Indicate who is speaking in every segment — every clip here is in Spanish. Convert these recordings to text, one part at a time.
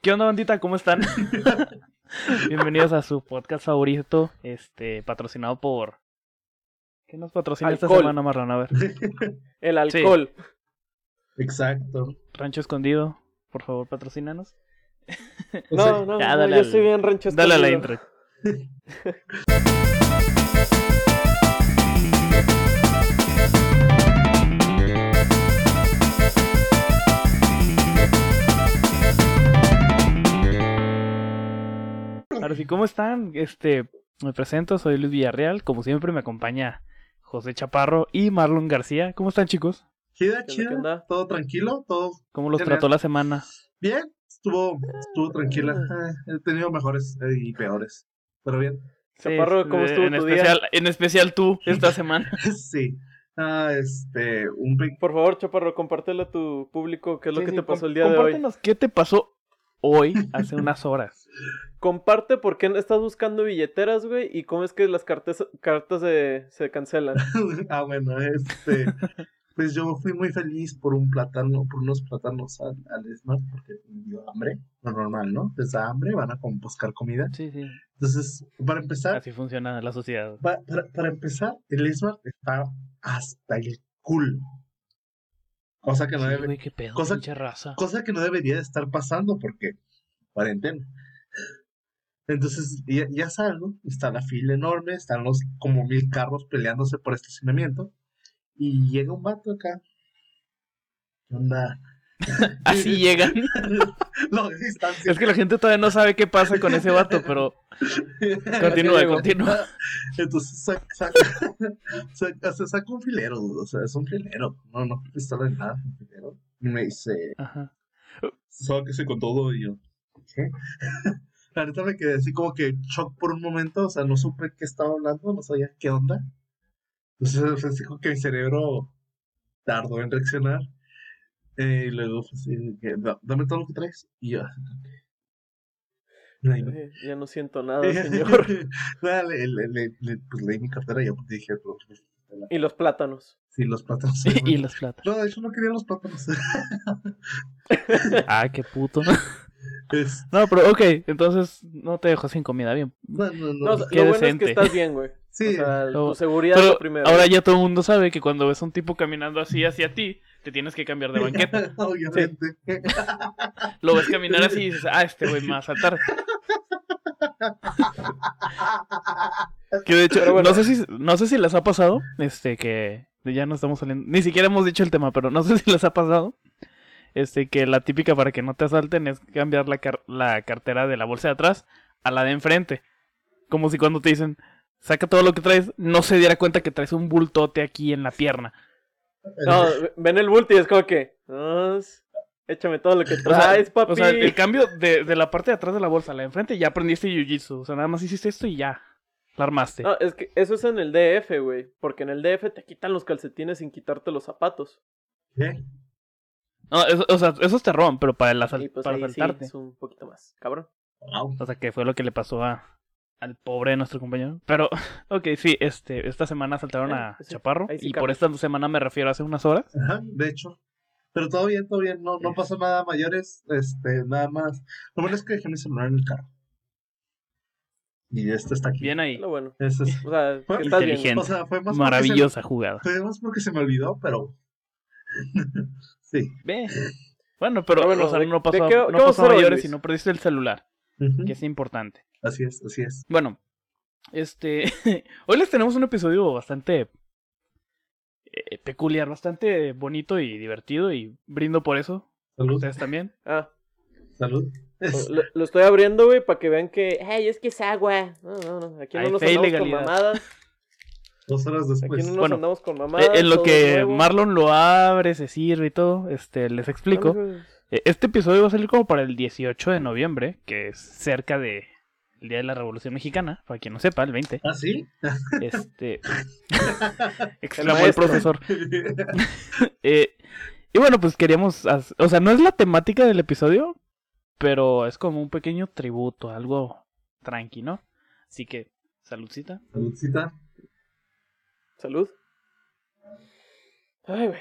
Speaker 1: ¿Qué onda, bandita? ¿Cómo están? Bienvenidos a su podcast favorito, este, patrocinado por... ¿Qué nos patrocina esta
Speaker 2: Alcohol.
Speaker 1: semana, Marrón? A ver.
Speaker 2: El alcohol.
Speaker 3: Exacto.
Speaker 1: Rancho Escondido, por favor, patrocínanos.
Speaker 2: No, no,
Speaker 1: Ya,
Speaker 2: no,
Speaker 1: dale
Speaker 2: yo
Speaker 1: al-
Speaker 2: soy bien rancho
Speaker 1: Dale a la
Speaker 2: escondido.
Speaker 1: intro. Ahora sí, ¿cómo están? Este, me presento, soy Luis Villarreal, como siempre me acompaña José Chaparro y Marlon García. ¿Cómo están, chicos?
Speaker 2: ¿Qué
Speaker 3: Chida,
Speaker 2: onda, qué
Speaker 3: chida.
Speaker 2: onda?
Speaker 3: Todo tranquilo, todo
Speaker 1: ¿Cómo los
Speaker 3: Bien,
Speaker 1: trató la semana?
Speaker 3: bien. Estuvo, estuvo tranquila.
Speaker 2: Ah.
Speaker 3: Eh, he tenido mejores eh, y peores. Pero bien.
Speaker 2: Chaparro,
Speaker 1: Sí,
Speaker 2: ¿cómo estuvo
Speaker 1: Este, en
Speaker 2: tu día?
Speaker 1: especial, En especial tú, esta semana.
Speaker 3: Sí. Ah, este, un pe-
Speaker 2: Por favor, Chaparro, compártelo a tu público, qué es lo
Speaker 1: Sí,
Speaker 2: que
Speaker 1: sí,
Speaker 2: te
Speaker 1: com-
Speaker 2: pasó el día de hoy.
Speaker 1: Compártenos qué te pasó hoy, hace unas horas.
Speaker 2: Comparte por qué estás buscando billeteras, güey, y cómo es que las cartes- cartas se, se cancelan.
Speaker 3: Ah, bueno, este. Pues yo fui muy feliz por un plátano, por unos plátanos al, al Smart porque me dio hambre. Lo normal, ¿no? Les da hambre, van a com- buscar comida.
Speaker 1: Sí, sí.
Speaker 3: Entonces, para empezar,
Speaker 1: Así funciona la sociedad.
Speaker 3: pa- para, para empezar, el Smart está hasta el culo. Cosa que no
Speaker 1: Sí,
Speaker 3: debe,
Speaker 1: güey, qué pedo,
Speaker 3: cosa-
Speaker 1: pinche raza.
Speaker 3: Cosa que no debería de estar pasando porque cuarentena. Entonces, ya, ya salgo, está la fila enorme, están los como mil carros peleándose por estacionamiento. Y llega un vato acá. ¿Qué onda?
Speaker 1: Así llegan.
Speaker 3: No, distancia.
Speaker 1: Es que la gente todavía no sabe qué pasa con ese vato, pero continúa,
Speaker 2: llegó.
Speaker 1: continúa.
Speaker 3: Entonces saca, saca, saca- o sea, saca un filero, o sea, es un filero. No, no fue pistola ni nada, un filero. Y me dice,
Speaker 1: Ajá.
Speaker 3: Sáquese con todo y yo. ¿Qué? La neta me quedé así como que en shock por un momento, o sea, no supe qué estaba hablando, no sabía qué onda. Entonces fue así como que mi cerebro tardó en reaccionar. Eh, y luego fue así, de que, "Da- dame todo lo que traes. Y yo. así como que, "Ay, no".
Speaker 2: Eh, Ya no siento nada, señor.
Speaker 3: Nada, le- le- le- le- pues leí mi cartera y yo dije, "Pero,
Speaker 2: Y los plátanos.
Speaker 3: sí, los plátanos.
Speaker 1: Y, y las platas.
Speaker 3: No, de hecho no quería los plátanos.
Speaker 1: Ah, qué puto.
Speaker 3: Es-
Speaker 1: No, pero ok, entonces no te dejo sin comida, bien.
Speaker 3: no, no, no.
Speaker 2: No,
Speaker 1: Qué
Speaker 2: lo bueno es que
Speaker 1: decente.
Speaker 2: estás bien, güey.
Speaker 3: sí,
Speaker 2: O sea, tu
Speaker 1: Lo-
Speaker 2: seguridad es
Speaker 1: Pero
Speaker 2: lo primero.
Speaker 1: ahora ya todo el mundo sabe que cuando ves a un tipo caminando así hacia ti, te tienes que cambiar de banqueta.
Speaker 3: obviamente.
Speaker 1: Lo ves caminar así y dices, ah, este güey me va a saltar. Que de hecho,
Speaker 2: Pero bueno.
Speaker 1: no, sé si, no sé si les ha pasado, este, que ya no estamos saliendo, ni siquiera hemos dicho el tema, pero no sé si les ha pasado, este, que la típica para que no te asalten es cambiar la, car- la cartera de la bolsa de atrás a la de enfrente. Como si cuando te dicen, saca todo lo que traes, no se diera cuenta que traes un bultote aquí en la pierna.
Speaker 2: No, ven el bulto y es como que. "Ah, Échame todo lo que
Speaker 1: O sea,
Speaker 2: traes, papi.
Speaker 1: o sea, el cambio de, de la parte de atrás de la bolsa a la de enfrente, ya aprendiste jiu-jitsu. O sea, nada más hiciste esto y ya. La armaste.
Speaker 2: No, es que eso es en el DF, güey. Porque en el DF te quitan los calcetines sin quitarte los zapatos.
Speaker 3: ¿Qué?
Speaker 1: No, eso, o sea, eso es terrón, pero para, el asal-
Speaker 2: Y pues
Speaker 1: para
Speaker 2: ahí sí
Speaker 1: saltarte.
Speaker 2: es un poquito más, cabrón.
Speaker 3: Wow.
Speaker 1: O sea, que fue lo que le pasó a, al pobre de nuestro compañero. Pero, ok, sí, este, esta semana saltaron
Speaker 2: Ah,
Speaker 1: a
Speaker 2: pues sí,
Speaker 1: Chaparro.
Speaker 2: ahí sí
Speaker 1: y
Speaker 2: cambia.
Speaker 1: por esta semana me refiero a hace unas horas.
Speaker 3: Ajá, de hecho. Pero todo bien, todo bien. No, no pasó nada mayores. Este, nada más. Lo bueno es que dejé mi celular en el carro. Y este está aquí.
Speaker 1: Bien ahí.
Speaker 2: Lo bueno.
Speaker 3: Ese es-
Speaker 2: O sea,
Speaker 3: Fue
Speaker 2: que estás bien.
Speaker 1: inteligente.
Speaker 3: o sea, fue más porque
Speaker 1: Maravillosa jugada.
Speaker 3: se- fue más porque se me olvidó, pero. sí.
Speaker 1: Ve. Bueno, pero
Speaker 2: Pero Ah, bueno,
Speaker 1: o sea,
Speaker 2: ¿de-
Speaker 1: no
Speaker 2: de
Speaker 1: pasó,
Speaker 2: qué-
Speaker 1: no
Speaker 2: qué vamos a
Speaker 1: pasó a
Speaker 2: hacer hoy,
Speaker 1: mayores y
Speaker 2: Luis?
Speaker 1: no perdiste el celular,
Speaker 3: Ujú.
Speaker 1: que es importante.
Speaker 3: Así es, así es.
Speaker 1: Bueno, este. hoy les tenemos un episodio bastante. eh, peculiar, bastante bonito y divertido. Y brindo por eso.
Speaker 3: Salud,
Speaker 1: Ustedes también.
Speaker 2: Ah,
Speaker 3: salud. Es-
Speaker 2: lo, lo estoy abriendo, güey, para que vean que. ¡Ay, es que es agua! No, no, no. Aquí no
Speaker 1: Ay,
Speaker 2: nos
Speaker 1: fe y
Speaker 2: andamos
Speaker 1: legalidad. Pues,
Speaker 2: con mamadas.
Speaker 3: dos horas
Speaker 2: Aquí
Speaker 3: después.
Speaker 2: no nos
Speaker 1: Bueno,
Speaker 2: andamos con mamadas.
Speaker 1: Eh, en lo
Speaker 2: todo
Speaker 1: que
Speaker 2: nuevo.
Speaker 1: Marlon lo abre, se sirve y todo, este, les
Speaker 2: No,
Speaker 1: explico.
Speaker 2: Ah, güey.
Speaker 1: Eh, Este episodio va a salir como para el 18 de noviembre, que es cerca de. El Día de la Revolución Mexicana, para quien no sepa, el 20.
Speaker 3: ¿Ah, sí?
Speaker 1: Este. exclamó el
Speaker 2: maestro.
Speaker 1: profesor. Eh, y bueno, pues queríamos. haz- O sea, no es la temática del episodio, pero es como un pequeño tributo, algo tranqui, ¿no? Así que, saludcita.
Speaker 3: Saludcita.
Speaker 2: Salud. Ay, güey.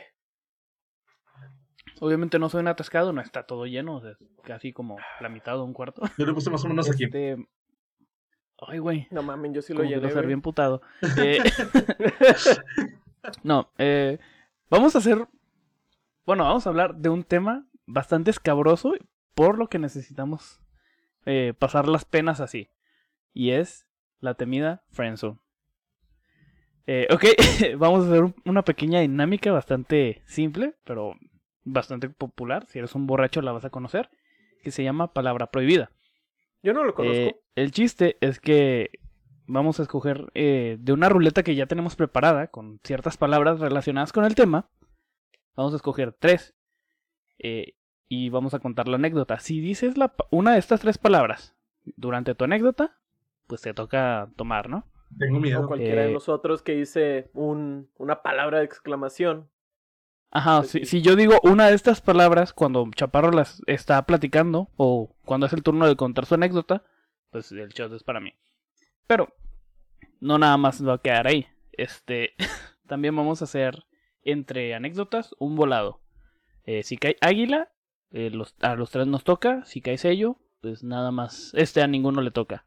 Speaker 1: Obviamente no soy un atascado, no está todo lleno, o sea, es casi como la mitad de un cuarto.
Speaker 3: Yo le puse más o menos aquí.
Speaker 1: Este... Ay, güey.
Speaker 2: No mames, yo sí lo
Speaker 1: Como que
Speaker 2: llené.
Speaker 1: lo serví
Speaker 2: güey.
Speaker 1: emputado. Eh, no, eh, vamos a hacer. Bueno, vamos a hablar de un tema bastante escabroso, por lo que necesitamos eh, pasar las penas así. Y es la temida Friendzone. Eh, ok, vamos a hacer un- una pequeña dinámica bastante simple, pero bastante popular. Si eres un borracho, la vas a conocer. Que se llama Palabra Prohibida.
Speaker 2: Yo no lo conozco.
Speaker 1: Eh, el chiste es que vamos a escoger eh, de una ruleta que ya tenemos preparada con ciertas palabras relacionadas con el tema. Vamos a escoger tres. eh, y vamos a contar la anécdota. Si dices la pa- una de estas tres palabras durante tu anécdota, pues te toca tomar, ¿no?
Speaker 3: Tengo
Speaker 2: o
Speaker 3: miedo.
Speaker 2: cualquiera de
Speaker 1: eh,
Speaker 2: nosotros que dice un, una palabra de exclamación.
Speaker 1: Ajá,
Speaker 2: Pues
Speaker 1: si,
Speaker 2: sí.
Speaker 1: si yo digo una de estas palabras cuando Chaparro las está platicando o cuando es el turno de contar su anécdota, pues el shot es para mí. Pero no nada más va a quedar ahí. Este, también vamos a hacer entre anécdotas un volado. Eh, si cae águila, eh, los- a los tres nos toca. Si cae sello, pues nada más. Este a ninguno le toca.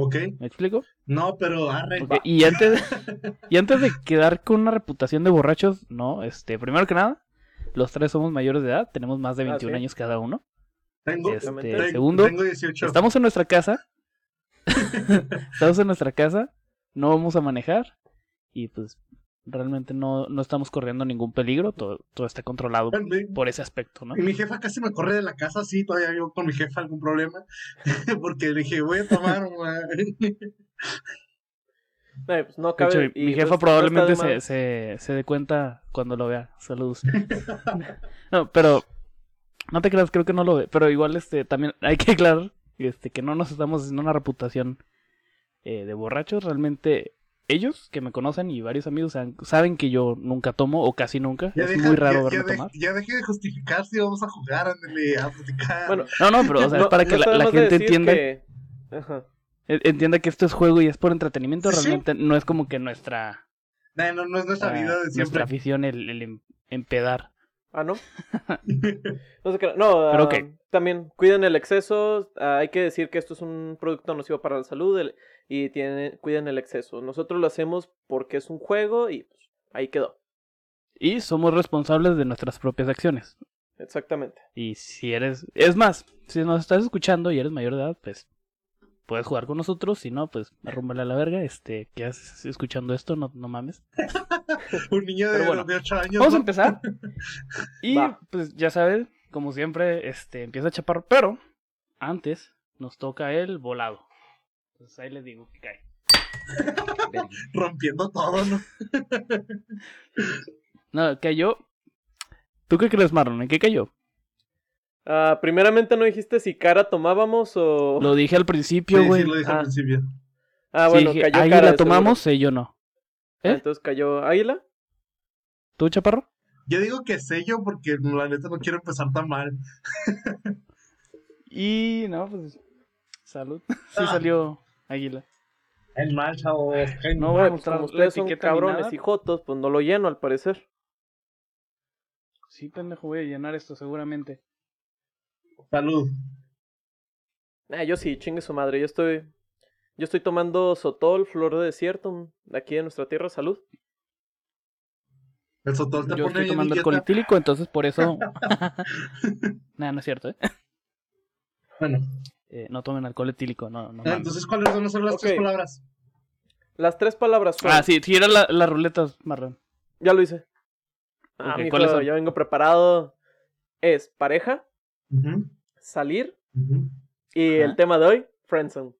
Speaker 3: Ok.
Speaker 1: ¿Me explico?
Speaker 3: No, pero arre.
Speaker 1: Ok, y antes y antes de quedar con una reputación de borrachos, no, este, primero que nada, los tres somos mayores de edad, tenemos más de
Speaker 2: Ah,
Speaker 1: 21
Speaker 2: sí.
Speaker 1: años cada uno.
Speaker 3: Tengo,
Speaker 1: Este,
Speaker 2: Exactamente.
Speaker 1: segundo,
Speaker 3: tengo 18.
Speaker 1: estamos en nuestra casa. estamos en nuestra casa, no vamos a manejar y pues realmente no, no estamos corriendo ningún peligro, todo, todo está controlado por ese aspecto, ¿no?
Speaker 3: Y mi jefa casi me corre de la casa, sí, todavía vivo con mi jefa algún problema. Porque le dije, voy a tomar, mamá.
Speaker 2: Eh, pues no
Speaker 1: De
Speaker 2: cabe.
Speaker 1: hecho, mi-
Speaker 2: y
Speaker 1: mi
Speaker 2: no
Speaker 1: jefa
Speaker 2: es- no
Speaker 1: probablemente
Speaker 2: está
Speaker 1: se,
Speaker 2: de más.
Speaker 1: se, se dé cuenta cuando lo vea. Saludos. no, pero no te creas, creo que no lo ve. Pero igual este también hay que aclarar este, que no nos estamos haciendo una reputación eh, de borrachos. Realmente ellos que me conocen y varios amigos saben, saben que yo nunca tomo o casi nunca.
Speaker 3: Ya
Speaker 1: es
Speaker 3: deja-
Speaker 1: muy raro
Speaker 3: ya-
Speaker 1: verme
Speaker 3: ya de-
Speaker 1: tomar.
Speaker 3: ya dejé de justificar si vamos a jugar, ándale, a platicar.
Speaker 2: Bueno,
Speaker 1: No, no, pero o sea, es
Speaker 2: no-
Speaker 1: para
Speaker 2: no
Speaker 1: que la,
Speaker 2: está de
Speaker 1: la
Speaker 2: más de
Speaker 1: gente
Speaker 2: decir
Speaker 1: entienda,
Speaker 2: que- Ajá.
Speaker 1: eh, entienda que esto es juego y es por entretenimiento.
Speaker 3: Sí, sí.
Speaker 1: Realmente no es como que nuestra,
Speaker 3: Nah, no, no es nuestra
Speaker 1: ah,
Speaker 3: vida de
Speaker 1: nuestra
Speaker 3: siempre.
Speaker 1: afición el, el em- empedar.
Speaker 2: Ah, ¿no? No, se crean. no
Speaker 1: Pero
Speaker 2: ah,
Speaker 1: ok.
Speaker 2: también cuiden el exceso. ah, hay que decir que esto es un producto nocivo para la salud el- y tiene, cuiden el exceso. Nosotros lo hacemos porque es un juego y pues, ahí quedó.
Speaker 1: Y somos responsables de nuestras propias acciones.
Speaker 2: Exactamente.
Speaker 1: Y si eres... Es más, si nos estás escuchando y eres mayor de edad, pues puedes jugar con nosotros. Si no, pues arrúmbale a la verga. Este, ¿qué haces escuchando esto? No, no mames.
Speaker 3: Un niño de,
Speaker 1: Pero bueno.
Speaker 3: 8 años.
Speaker 1: Vamos a
Speaker 3: ¿no?
Speaker 1: empezar. Y
Speaker 2: Va.
Speaker 1: pues ya sabes, como siempre, este empieza a chapar. Pero antes nos toca el volado. Entonces ahí les digo que cae.
Speaker 3: Rompiendo todo, ¿no?
Speaker 1: No, cayó. ¿Tú qué crees, Marlon? ¿En qué cayó?
Speaker 2: Ah, primeramente no dijiste si cara tomábamos o...
Speaker 1: Lo dije al principio,
Speaker 3: Sí,
Speaker 1: güey.
Speaker 3: sí, lo dije
Speaker 2: ah.
Speaker 3: al principio.
Speaker 2: Ah,
Speaker 1: Sí,
Speaker 2: bueno,
Speaker 1: dije,
Speaker 2: cayó
Speaker 1: ahí
Speaker 2: cara.
Speaker 1: la
Speaker 2: de
Speaker 1: tomamos, sí, yo no.
Speaker 2: seguro.
Speaker 1: ¿eh?
Speaker 2: Ah, Entonces cayó águila.
Speaker 1: ¿Tú, chaparro?
Speaker 3: Yo digo que sello porque la neta no quiero empezar tan mal.
Speaker 1: Y no, pues. Salud. Sí
Speaker 3: Ah.
Speaker 1: salió Águila.
Speaker 3: Es mal, chavos.
Speaker 1: No voy
Speaker 2: Ah,
Speaker 1: a
Speaker 2: pues,
Speaker 1: mostrar
Speaker 2: como
Speaker 1: la
Speaker 2: ustedes son
Speaker 1: etiqueta. ni
Speaker 2: cabrones
Speaker 1: nada.
Speaker 2: y jotos, pues no lo lleno al parecer.
Speaker 1: Sí, pendejo, voy a llenar esto seguramente.
Speaker 3: Salud.
Speaker 2: Ah, yo sí, chingue su madre. Yo estoy... Yo estoy tomando sotol, flor de desierto, un- de aquí de nuestra tierra, salud.
Speaker 3: El sotol te
Speaker 1: Yo
Speaker 3: pone
Speaker 1: estoy
Speaker 3: bien
Speaker 1: tomando alcohol
Speaker 3: inquieta.
Speaker 1: etílico, entonces por eso. Nada, no es cierto, ¿eh?
Speaker 3: Bueno,
Speaker 1: Eh, No tomen alcohol etílico, no, no.
Speaker 3: ah,
Speaker 1: mames.
Speaker 3: entonces, ¿cuáles son las
Speaker 2: Ok.
Speaker 3: tres palabras?
Speaker 2: Las tres palabras fueron...
Speaker 1: Ah, sí, sí, eran la- las ruletas, Marlon.
Speaker 2: Ya lo hice. Ah,
Speaker 1: Ok,
Speaker 2: mijo,
Speaker 1: ¿cuáles son?
Speaker 2: ya vengo preparado. Es pareja,
Speaker 3: Ujú,
Speaker 2: salir
Speaker 3: ujú.
Speaker 2: y
Speaker 1: Ajá.
Speaker 2: el tema de hoy, friendzone.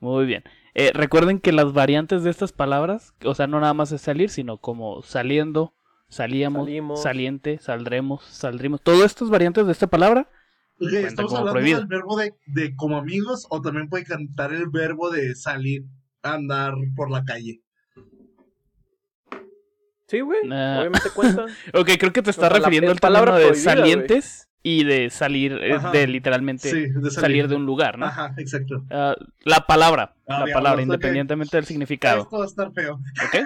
Speaker 1: Muy bien. Eh, recuerden que las variantes de estas palabras, o sea, no nada más es salir, sino como saliendo, salíamos,
Speaker 2: Salimos.
Speaker 1: saliente, saldremos, saldrimos. Todas estas variantes de esta palabra
Speaker 3: Ok,
Speaker 1: Cuenta
Speaker 3: ¿Estamos
Speaker 1: como
Speaker 3: hablando
Speaker 1: prohibido.
Speaker 3: del verbo de, de como amigos o también puede cantar el verbo de salir a andar por la calle?
Speaker 2: Sí, güey.
Speaker 1: Nah.
Speaker 2: Obviamente cuenta.
Speaker 1: Ok, creo que te estás
Speaker 2: O sea, la-
Speaker 1: refiriendo
Speaker 2: es
Speaker 1: al término
Speaker 2: palabra
Speaker 1: de
Speaker 2: prohibida, güey.
Speaker 1: salientes y de salir, eh,
Speaker 3: Ajá.
Speaker 1: de literalmente salir.
Speaker 3: de
Speaker 1: de un lugar, ¿no?
Speaker 3: Ajá, exacto.
Speaker 1: Ah, la palabra,
Speaker 3: Ah,
Speaker 1: la
Speaker 3: diablos,
Speaker 1: palabra,
Speaker 3: ok.
Speaker 1: independientemente del significado,
Speaker 3: Esto va a estar feo.
Speaker 1: ¿ok?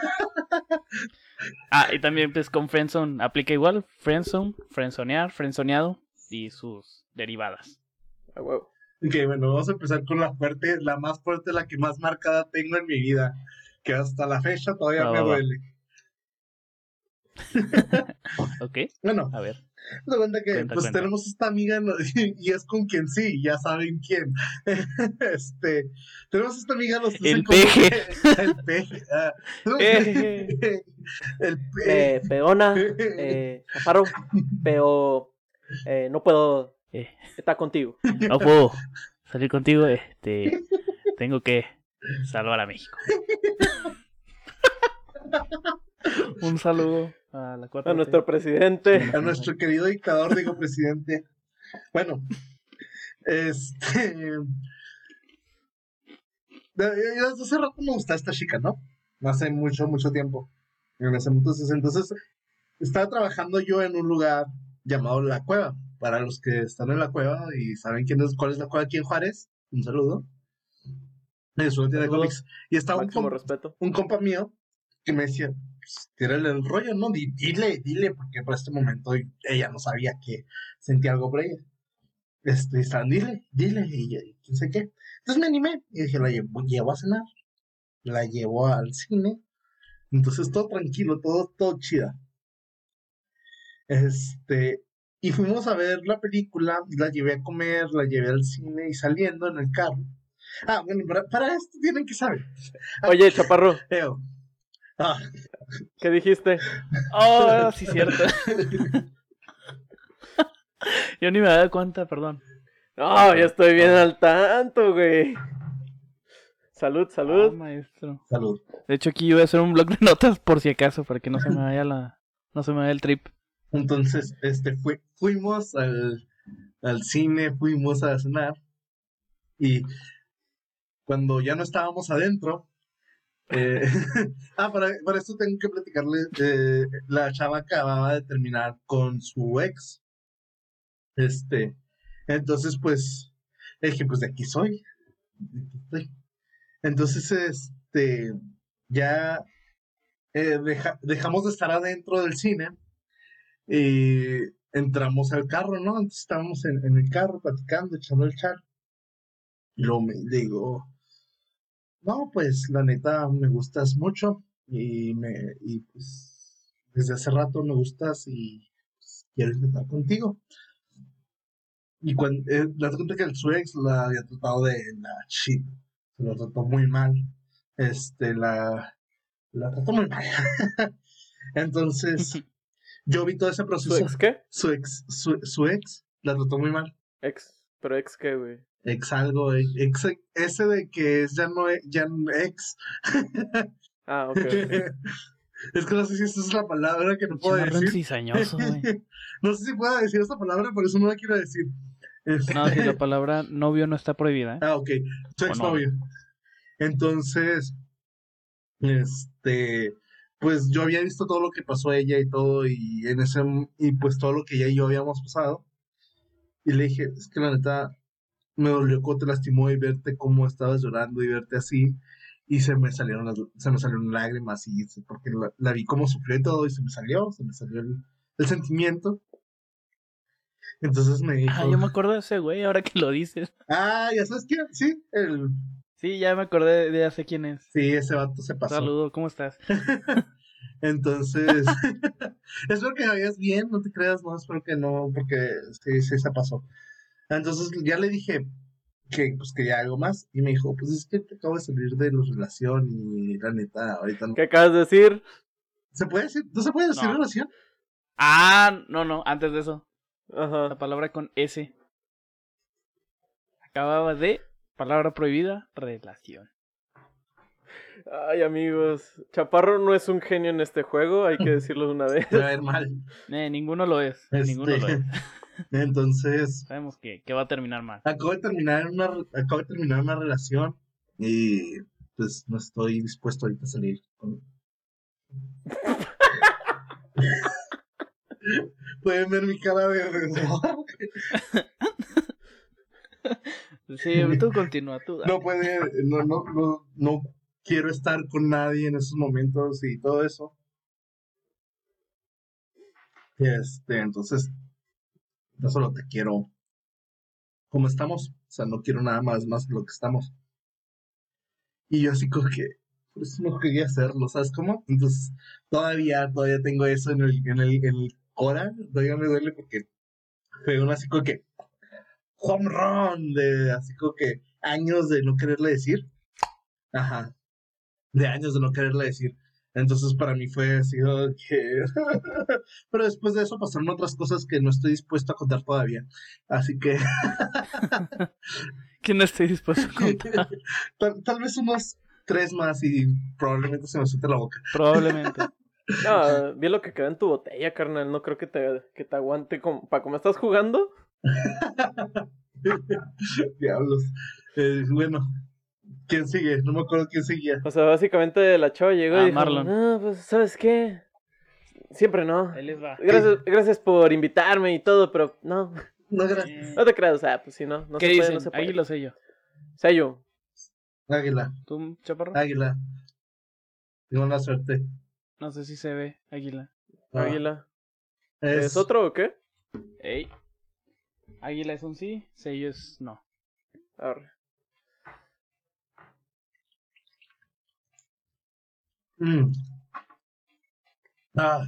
Speaker 1: Ah, y también pues con Friendzone aplica igual. Friendzone, Friendzonear, Friendzoneado y sus derivadas.
Speaker 2: A huevo.
Speaker 3: Ok, bueno, vamos a empezar con la fuerte, la más fuerte, la que más marcada tengo en mi vida, que hasta la fecha todavía
Speaker 1: Va,
Speaker 3: me
Speaker 1: va, va.
Speaker 3: duele.
Speaker 1: ¿Ok?
Speaker 3: Bueno,
Speaker 1: A ver.
Speaker 3: te cuenta que
Speaker 1: Cuenta,
Speaker 3: pues
Speaker 1: cuenta.
Speaker 3: tenemos esta amiga no- y es con quien sí, ya saben quién. este, tenemos esta amiga los tres
Speaker 1: El
Speaker 3: en común
Speaker 1: peje.
Speaker 3: que- el peje. ah,
Speaker 1: Eh.
Speaker 3: el peje.
Speaker 2: Eh, peona, eh, Chaparro, pero eh, no puedo
Speaker 1: Eh.
Speaker 2: estar contigo.
Speaker 1: No puedo salir contigo, este tengo que salvar a México. Un saludo a la cuarta.
Speaker 2: A nuestro presidente.
Speaker 3: a nuestro querido dictador, digo presidente. Bueno, este. de- de- Desde hace rato me gusta esta chica, ¿no? Hace mucho, mucho tiempo. En ese entonces, entonces, estaba trabajando yo en un lugar llamado La Cueva. Para los que están en La Cueva y saben quién es, cuál es La Cueva aquí en Juárez, un saludo. Es una tienda de
Speaker 2: Saludos.
Speaker 3: cómics. Y estaba un,
Speaker 2: Máximo
Speaker 3: com-
Speaker 2: respeto.
Speaker 3: un compa mío que me decía, pues, tírale el rollo, ¿no? Di- Dile, dile, porque por este momento ella no sabía que sentía algo por ella. Este, están, dile, dile, y yo, y quién sé qué. Entonces me animé y dije, la llevo, llevo a cenar, la llevo al cine. Entonces todo tranquilo, todo, todo chida. Este, y fuimos a ver la película, y la llevé a comer, la llevé al cine y saliendo en el carro. Ah, bueno, para, para esto tienen que saber.
Speaker 2: Oye, Chaparro,
Speaker 3: Teo. Ah,
Speaker 2: ¿qué dijiste? Ah,
Speaker 1: Oh, sí cierto. Yo ni me dado cuenta, perdón.
Speaker 2: No, ya estoy bien al tanto, güey. Salud,
Speaker 1: Ah,
Speaker 2: salud.
Speaker 1: maestro.
Speaker 3: salud.
Speaker 1: De hecho aquí yo voy a hacer un blog de notas por si acaso, para que no se me vaya la no se me vaya el trip.
Speaker 3: Entonces, este, fue, fuimos al, al cine, fuimos a cenar. Y cuando ya no estábamos adentro. eh, ah, para, para esto tengo que platicarle. eh, la chava acababa de terminar con su ex. Este. Entonces, pues. Dije, pues de aquí soy. de aquí soy. Entonces, este. Ya. eh, deja- dejamos de estar adentro del cine. Y entramos al carro, ¿no? Entonces estábamos en, en el carro platicando, echando el chat. Y luego me le digo, no, pues la neta me gustas mucho y me y pues desde hace rato me gustas y pues, quiero intentar contigo. Y cuando das cuenta que el su ex la había tratado de la chip, se lo trató muy mal. Este la la trató muy mal. Entonces, yo vi todo ese
Speaker 2: ¿Su
Speaker 3: proceso
Speaker 2: ex qué?
Speaker 3: su ex, su, su ex la trató muy mal.
Speaker 2: Ex, pero ex qué, güey.
Speaker 3: Ex algo, ex, ex- ese de que es ya no e- ya no ex.
Speaker 2: Ah, ok. ok.
Speaker 3: es que no sé si esa es la palabra que no puedo
Speaker 1: Chimarrón
Speaker 3: decir.
Speaker 1: cizañoso, güey.
Speaker 3: no sé si puedo decir esa palabra, por eso no la quiero decir. Este,
Speaker 1: No, si la palabra novio no está prohibida. ¿eh?
Speaker 3: Ah, ok. Su
Speaker 1: O no.
Speaker 3: exnovio. Entonces, este, pues yo había visto todo lo que pasó a ella y todo, y en ese, y pues todo lo que ella y yo habíamos pasado. Y le dije, es que la neta, me dolió cómo te lastimó y verte cómo estabas llorando y verte así. Y se me salieron las, se me salieron lágrimas y se- porque la, la vi cómo sufrió y todo, y se me salió, se me salió el, el sentimiento. Entonces me dijo,
Speaker 1: Ah, yo me acuerdo de ese güey, ahora que lo dices.
Speaker 3: ah, ya sabes quién, sí, el
Speaker 1: Sí, ya me acordé, ya sé quién es.
Speaker 3: Sí, ese vato se pasó.
Speaker 1: Saludo, ¿cómo estás?
Speaker 3: Entonces, espero que vayas bien, no te creas, no, espero que no, porque sí, sí se pasó. Entonces ya le dije que pues quería algo más y me dijo, pues es que te acabo de salir de la relación y la neta, ahorita no.
Speaker 2: ¿Qué acabas de decir?
Speaker 3: ¿Se puede decir? ¿No se puede decir
Speaker 1: No.
Speaker 3: relación?
Speaker 1: Ah, no, no, antes de eso.
Speaker 2: Ajá.
Speaker 1: La palabra con S. Acababa de palabra prohibida, relación. Ah.
Speaker 2: Ay, amigos. Chaparro no es un genio en este juego, hay que decirlo de una vez.
Speaker 3: Se va a ver mal.
Speaker 1: Eh, ninguno lo es, ninguno lo
Speaker 3: Este,
Speaker 1: es.
Speaker 3: Entonces,
Speaker 1: Sabemos que, que va a terminar mal.
Speaker 3: acabo de terminar una, re- acabo de terminar una relación y pues no estoy dispuesto ahorita a salir con... Pueden ver mi cara de
Speaker 1: Sí, tú continúa, tú. dale.
Speaker 3: no puede, no, no, no, no quiero estar con nadie en esos momentos y todo eso. Este, entonces, no solo te quiero como estamos, o sea, no quiero nada más más de lo que estamos. Y yo así como que, por eso no quería hacerlo, ¿sabes cómo? Entonces, todavía, todavía tengo eso en el, en el, en el Cora, todavía me duele porque fue un así como que, home run, de así como que años de no quererle decir. Ajá, de años de no quererle decir. Entonces para mí fue así como que... Pero después de eso pasaron otras cosas que no estoy dispuesto a contar todavía. Así que
Speaker 1: Que no estoy dispuesto a contar.
Speaker 3: tal, tal vez unos tres más y probablemente se me suelte la boca.
Speaker 1: Probablemente.
Speaker 2: No, vi lo que queda en tu botella, carnal. No creo que te, que te aguante. Como, ¿Para cómo estás jugando?
Speaker 3: Diablos. Eh, bueno, ¿quién sigue? No me acuerdo quién seguía.
Speaker 2: O sea, básicamente la chava llegó
Speaker 1: Ah,
Speaker 2: y dijo,
Speaker 1: Marlon.
Speaker 2: no, pues, ¿sabes qué? Siempre no.
Speaker 1: Ahí les va.
Speaker 2: Gracias, gracias por invitarme y todo, pero no,
Speaker 3: No, gracias.
Speaker 2: no te creas, o sea, pues si no, no
Speaker 1: ¿Qué
Speaker 2: se puede,
Speaker 1: dicen?
Speaker 2: no se puede.
Speaker 1: Ahí lo sé yo.
Speaker 2: Sayu,
Speaker 3: Águila,
Speaker 1: ¿Tú, chaparro?
Speaker 3: águila. Tengo la suerte.
Speaker 1: No sé si se ve, águila.
Speaker 3: Ah,
Speaker 2: Águila.
Speaker 3: Es,
Speaker 2: ¿Es... otro o qué?
Speaker 1: Ey. Águila es un sí, sello es no.
Speaker 2: Arre.
Speaker 3: Mm. Ah,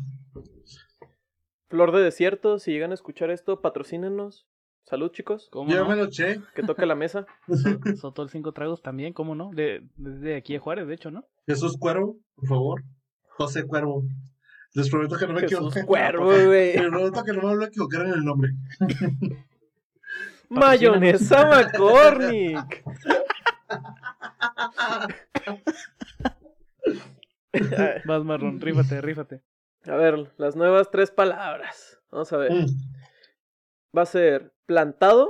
Speaker 2: Flor de Desierto, si llegan a escuchar esto, patrocínenos. Salud, chicos,
Speaker 1: ¿Cómo
Speaker 3: yo
Speaker 1: no?
Speaker 3: me lo eché.
Speaker 2: que toque la mesa.
Speaker 1: So- Sotol cinco tragos también, ¿cómo no? De, desde aquí de Juárez, de hecho, ¿no?
Speaker 3: Jesús Cuervo, por favor. José Cuervo. Les prometo que no me
Speaker 2: Jesús
Speaker 3: equivoqué.
Speaker 2: Cuervo,
Speaker 3: Les
Speaker 2: güey.
Speaker 3: prometo que no me voy a equivocar en el nombre.
Speaker 2: Mayonesa McCormick.
Speaker 1: Vas, Marlon, rífate, rífate.
Speaker 2: A ver, las nuevas tres palabras. Vamos a ver.
Speaker 3: Mm.
Speaker 2: Va a ser plantado,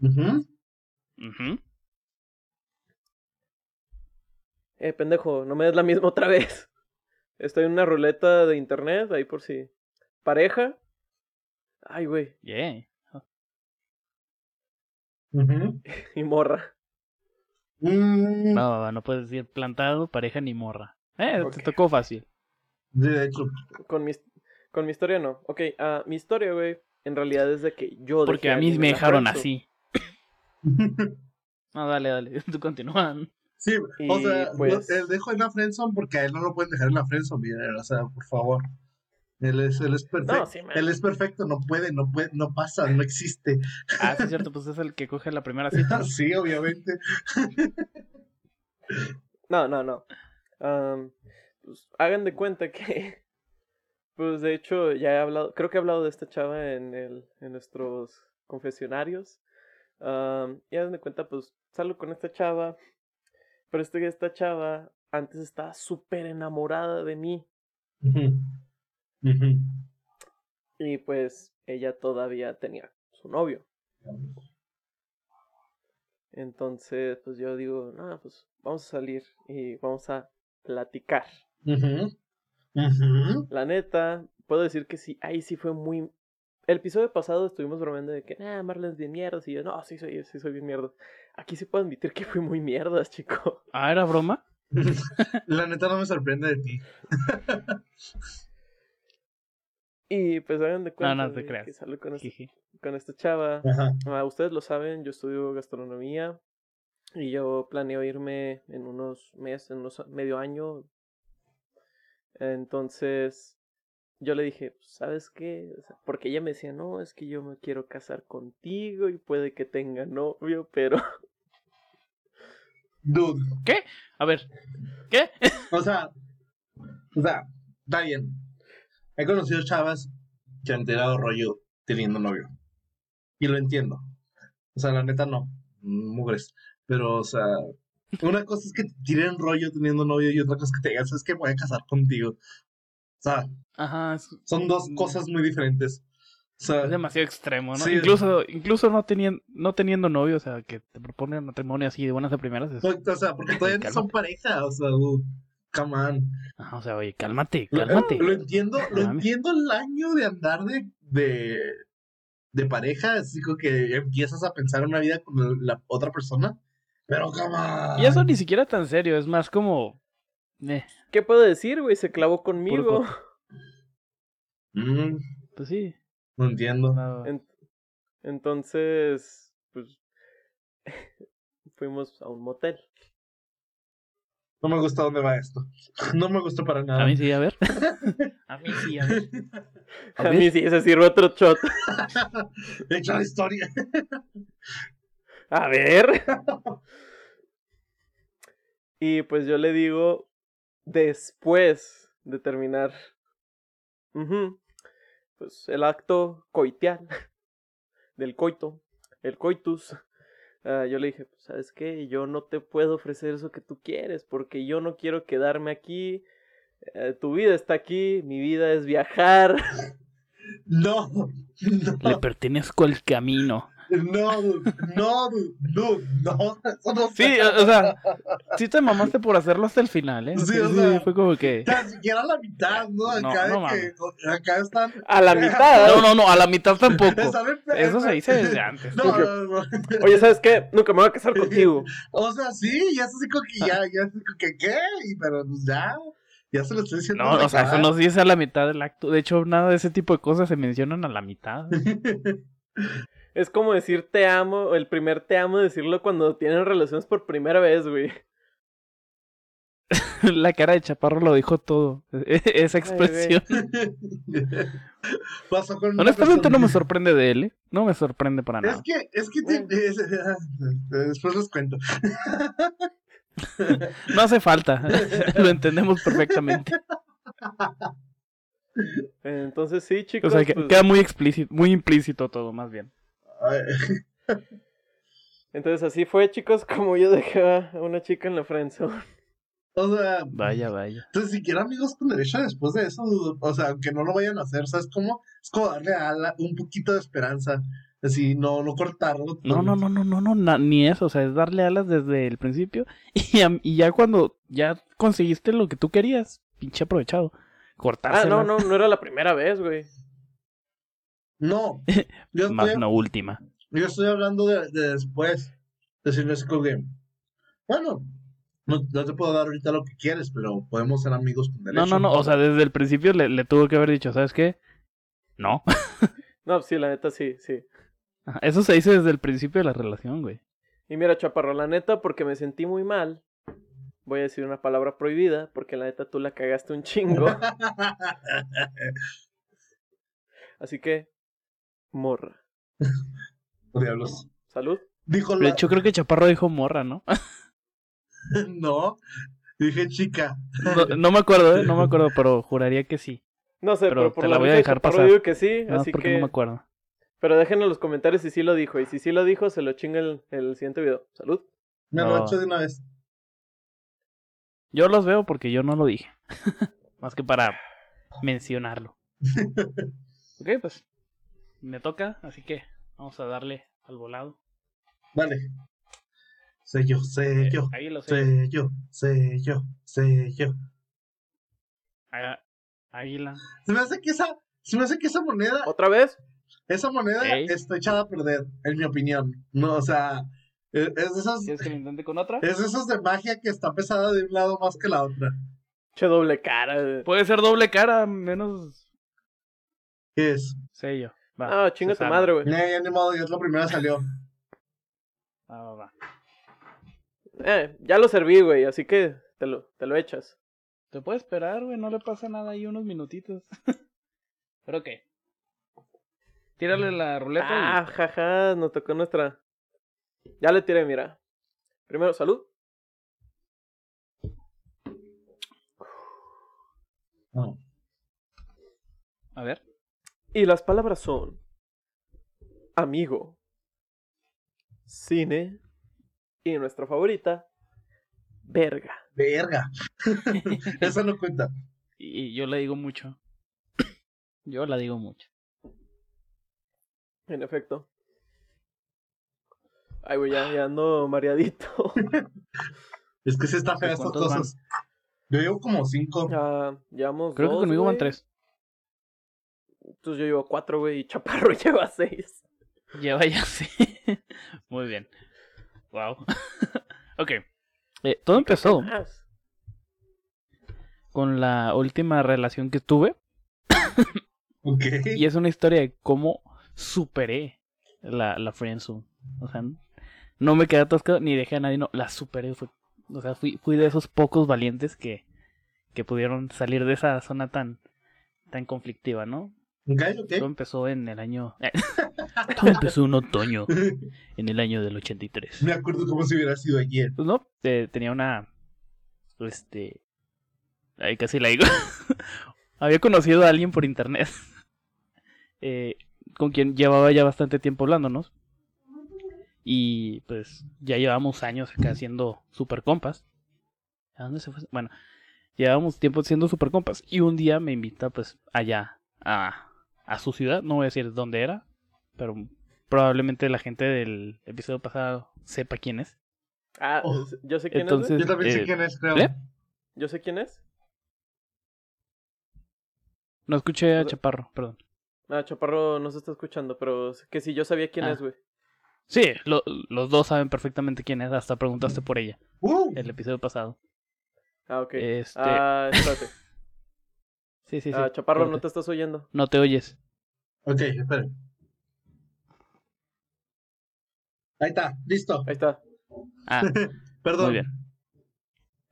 Speaker 3: Ujú.
Speaker 1: Ujú.
Speaker 2: Eh, pendejo, no me des la misma otra vez. Estoy en una ruleta de internet, ahí por si. Pareja. Ay, güey.
Speaker 1: Yeah.
Speaker 3: Ujú.
Speaker 2: Y morra.
Speaker 3: Mm.
Speaker 1: No, no puedes decir plantado, pareja ni morra. Eh,
Speaker 2: Ok.
Speaker 1: te tocó fácil.
Speaker 3: De hecho,
Speaker 2: Con mi, con mi historia no. Ok, ah, mi historia, güey, en realidad es de que yo.
Speaker 1: Porque
Speaker 2: dejé
Speaker 1: a mí
Speaker 2: alguien
Speaker 1: me
Speaker 2: en la
Speaker 1: dejaron
Speaker 2: friendzone.
Speaker 1: así. No, dale, dale. Tú continúan.
Speaker 3: sí, o
Speaker 2: Y,
Speaker 3: sea,
Speaker 2: pues-
Speaker 3: lo- él dejó en la Friendzone porque a él no lo pueden dejar en la Friendzone, mira, o sea, por favor. Él es, él es perfecto.
Speaker 2: No, sí, man.
Speaker 3: Él es perfecto, no puede, no puede, no pasa, no existe.
Speaker 1: Ah, sí, es cierto, pues es el que coge la primera cita.
Speaker 3: sí, obviamente.
Speaker 2: No, no, no. Am, pues, hagan de cuenta que. Pues de hecho, ya he hablado. Creo que he hablado de esta chava en, el, en nuestros confesionarios. Am, y hagan de cuenta, pues salgo con esta chava. Pero este, esta chava antes estaba súper enamorada de mí.
Speaker 3: Ujú. Ujú.
Speaker 2: Y pues ella todavía tenía su novio. Entonces, pues yo digo, no, pues vamos a salir y vamos a platicar.
Speaker 3: Ujú. Ujú.
Speaker 2: La neta, puedo decir que sí, ahí sí fue muy. El episodio pasado estuvimos bromeando de que, ah, Marlon es bien mierdas. Y yo, no, sí soy, sí soy bien mierdas. Aquí sí puedo admitir que fui muy mierdas, chico.
Speaker 1: Ah, ¿era broma?
Speaker 3: La neta no me sorprende de ti.
Speaker 2: Y pues hagan de cuenta
Speaker 1: no te
Speaker 2: güey,
Speaker 1: creas.
Speaker 2: que salgo con, este-
Speaker 1: Jiji.
Speaker 2: con esta chava.
Speaker 3: Ajá.
Speaker 2: Ah, ustedes lo saben, yo estudio gastronomía. Y yo planeo irme en unos meses, en unos medio año. Entonces, yo le dije, "Pues, ¿sabes qué? O sea, porque ella me decía, no, es que yo me quiero casar contigo y puede que tenga novio, pero
Speaker 3: Dude.
Speaker 1: A ver. ¿Qué?
Speaker 3: O sea, o sea, está bien. He conocido chavas que han tirado rollo teniendo novio. Y lo entiendo. O sea, la neta no. Mugres. Pero, o sea, una cosa es que te tiren rollo teniendo novio y otra cosa es que te digan, es que voy a casar contigo. O sea,
Speaker 1: Ajá, es,
Speaker 3: son dos
Speaker 1: Mm.
Speaker 3: cosas muy diferentes. O sea,
Speaker 1: es demasiado extremo, ¿no?
Speaker 3: Sí.
Speaker 1: Incluso, incluso no, teniendo, no teniendo novio, o sea, que te proponen matrimonio así de buenas a primeras. es-
Speaker 3: o sea, porque todavía no son
Speaker 1: Cálmate.
Speaker 3: pareja. O sea, dude, come on.
Speaker 1: Ajá, o sea, oye, cálmate,
Speaker 3: Lo-
Speaker 1: cálmate.
Speaker 3: Lo entiendo, lo
Speaker 1: Este, Mames.
Speaker 3: entiendo el año de andar de, de, de pareja, así como que empiezas a pensar una vida con el- la otra persona, pero come on.
Speaker 1: Y eso ni siquiera tan serio, es más como. eh,
Speaker 2: ¿Qué puedo decir, güey? Se
Speaker 1: Puro
Speaker 2: clavó conmigo.
Speaker 1: coto.
Speaker 3: Mm,
Speaker 1: Pues sí.
Speaker 3: No entiendo.
Speaker 1: nada.
Speaker 2: En- entonces, pues fuimos a un motel.
Speaker 3: No me gusta dónde va esto. No me gustó para nada.
Speaker 1: A mí sí, a ver. a mí sí, a ver.
Speaker 2: A, mí sí se sirve otro shot.
Speaker 3: Hecho la historia.
Speaker 2: A ver. y pues yo le digo después de terminar. Ujú. Pues el acto coitial del coito, el coitus. Ah, yo le dije, pues, ¿sabes qué? Yo no te puedo ofrecer eso que tú quieres porque yo no quiero quedarme aquí. Eh, tu vida está aquí, mi vida es viajar.
Speaker 3: No.
Speaker 1: Le
Speaker 3: No.
Speaker 1: pertenezco al camino.
Speaker 3: No, dude. No, dude. Dude, No. Eso no
Speaker 1: Sí,
Speaker 3: se-
Speaker 1: o o sea, sí te mamaste por hacerlo hasta el final, ¿eh?
Speaker 3: Sí,
Speaker 1: Sí,
Speaker 3: o
Speaker 1: sí,
Speaker 3: sea.
Speaker 1: fue como que...
Speaker 3: Tan siquiera la mitad, ¿no?
Speaker 1: No,
Speaker 3: Acá, de
Speaker 1: no
Speaker 3: que, acá están.
Speaker 2: A la mitad.
Speaker 1: No, no, no, a la mitad tampoco.
Speaker 3: están en-
Speaker 1: Eso se dice desde antes.
Speaker 3: No, no, no.
Speaker 2: Oye, ¿sabes qué? Nunca me voy a casar contigo.
Speaker 3: O sea, sí, ya es así como que ya, ya es así como que qué, y, pero pues ya, ya se lo estoy diciendo.
Speaker 1: No, o sea, eso
Speaker 3: acá.
Speaker 1: no se dice a la mitad del acto. De hecho, nada de ese tipo de cosas se mencionan a la mitad.
Speaker 2: Es como decir te amo, o el primer te amo, decirlo cuando tienen relaciones por primera vez, güey.
Speaker 1: la cara de Chaparro lo dijo todo. E- e- Esa
Speaker 2: Ay, güey.
Speaker 1: expresión.
Speaker 3: Pasó con una
Speaker 1: Honestamente
Speaker 3: persona-
Speaker 1: no me sorprende de él, ¿eh? No me sorprende para
Speaker 3: Es
Speaker 1: nada.
Speaker 3: que, es que te- es- después les cuento.
Speaker 1: No hace falta. lo entendemos perfectamente.
Speaker 2: Entonces sí,
Speaker 1: O
Speaker 2: chicos.
Speaker 1: sea, que-
Speaker 2: pues,
Speaker 1: queda muy explícito, muy implícito todo, más bien.
Speaker 3: Ay,
Speaker 2: Entonces así fue, chicos, como yo dejé a una chica en la friendzone.
Speaker 3: O sea,
Speaker 1: Vaya, vaya.
Speaker 3: entonces siquiera amigos con derecho después de eso, o sea, aunque no lo vayan a hacer, ¿sabes cómo? Es como darle a la- un poquito de esperanza, así, no, no cortarlo.
Speaker 1: No, no, no, no, no, no, na- ni eso. O sea, es darle alas desde el principio. Y, am- y ya cuando ya conseguiste lo que tú querías, pinche aprovechado.
Speaker 2: Ah,
Speaker 1: Cortársela.
Speaker 2: no, no, no era la primera vez, güey.
Speaker 3: No, yo estoy,
Speaker 1: Más no última.
Speaker 3: Yo estoy hablando de, de después, decirle así como que, bueno, no, no te puedo dar ahorita lo que quieres, pero podemos ser amigos con
Speaker 1: No,
Speaker 3: derecho.
Speaker 1: no, no, o sea, desde el principio le, le tuvo que haber dicho, ¿sabes qué? No.
Speaker 2: No, sí, la neta sí, sí.
Speaker 1: Ajá, Eso se dice desde el principio de la relación, güey.
Speaker 2: Y mira, chaparro, la neta, porque me sentí muy mal. Voy a decir una palabra prohibida, porque la neta tú la cagaste un chingo. Así que, morra.
Speaker 3: Diablos.
Speaker 2: Salud.
Speaker 3: Dijo
Speaker 1: De
Speaker 3: la...
Speaker 1: hecho, creo que Chaparro dijo morra, ¿no?
Speaker 3: No, dije chica.
Speaker 1: No, no me acuerdo, ¿eh? No me acuerdo, pero juraría que sí.
Speaker 2: No sé,
Speaker 1: Pero
Speaker 2: pero, por
Speaker 1: te
Speaker 2: la,
Speaker 1: la voy a
Speaker 2: risa de
Speaker 1: dejar
Speaker 2: Chaparro
Speaker 1: pasar.
Speaker 2: digo que sí,
Speaker 1: Nada más
Speaker 2: así
Speaker 1: porque
Speaker 2: que...
Speaker 1: no me acuerdo.
Speaker 2: Pero dejen en los comentarios si sí lo dijo. Y si sí lo dijo, se lo chinga el, el siguiente video. Salud.
Speaker 3: Me lo
Speaker 1: No.
Speaker 3: echo de una vez.
Speaker 1: Yo los veo porque yo no lo dije. Más que para mencionarlo. ok, pues. Me toca, así que vamos a darle al volado.
Speaker 3: Vale. Sé yo, sé Eh, yo,
Speaker 1: Ahí lo sé.
Speaker 3: sé yo, sé yo, sé yo.
Speaker 1: Á- Águila.
Speaker 3: Se me hace que esa, se me hace que esa moneda,
Speaker 2: ¿Otra vez?
Speaker 3: esa moneda
Speaker 1: Ey.
Speaker 3: está echada a perder, en mi opinión. No, o sea, es, es de esas,
Speaker 1: ¿Quieres que lo intente con otra?
Speaker 3: es de esas de magia que está pesada de un lado más que la otra.
Speaker 2: Che, doble cara.
Speaker 1: Puede ser doble cara, menos
Speaker 3: ¿Qué es?
Speaker 1: sello. Va,
Speaker 2: Ah, chinga
Speaker 1: se
Speaker 2: tu
Speaker 1: sabe.
Speaker 2: madre, güey.
Speaker 3: Ya, ya ni modo, ya es la primera salió.
Speaker 1: Va, va, va.
Speaker 2: Eh, ya lo serví, güey, así que te lo, te lo echas.
Speaker 1: Te puede esperar, güey, no le pasa nada ahí unos minutitos. ¿Pero qué? Tírale la ruleta
Speaker 2: Ah, jaja, nos tocó nuestra. Ya le tiré, mira. Primero, salud.
Speaker 3: No.
Speaker 1: y... A ver.
Speaker 2: Y las palabras son: Amigo, cine y nuestra favorita, verga.
Speaker 3: Verga. Esa no cuenta.
Speaker 1: Y, y yo le digo mucho. yo la digo mucho.
Speaker 2: En efecto. Ay, güey, ya, ya ando mareadito.
Speaker 3: Es que sí está fea estas
Speaker 1: ¿Cuántos van?
Speaker 3: cosas. Yo llevo como cinco.
Speaker 2: Ya, llevamos
Speaker 1: Creo que
Speaker 2: dos,
Speaker 1: conmigo van
Speaker 2: güey.
Speaker 1: tres.
Speaker 2: Entonces yo llevo cuatro, güey, y Chaparro lleva seis.
Speaker 1: Lleva ya sí. Muy bien. Wow. ok. Eh, todo empezó
Speaker 2: Más.
Speaker 1: con la última relación que tuve.
Speaker 3: Ok.
Speaker 1: Y es una historia de cómo superé la, la friendzone. O sea, no me quedé atascado ni dejé a nadie, no, la superé. Fue, o sea, fui, fui de esos pocos valientes que, que pudieron salir de esa zona tan, tan conflictiva, ¿no?
Speaker 3: Ok,
Speaker 1: Todo
Speaker 3: ok.
Speaker 1: empezó en el año... Todo empezó un otoño en el año del 83.
Speaker 3: Me acuerdo como si hubiera sido ayer.
Speaker 1: Pues no, eh, tenía una. Este. Ahí casi la digo. Había conocido a alguien por internet. eh, con quien llevaba ya bastante tiempo hablándonos. Y pues ya llevamos años acá siendo super compas. ¿A dónde se fue? Bueno, llevábamos tiempo siendo super compas. Y un día me invita pues allá a, a su ciudad. No voy a decir dónde era. Pero probablemente la gente del episodio pasado sepa quién es.
Speaker 2: Ah,
Speaker 3: Oh.
Speaker 2: yo sé quién es. güey.
Speaker 1: Entonces-
Speaker 3: Yo también sé
Speaker 1: Eh,
Speaker 3: quién es, creo.
Speaker 1: ¿eh?
Speaker 2: Yo sé quién es.
Speaker 1: No escuché
Speaker 2: O
Speaker 1: a
Speaker 2: sea-
Speaker 1: Chaparro, perdón.
Speaker 2: Ah, Chaparro no se está escuchando, pero que si yo sabía quién
Speaker 1: Ah.
Speaker 2: es, güey.
Speaker 1: Sí, lo- los dos saben perfectamente quién es, hasta preguntaste por ella
Speaker 3: ¡Uh!
Speaker 1: el episodio pasado.
Speaker 2: Ah, ok.
Speaker 1: Este,
Speaker 2: Ah, espérate.
Speaker 1: sí, sí, sí.
Speaker 2: Ah, Chaparro, no
Speaker 1: corte.
Speaker 2: te estás oyendo.
Speaker 1: No te oyes.
Speaker 3: Ok, espera. Ahí está, listo.
Speaker 2: Ahí está.
Speaker 1: Ah,
Speaker 3: Perdón.
Speaker 1: muy bien.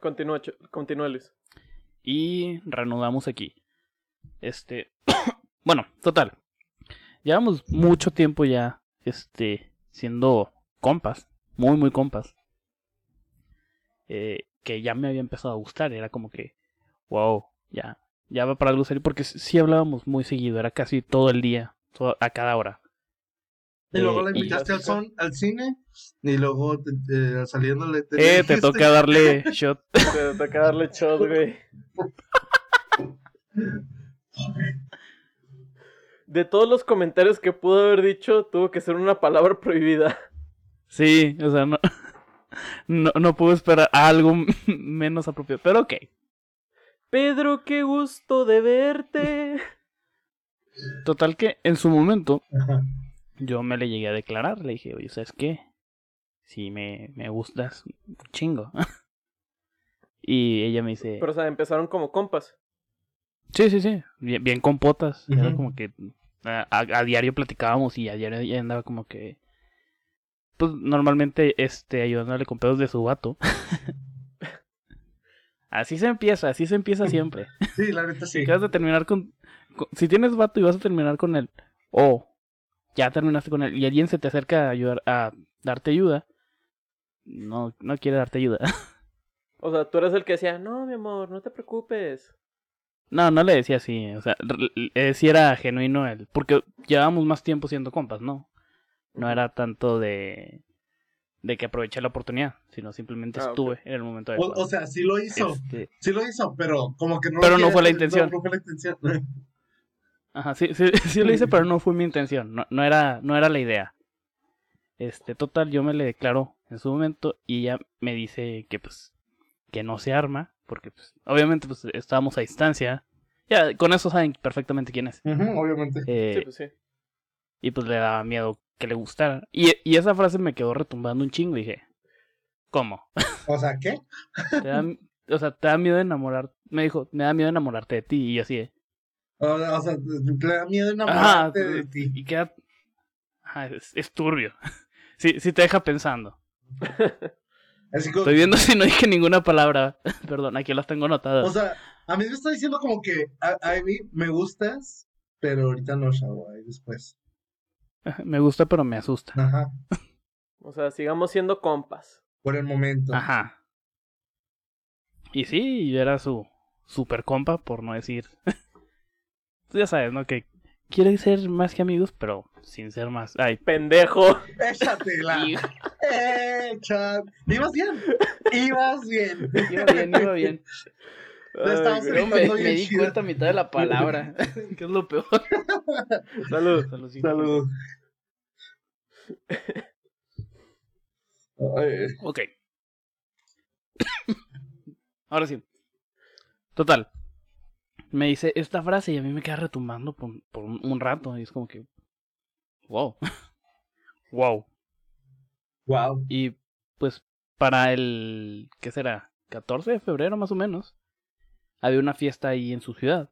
Speaker 2: Continúa, Ch- continúa Luis.
Speaker 1: Y reanudamos aquí. Este, bueno, total. Llevamos mucho tiempo ya, este, siendo compas, muy, muy compas. Eh, que ya me había empezado a gustar, era como que, wow, ya, ya va para algo serio, porque s- sí hablábamos muy seguido, era casi todo el día, todo- a cada hora.
Speaker 3: Y luego
Speaker 1: Eh,
Speaker 3: la
Speaker 1: y-
Speaker 3: invitaste al,
Speaker 2: Así fue.
Speaker 3: son, al cine y luego te- te- saliéndole te,
Speaker 1: Eh, te
Speaker 3: dijiste-
Speaker 1: toca darle shot.
Speaker 2: Te toca darle shot, güey. De todos los comentarios que pudo haber dicho, tuvo que ser una palabra prohibida.
Speaker 1: Sí, o sea, no, no, no puedo esperar algo menos apropiado, pero ok.
Speaker 2: Pedro, qué gusto de verte.
Speaker 1: Total que en su momento
Speaker 3: Ajá.
Speaker 1: yo me le llegué a declarar, le dije, oye, ¿sabes qué? Si me, me gustas, un chingo. y ella me dice,
Speaker 2: Pero, o sea, empezaron como compas.
Speaker 1: sí, sí, sí, bien, bien compotas. Era
Speaker 3: Ujú.
Speaker 1: como que a, a- a diario platicábamos y a diario ella andaba como que, pues normalmente este, ayudándole con pedos de su vato. así se empieza, así se empieza siempre.
Speaker 3: Sí, la neta sí.
Speaker 1: Si vas a terminar con, con- Si tienes vato y vas a terminar con él. O ya terminaste con él. Y alguien se te acerca a ayudar a darte ayuda. No, no quiere darte ayuda.
Speaker 2: O sea, tú eres el que decía, no, mi amor, no te preocupes.
Speaker 1: No, no le decía así. O sea, r- eh, sí era genuino él. Porque llevábamos más tiempo siendo compas, ¿no? No era tanto de. de que aproveché la oportunidad. Sino simplemente
Speaker 2: Ah, ok.
Speaker 1: estuve en el momento
Speaker 3: O,
Speaker 1: adecuado.
Speaker 3: o sea, sí lo hizo,
Speaker 1: Este,
Speaker 3: sí lo hizo, pero como que no. lo
Speaker 1: Pero no
Speaker 3: quería
Speaker 1: fue la
Speaker 3: hacer,
Speaker 1: intención.
Speaker 3: No, no fue la intención.
Speaker 1: Ajá, sí, sí, sí lo hice, pero no fue mi intención. No, no, era, no era la idea. Este, total, yo me le declaro en su momento y ella me dice que pues que no se arma, porque pues, obviamente pues estábamos a distancia. Ya, con eso saben perfectamente quién es.
Speaker 3: Ujú, obviamente.
Speaker 1: Eh,
Speaker 2: Sí, pues sí.
Speaker 1: Y pues le daba miedo que le gustara. Y, y esa frase me quedó retumbando un chingo y dije, ¿cómo?
Speaker 3: O sea, ¿qué?
Speaker 1: ¿Te da- o sea, te da miedo enamorar. Me dijo, me da miedo enamorarte de ti. Y yo así de,
Speaker 3: O, o sea, le da miedo
Speaker 1: Ajá,
Speaker 3: enamorarte de ti.
Speaker 1: y queda. Ajá, es, es turbio. Sí, sí te deja pensando.
Speaker 3: Así como,
Speaker 1: Estoy viendo si no dije ninguna palabra. Perdón, aquí las tengo
Speaker 3: o
Speaker 1: anotadas.
Speaker 3: sea, a mí me está diciendo como que, a, a mí me gustas, pero ahorita no, chavo, ahí después.
Speaker 1: Me gusta, pero me asusta.
Speaker 3: Ajá,
Speaker 2: O sea, sigamos siendo compas.
Speaker 3: por el momento.
Speaker 1: Ajá. Y sí, yo era su super compa, por no decir. Tú ya sabes, ¿no? Que quiere ser más que amigos, pero sin ser más. Ay,
Speaker 2: Pendejo.
Speaker 3: Échatela.
Speaker 1: iba
Speaker 3: Échat. Ibas bien. Ibas bien.
Speaker 1: iba bien, iba bien.
Speaker 3: Te estabas
Speaker 2: Ay,
Speaker 1: Pero
Speaker 2: güey.
Speaker 1: me,
Speaker 3: Estoy
Speaker 1: me
Speaker 3: bien
Speaker 1: di
Speaker 3: chido.
Speaker 1: cuenta a mitad de la palabra. que es lo peor.
Speaker 2: Salud.
Speaker 1: Saludcita.
Speaker 3: Saludos. Ay,
Speaker 1: Ok. Ahora sí. Total. Me dice esta frase y a mí me queda retumbando por, por un, un rato. Y es como que. Wow. wow.
Speaker 3: Wow.
Speaker 1: Y pues para el. ¿Qué será? 14 de febrero más o menos. Había una fiesta ahí en su ciudad.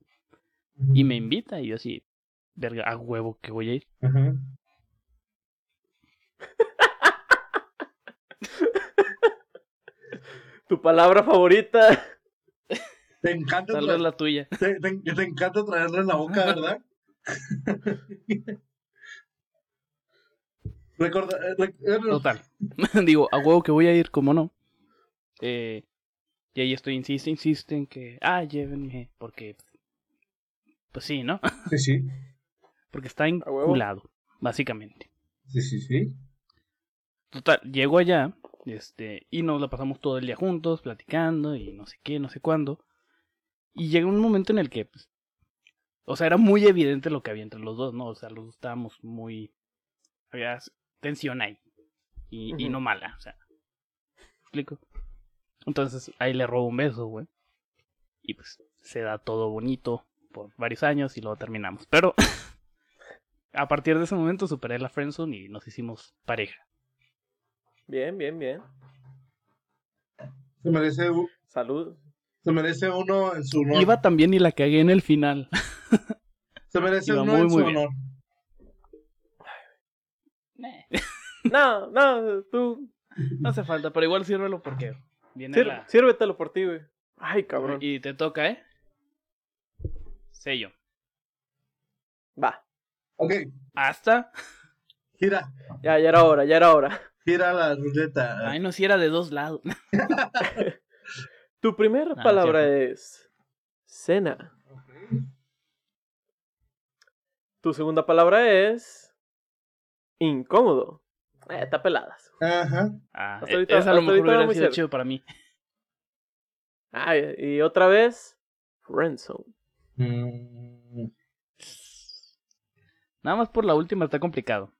Speaker 1: Y me invita. Y yo así.
Speaker 4: verga, a huevo que voy a ir.
Speaker 3: Ajá.
Speaker 2: Tu palabra favorita.
Speaker 3: Te encanta,
Speaker 1: Tal
Speaker 3: tra-
Speaker 1: vez la tuya.
Speaker 3: te, te- te encanta traerlo en la boca, ¿verdad? Recorda, eh, rec- eh,
Speaker 4: Total.
Speaker 1: Digo, a huevo que voy a ir, como no. Eh, y ahí estoy, insiste, insiste en que, ah, llévenme, porque, pues sí, ¿no?
Speaker 3: sí, sí,
Speaker 1: Porque está
Speaker 2: huevo.
Speaker 1: enculado, básicamente.
Speaker 3: sí, sí, sí.
Speaker 1: Total, llego allá, este, y nos la pasamos todo el día juntos, platicando y no sé qué, no sé cuándo. Y llega un momento en el que, pues, o sea, era muy evidente lo que había entre los dos, ¿no? O sea, los dos estábamos muy, había tensión ahí, y, y
Speaker 2: Ujú.
Speaker 1: no mala, o sea, ¿me explico? Entonces, ahí le robo un beso, güey, y pues, se da todo bonito por varios años y luego terminamos, pero... A partir de ese momento superé la friendzone y nos hicimos pareja.
Speaker 2: Bien, bien, bien.
Speaker 3: Se merece, u-
Speaker 2: Salud.
Speaker 3: se merece uno en su honor.
Speaker 1: Iba también y la cagué en el final.
Speaker 3: se merece
Speaker 1: iba
Speaker 3: uno
Speaker 1: muy,
Speaker 3: en su
Speaker 1: muy bien.
Speaker 3: honor.
Speaker 2: No, no, tú.
Speaker 1: No hace falta, pero igual sírvelo porque viene
Speaker 2: Sir-
Speaker 1: la...
Speaker 2: Sírvetelo por ti, güey. Ay, cabrón.
Speaker 1: Y te toca, ¿eh? Sello.
Speaker 2: Va.
Speaker 3: Ok,
Speaker 1: Hasta...
Speaker 3: gira,
Speaker 2: Ya, ya era hora, ya era hora.
Speaker 3: gira la
Speaker 2: Ah.
Speaker 3: ruleta.
Speaker 1: Ay, no, si era de dos lados.
Speaker 2: Tu primera
Speaker 1: Ah,
Speaker 2: palabra es cena. Tu segunda palabra es incómodo. Eh, está peladas.
Speaker 3: Ajá.
Speaker 1: Ah,
Speaker 2: Hasta
Speaker 1: e-
Speaker 2: ahorita-
Speaker 1: esa a lo
Speaker 2: hasta
Speaker 1: mejor
Speaker 2: ahorita era
Speaker 1: hubiera
Speaker 2: muy
Speaker 1: sido
Speaker 2: cerca.
Speaker 1: chido para mí.
Speaker 2: Ah, y otra vez, friendzone.
Speaker 3: Mm,
Speaker 1: Nada más por la última está complicado.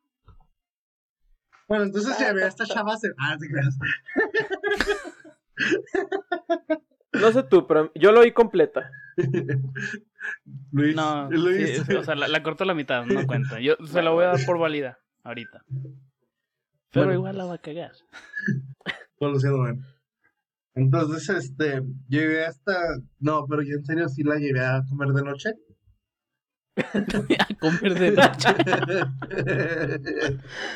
Speaker 3: Bueno, entonces se ve a esta chava se- Ah, te creas.
Speaker 2: No sé tú, pero yo lo oí completa.
Speaker 3: Luis,
Speaker 1: No,
Speaker 3: Luis.
Speaker 1: sí, o sea, la, la corto a la mitad, no cuenta. Yo se la voy a dar por válida ahorita. Pero
Speaker 3: Bueno.
Speaker 1: igual la va a cagar.
Speaker 3: No lo siento, man. Entonces, este, llegué hasta. No, pero yo en serio sí la llevé a comer de noche.
Speaker 1: a comer de noche.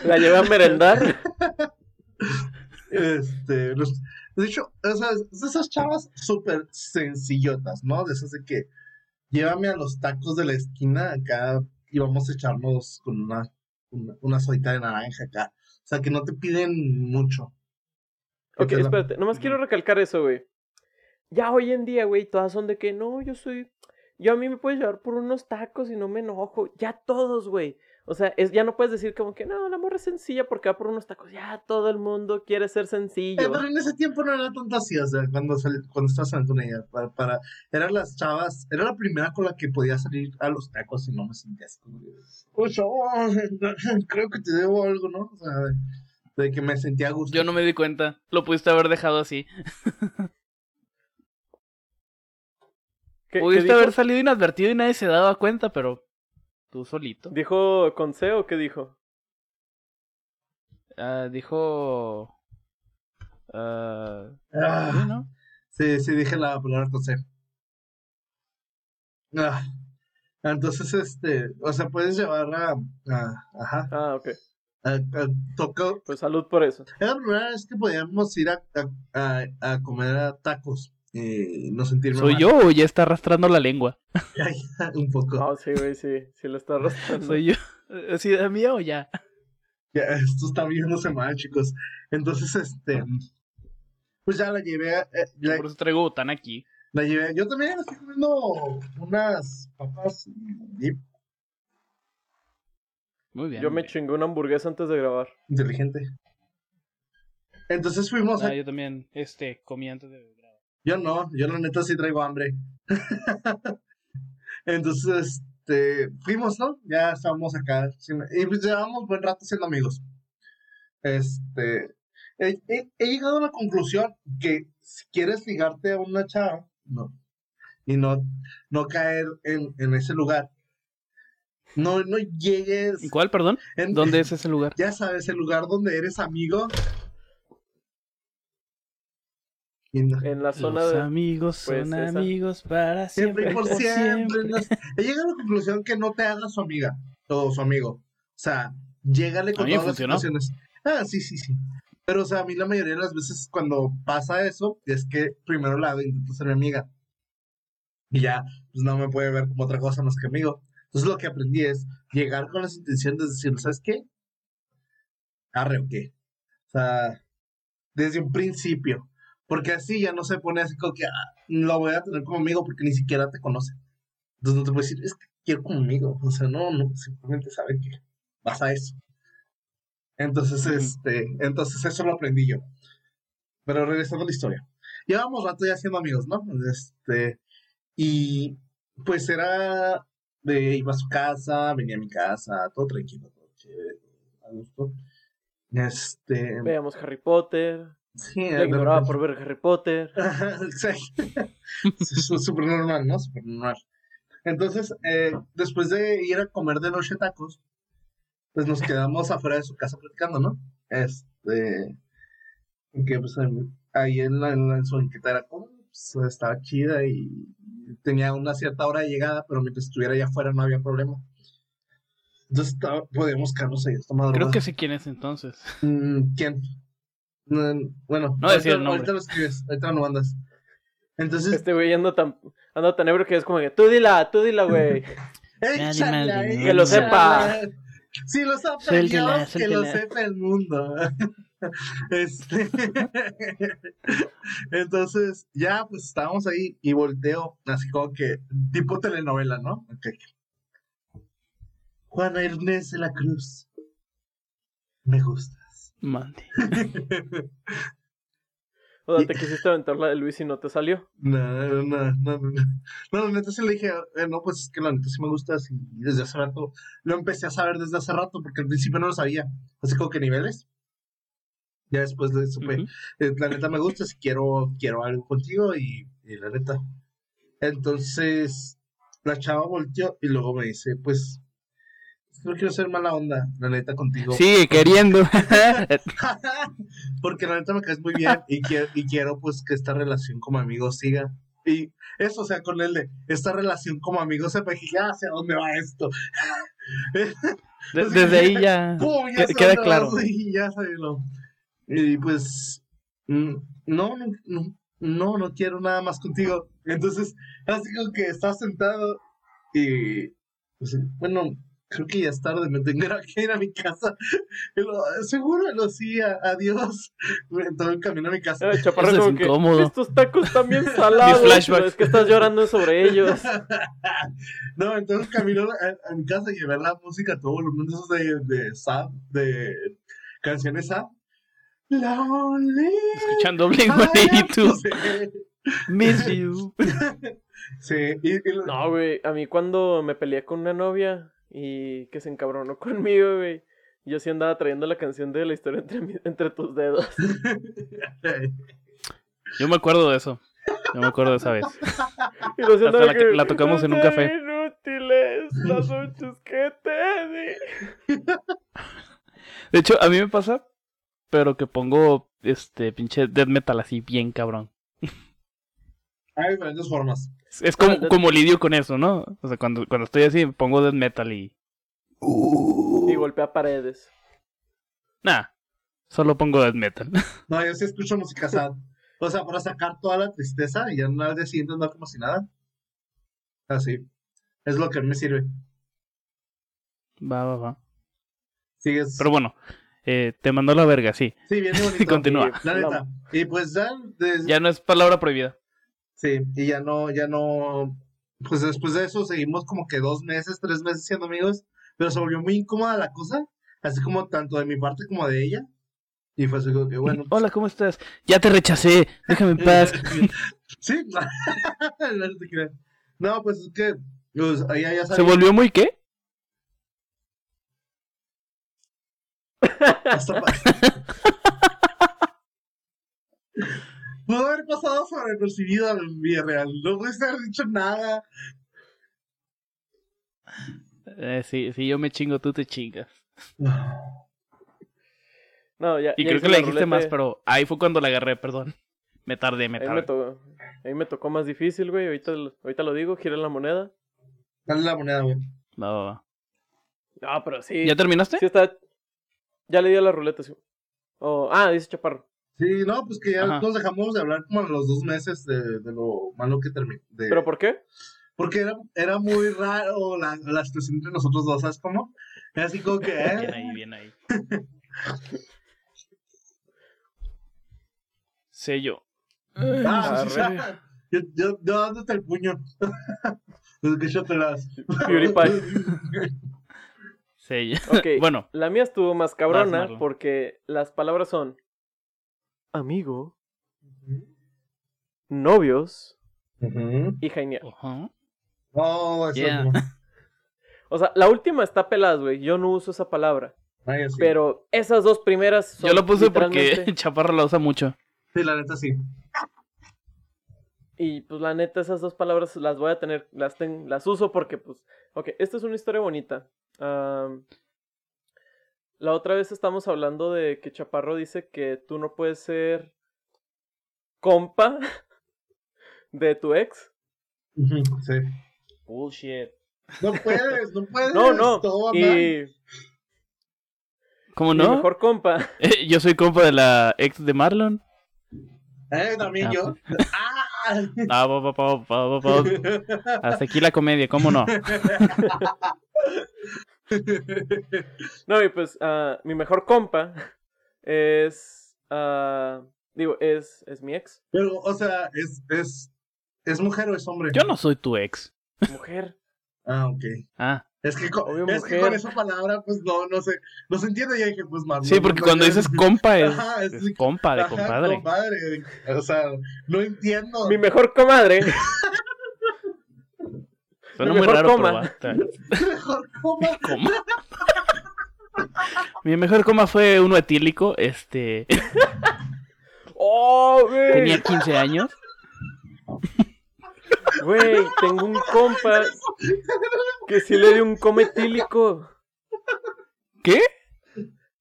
Speaker 2: La llevé a merendar.
Speaker 3: este, los- de hecho, o sea, es de esas chavas súper sencillotas, ¿no? De esas de que llévame a los tacos de la esquina acá y vamos a echarnos con una, una, una sodita de naranja acá. O sea, que no te piden mucho. Que
Speaker 2: Ok,
Speaker 3: te la-
Speaker 2: espérate, nomás quiero recalcar eso, güey. Ya hoy en día, güey, todas son de que no, yo soy. Yo a mí me puedes llevar por unos tacos y no me enojo. Ya todos, güey. O sea, es, ya no puedes decir como que no, la morra es sencilla porque va por unos tacos. Ya todo el mundo quiere ser
Speaker 3: Eh,
Speaker 2: sencillo.
Speaker 3: pero en ese tiempo no era tanto así, o sea, cuando, sal- cuando estaba saliendo con ella, para, para- eran las chavas, era la primera con la que podía salir a los tacos y no me sentía así como, de, "Oh, chavo, creo que te debo algo, ¿no? O sea, de, de que me sentía a gusto.
Speaker 1: Yo no me di cuenta. Lo pudiste haber dejado así.
Speaker 2: ¿Qué- qué
Speaker 1: Pudiste
Speaker 2: dijo?
Speaker 1: haber salido inadvertido y nadie se daba cuenta, pero tú solito.
Speaker 2: ¿Dijo con C o qué dijo?
Speaker 1: Ah, dijo. ah,
Speaker 3: Ah,
Speaker 1: sí, ¿no?
Speaker 3: sí, sí, dije la palabra con C. Ah, entonces, este, o sea, puedes llevar a, a- ajá,
Speaker 2: Ah, ok.
Speaker 3: a- a- toca-
Speaker 2: Pues salud por eso.
Speaker 3: Era la primera vez que podíamos ir a, a- a- a comer a tacos eh, y no sentirme
Speaker 1: ¿Soy
Speaker 3: mal.
Speaker 1: yo Ah. o ya está arrastrando la lengua?
Speaker 3: un poco.
Speaker 2: No, Ah, sí, güey, sí. Sí lo está arrastrando.
Speaker 1: ¿Soy yo? ¿Sí, de mía o ya?
Speaker 3: Ya, esto está viéndose mal, chicos. Entonces, este. Pues ya la llevé. a- eh, la,
Speaker 1: Por eso traigo botán aquí.
Speaker 3: la llevé. Yo también estoy comiendo unas papas. y-
Speaker 1: Muy bien.
Speaker 2: Yo
Speaker 1: muy
Speaker 2: me
Speaker 1: bien.
Speaker 2: chingué una hamburguesa antes de grabar.
Speaker 3: Inteligente. Entonces fuimos a.
Speaker 1: Ah, yo también este, comí antes de grabar.
Speaker 3: Yo no, yo la neta sí traigo hambre. Entonces, este, fuimos, ¿no? Ya estábamos acá. sin- y pues llevamos buen rato siendo amigos. Este, he, he- he llegado a la conclusión que si quieres fijarte a una chava, no. Y no, no caer en, en ese lugar. No, no llegues.
Speaker 1: ¿Y cuál, perdón?
Speaker 3: en-
Speaker 1: ¿Dónde es ese lugar?
Speaker 3: Ya sabes, el lugar donde eres amigo. Linda.
Speaker 2: En la zona
Speaker 5: Los
Speaker 2: de...
Speaker 5: amigos
Speaker 2: pues,
Speaker 5: son
Speaker 2: esa.
Speaker 5: amigos para siempre.
Speaker 3: Siempre y por
Speaker 5: por
Speaker 3: siempre.
Speaker 5: siempre.
Speaker 3: no sé. He llegado a la conclusión que no te hagas su amiga o su amigo. O sea, llégale con
Speaker 5: mí me
Speaker 3: todas las
Speaker 5: funcionó.
Speaker 3: situaciones. Ah, sí, sí, sí. Pero, o sea, a mí la mayoría de las veces cuando pasa eso, es que primero la e intento ser mi amiga. Y ya, pues no me puede ver como otra cosa más que amigo. Entonces lo que aprendí es llegar con las intenciones de decir, ¿sabes qué? Arre o qué. O sea, desde un principio. Porque así ya no se pone así como que "Ah, lo voy a tener como amigo porque ni siquiera te conoce. Entonces no te puedo decir, es que quiero como amigo. O sea, no, no, simplemente sabe que vas a eso. Entonces,
Speaker 5: Ujú.
Speaker 3: este, entonces eso lo aprendí yo. Pero regresando a la historia. Llevamos rato ya siendo amigos, ¿no? Este, y pues era de iba a su casa, venía a mi casa, todo tranquilo, todo chévere, todo a gusto. Este,
Speaker 2: Veíamos Harry Potter.
Speaker 3: sí,
Speaker 2: La
Speaker 3: de
Speaker 2: ignoraba
Speaker 3: repente-
Speaker 2: por ver Harry Potter.
Speaker 3: Exacto. Súper normal, ¿no? Súper normal. Entonces, eh, después de ir a comer de noche tacos, pues nos quedamos afuera de su casa platicando, ¿no? Este. Que pues en- ahí en, la, en, la- en su banqueta era como, pues, estaba chida y tenía una cierta hora de llegada, pero mientras estuviera allá afuera no había problema. Entonces estaba- podíamos quedarnos ahí hasta madrugada.
Speaker 5: Creo que sé quién es entonces.
Speaker 3: Mm, ¿Quién? No, no, bueno,
Speaker 5: No
Speaker 3: ahorita,
Speaker 5: decía el nombre.
Speaker 3: ahorita lo escribes, ahorita lo mandas. Entonces,
Speaker 2: Este güey anda tan, anda tan ebrio que es como que tú dila, tú dila, güey.
Speaker 5: Nadie
Speaker 3: échala,
Speaker 5: más de
Speaker 3: échala.
Speaker 2: Que lo sepa.
Speaker 3: Si lo sabe
Speaker 5: Suéltela,
Speaker 3: Dios, que lo
Speaker 5: suéltela.
Speaker 3: sepa el mundo. Este, Entonces, ya pues estábamos ahí y volteo, así como que tipo telenovela, ¿no? Ok. Juana Inés de la Cruz, me gustas.
Speaker 5: Mande.
Speaker 2: O sea, te quisiste aventar la de Luis y no te salió.
Speaker 3: No, no, no, no, no. No, la neta sí le dije, eh, no, pues es que la neta sí me gusta así, y desde hace rato. Lo empecé a saber desde hace rato, porque al principio no lo sabía. Así como que niveles. Ya después le supe,
Speaker 5: Ujú.
Speaker 3: eh, la neta me gusta, si quiero, quiero algo contigo, y, y la neta. Entonces, la chava volteó y luego me dice, pues, no quiero ser mala onda, la neta contigo.
Speaker 5: Sigue queriendo.
Speaker 3: Pues, Porque la neta me caes muy bien y quiero, y quiero pues que esta relación como amigos siga. Y eso, o sea, con él de esta relación como amigos sepa que ya hacia dónde va esto.
Speaker 5: De- desde ahí ya.
Speaker 3: ¡Pum! Ya
Speaker 5: Que-
Speaker 3: sé
Speaker 5: queda
Speaker 3: dónde
Speaker 5: claro.
Speaker 3: vas, Y ya salió. Y pues, mm, no, no, no, no, no quiero nada más contigo. Entonces, así como que estás sentado y, pues, bueno, creo que ya es tarde, me tendré que ir a mi casa. Y lo, Seguro, lo sí, a- adiós. Todo el camino a mi casa.
Speaker 2: Era el chaparro
Speaker 5: Eso es
Speaker 2: como que,
Speaker 5: incómodo.
Speaker 2: Estos tacos están bien salados.
Speaker 5: Mis flashbacks.
Speaker 2: pero Es que estás llorando sobre ellos.
Speaker 3: no, entonces camino a, a mi casa y ver la música a todo volumen de esos de, de Zap, de canciones Zap. Lonely.
Speaker 5: Escuchando Blink
Speaker 3: Heart, no
Speaker 5: 182.
Speaker 3: sé.
Speaker 5: Miss you.
Speaker 3: Sí, y, y lo-
Speaker 2: No, güey, a mí cuando me peleé con una novia y que se encabronó conmigo, güey, yo sí andaba trayendo la canción de la historia entre, mi- entre tus dedos.
Speaker 5: Yo me acuerdo de eso. Yo me acuerdo de esa vez.
Speaker 2: Y lo
Speaker 5: Hasta la que- la tocamos en un café".
Speaker 2: Inútiles, las ocho que te di".
Speaker 5: De hecho, a mí me pasa, pero que pongo este pinche death metal así bien cabrón.
Speaker 3: hay diferentes formas.
Speaker 5: Es- Es como,
Speaker 2: Ah, death-
Speaker 5: como lidio con eso, ¿no? O sea, cuando, cuando estoy así, pongo death metal y. Uh.
Speaker 2: Y golpea paredes.
Speaker 5: Nah, solo pongo death metal.
Speaker 3: No, yo sí escucho música sad. O sea, para sacar toda la tristeza y ya no al día siguiente andar como si nada. Así. Es lo que a mí me sirve.
Speaker 5: Va, va, va.
Speaker 3: Sigues.
Speaker 5: Pero bueno, eh, te mandó la verga, sí.
Speaker 3: sí, bien bonito.
Speaker 5: Continúa.
Speaker 3: La neta. Y pues ya, des-
Speaker 5: Ya no es palabra prohibida.
Speaker 3: Sí, y ya no, ya no, pues después de eso seguimos como que dos meses, tres meses siendo amigos, pero se volvió muy incómoda la cosa, así como tanto de mi parte como de ella, y fue así como que bueno,
Speaker 5: Hola, ¿cómo estás? Ya te rechacé, déjame en paz.
Speaker 3: sí, no, no te creas. No, pues es que, pues, allá ya
Speaker 5: ¿Se
Speaker 3: sabía,
Speaker 5: volvió muy qué?
Speaker 3: hasta pa- Pudo haber pasado sobrepercibida en vida real, no pudiste haber dicho nada,
Speaker 5: Eh, sí, si yo me chingo, tú te chingas.
Speaker 2: No, ya.
Speaker 5: Y
Speaker 2: ya
Speaker 5: creo
Speaker 2: hice
Speaker 5: que le
Speaker 2: la
Speaker 5: dijiste más,
Speaker 2: ruleta.
Speaker 5: pero ahí fue cuando la agarré, perdón.
Speaker 1: Me tardé, me
Speaker 2: A mí
Speaker 1: tardé.
Speaker 2: me, tocó, a mí me tocó más difícil, güey. Ahorita, lo- ahorita lo digo, gira la moneda.
Speaker 3: Dale la moneda, güey.
Speaker 1: Va, va, va.
Speaker 2: No, pero sí.
Speaker 1: ¿Ya terminaste?
Speaker 2: sí está. Ya le di a la ruleta, sí. Oh, ah, dice Chaparro.
Speaker 3: Sí, no, pues que ya
Speaker 1: Ajá.
Speaker 3: nos dejamos de hablar como a los dos meses de, de lo malo que terminó.
Speaker 2: ¿Pero por qué?
Speaker 3: Porque era, era muy raro la, la situación entre nosotros dos, ¿sabes cómo? Era así como que, eh,
Speaker 1: Bien ahí, bien ahí. Sello.
Speaker 3: ah,
Speaker 2: Arre.
Speaker 3: sí, sí, sí. yo, yo, yo dándote el puño. Desde que yo te las.
Speaker 2: Beauty Pie.
Speaker 1: Sello.
Speaker 2: Ok.
Speaker 1: Bueno,
Speaker 2: La mía estuvo más
Speaker 1: Vas,
Speaker 2: cabrona
Speaker 1: Marlon.
Speaker 2: porque las palabras son amigo, novios
Speaker 3: Ujú.
Speaker 2: y jainear.
Speaker 1: ajá.
Speaker 3: No, eso
Speaker 1: Yeah.
Speaker 3: no.
Speaker 2: O sea, la última está pelada, güey. Yo no uso esa palabra.
Speaker 3: Ay, sí.
Speaker 2: Pero esas dos primeras son.
Speaker 1: yo lo puse porque
Speaker 2: literalmente-
Speaker 1: Chaparro la usa mucho.
Speaker 3: Sí, la neta sí.
Speaker 2: Y pues la neta, esas dos palabras las voy a tener, las, ten- las uso porque pues... Ok, esta es una historia bonita. Am, la otra vez estamos hablando de que Chaparro dice que tú no puedes ser compa de tu ex.
Speaker 3: Ujú, Sí.
Speaker 1: Bullshit.
Speaker 3: No puedes, no puedes.
Speaker 2: No, no.
Speaker 3: todo va mal.
Speaker 2: Y,
Speaker 1: ¿Cómo
Speaker 2: y
Speaker 1: no?
Speaker 2: mejor compa.
Speaker 1: Eh, yo soy compa de la ex de Marlon.
Speaker 3: Eh, también
Speaker 1: Ah,
Speaker 3: yo. ¡Ah!
Speaker 1: Ah, va, va, va, va, va, va. Hasta aquí la comedia, ¿cómo no?
Speaker 2: No, y pues ah, mi mejor compa es... ah, digo, es, es mi ex.
Speaker 3: Pero, o sea, es, es, es mujer o es hombre.
Speaker 1: Yo no soy tu ex.
Speaker 2: Mujer.
Speaker 3: Ah, ok.
Speaker 1: Ah,
Speaker 3: Es que, co-
Speaker 2: Obvio,
Speaker 3: es que
Speaker 2: mujer.
Speaker 3: con esa palabra, pues no, no sé. No se entiende ya que, pues, Marlon.
Speaker 1: sí, porque
Speaker 3: no
Speaker 1: cuando
Speaker 3: sé.
Speaker 1: dices compa es,
Speaker 3: Ajá, es
Speaker 1: es
Speaker 3: de-
Speaker 1: compa de
Speaker 3: Ajá,
Speaker 1: compadre.
Speaker 3: compadre. O sea, no entiendo.
Speaker 2: Mi mejor comadre.
Speaker 1: Suena
Speaker 2: Mi
Speaker 1: muy
Speaker 2: mejor
Speaker 1: raro,
Speaker 2: coma.
Speaker 1: pero va, está bien.
Speaker 3: Mejor coma.
Speaker 1: Coma. Mi mejor coma fue uno etílico, este,
Speaker 2: ¡Oh, güey!
Speaker 1: tenía 15 años.
Speaker 2: Güey, tengo un compa que sí le dio un coma etílico.
Speaker 1: ¿Qué?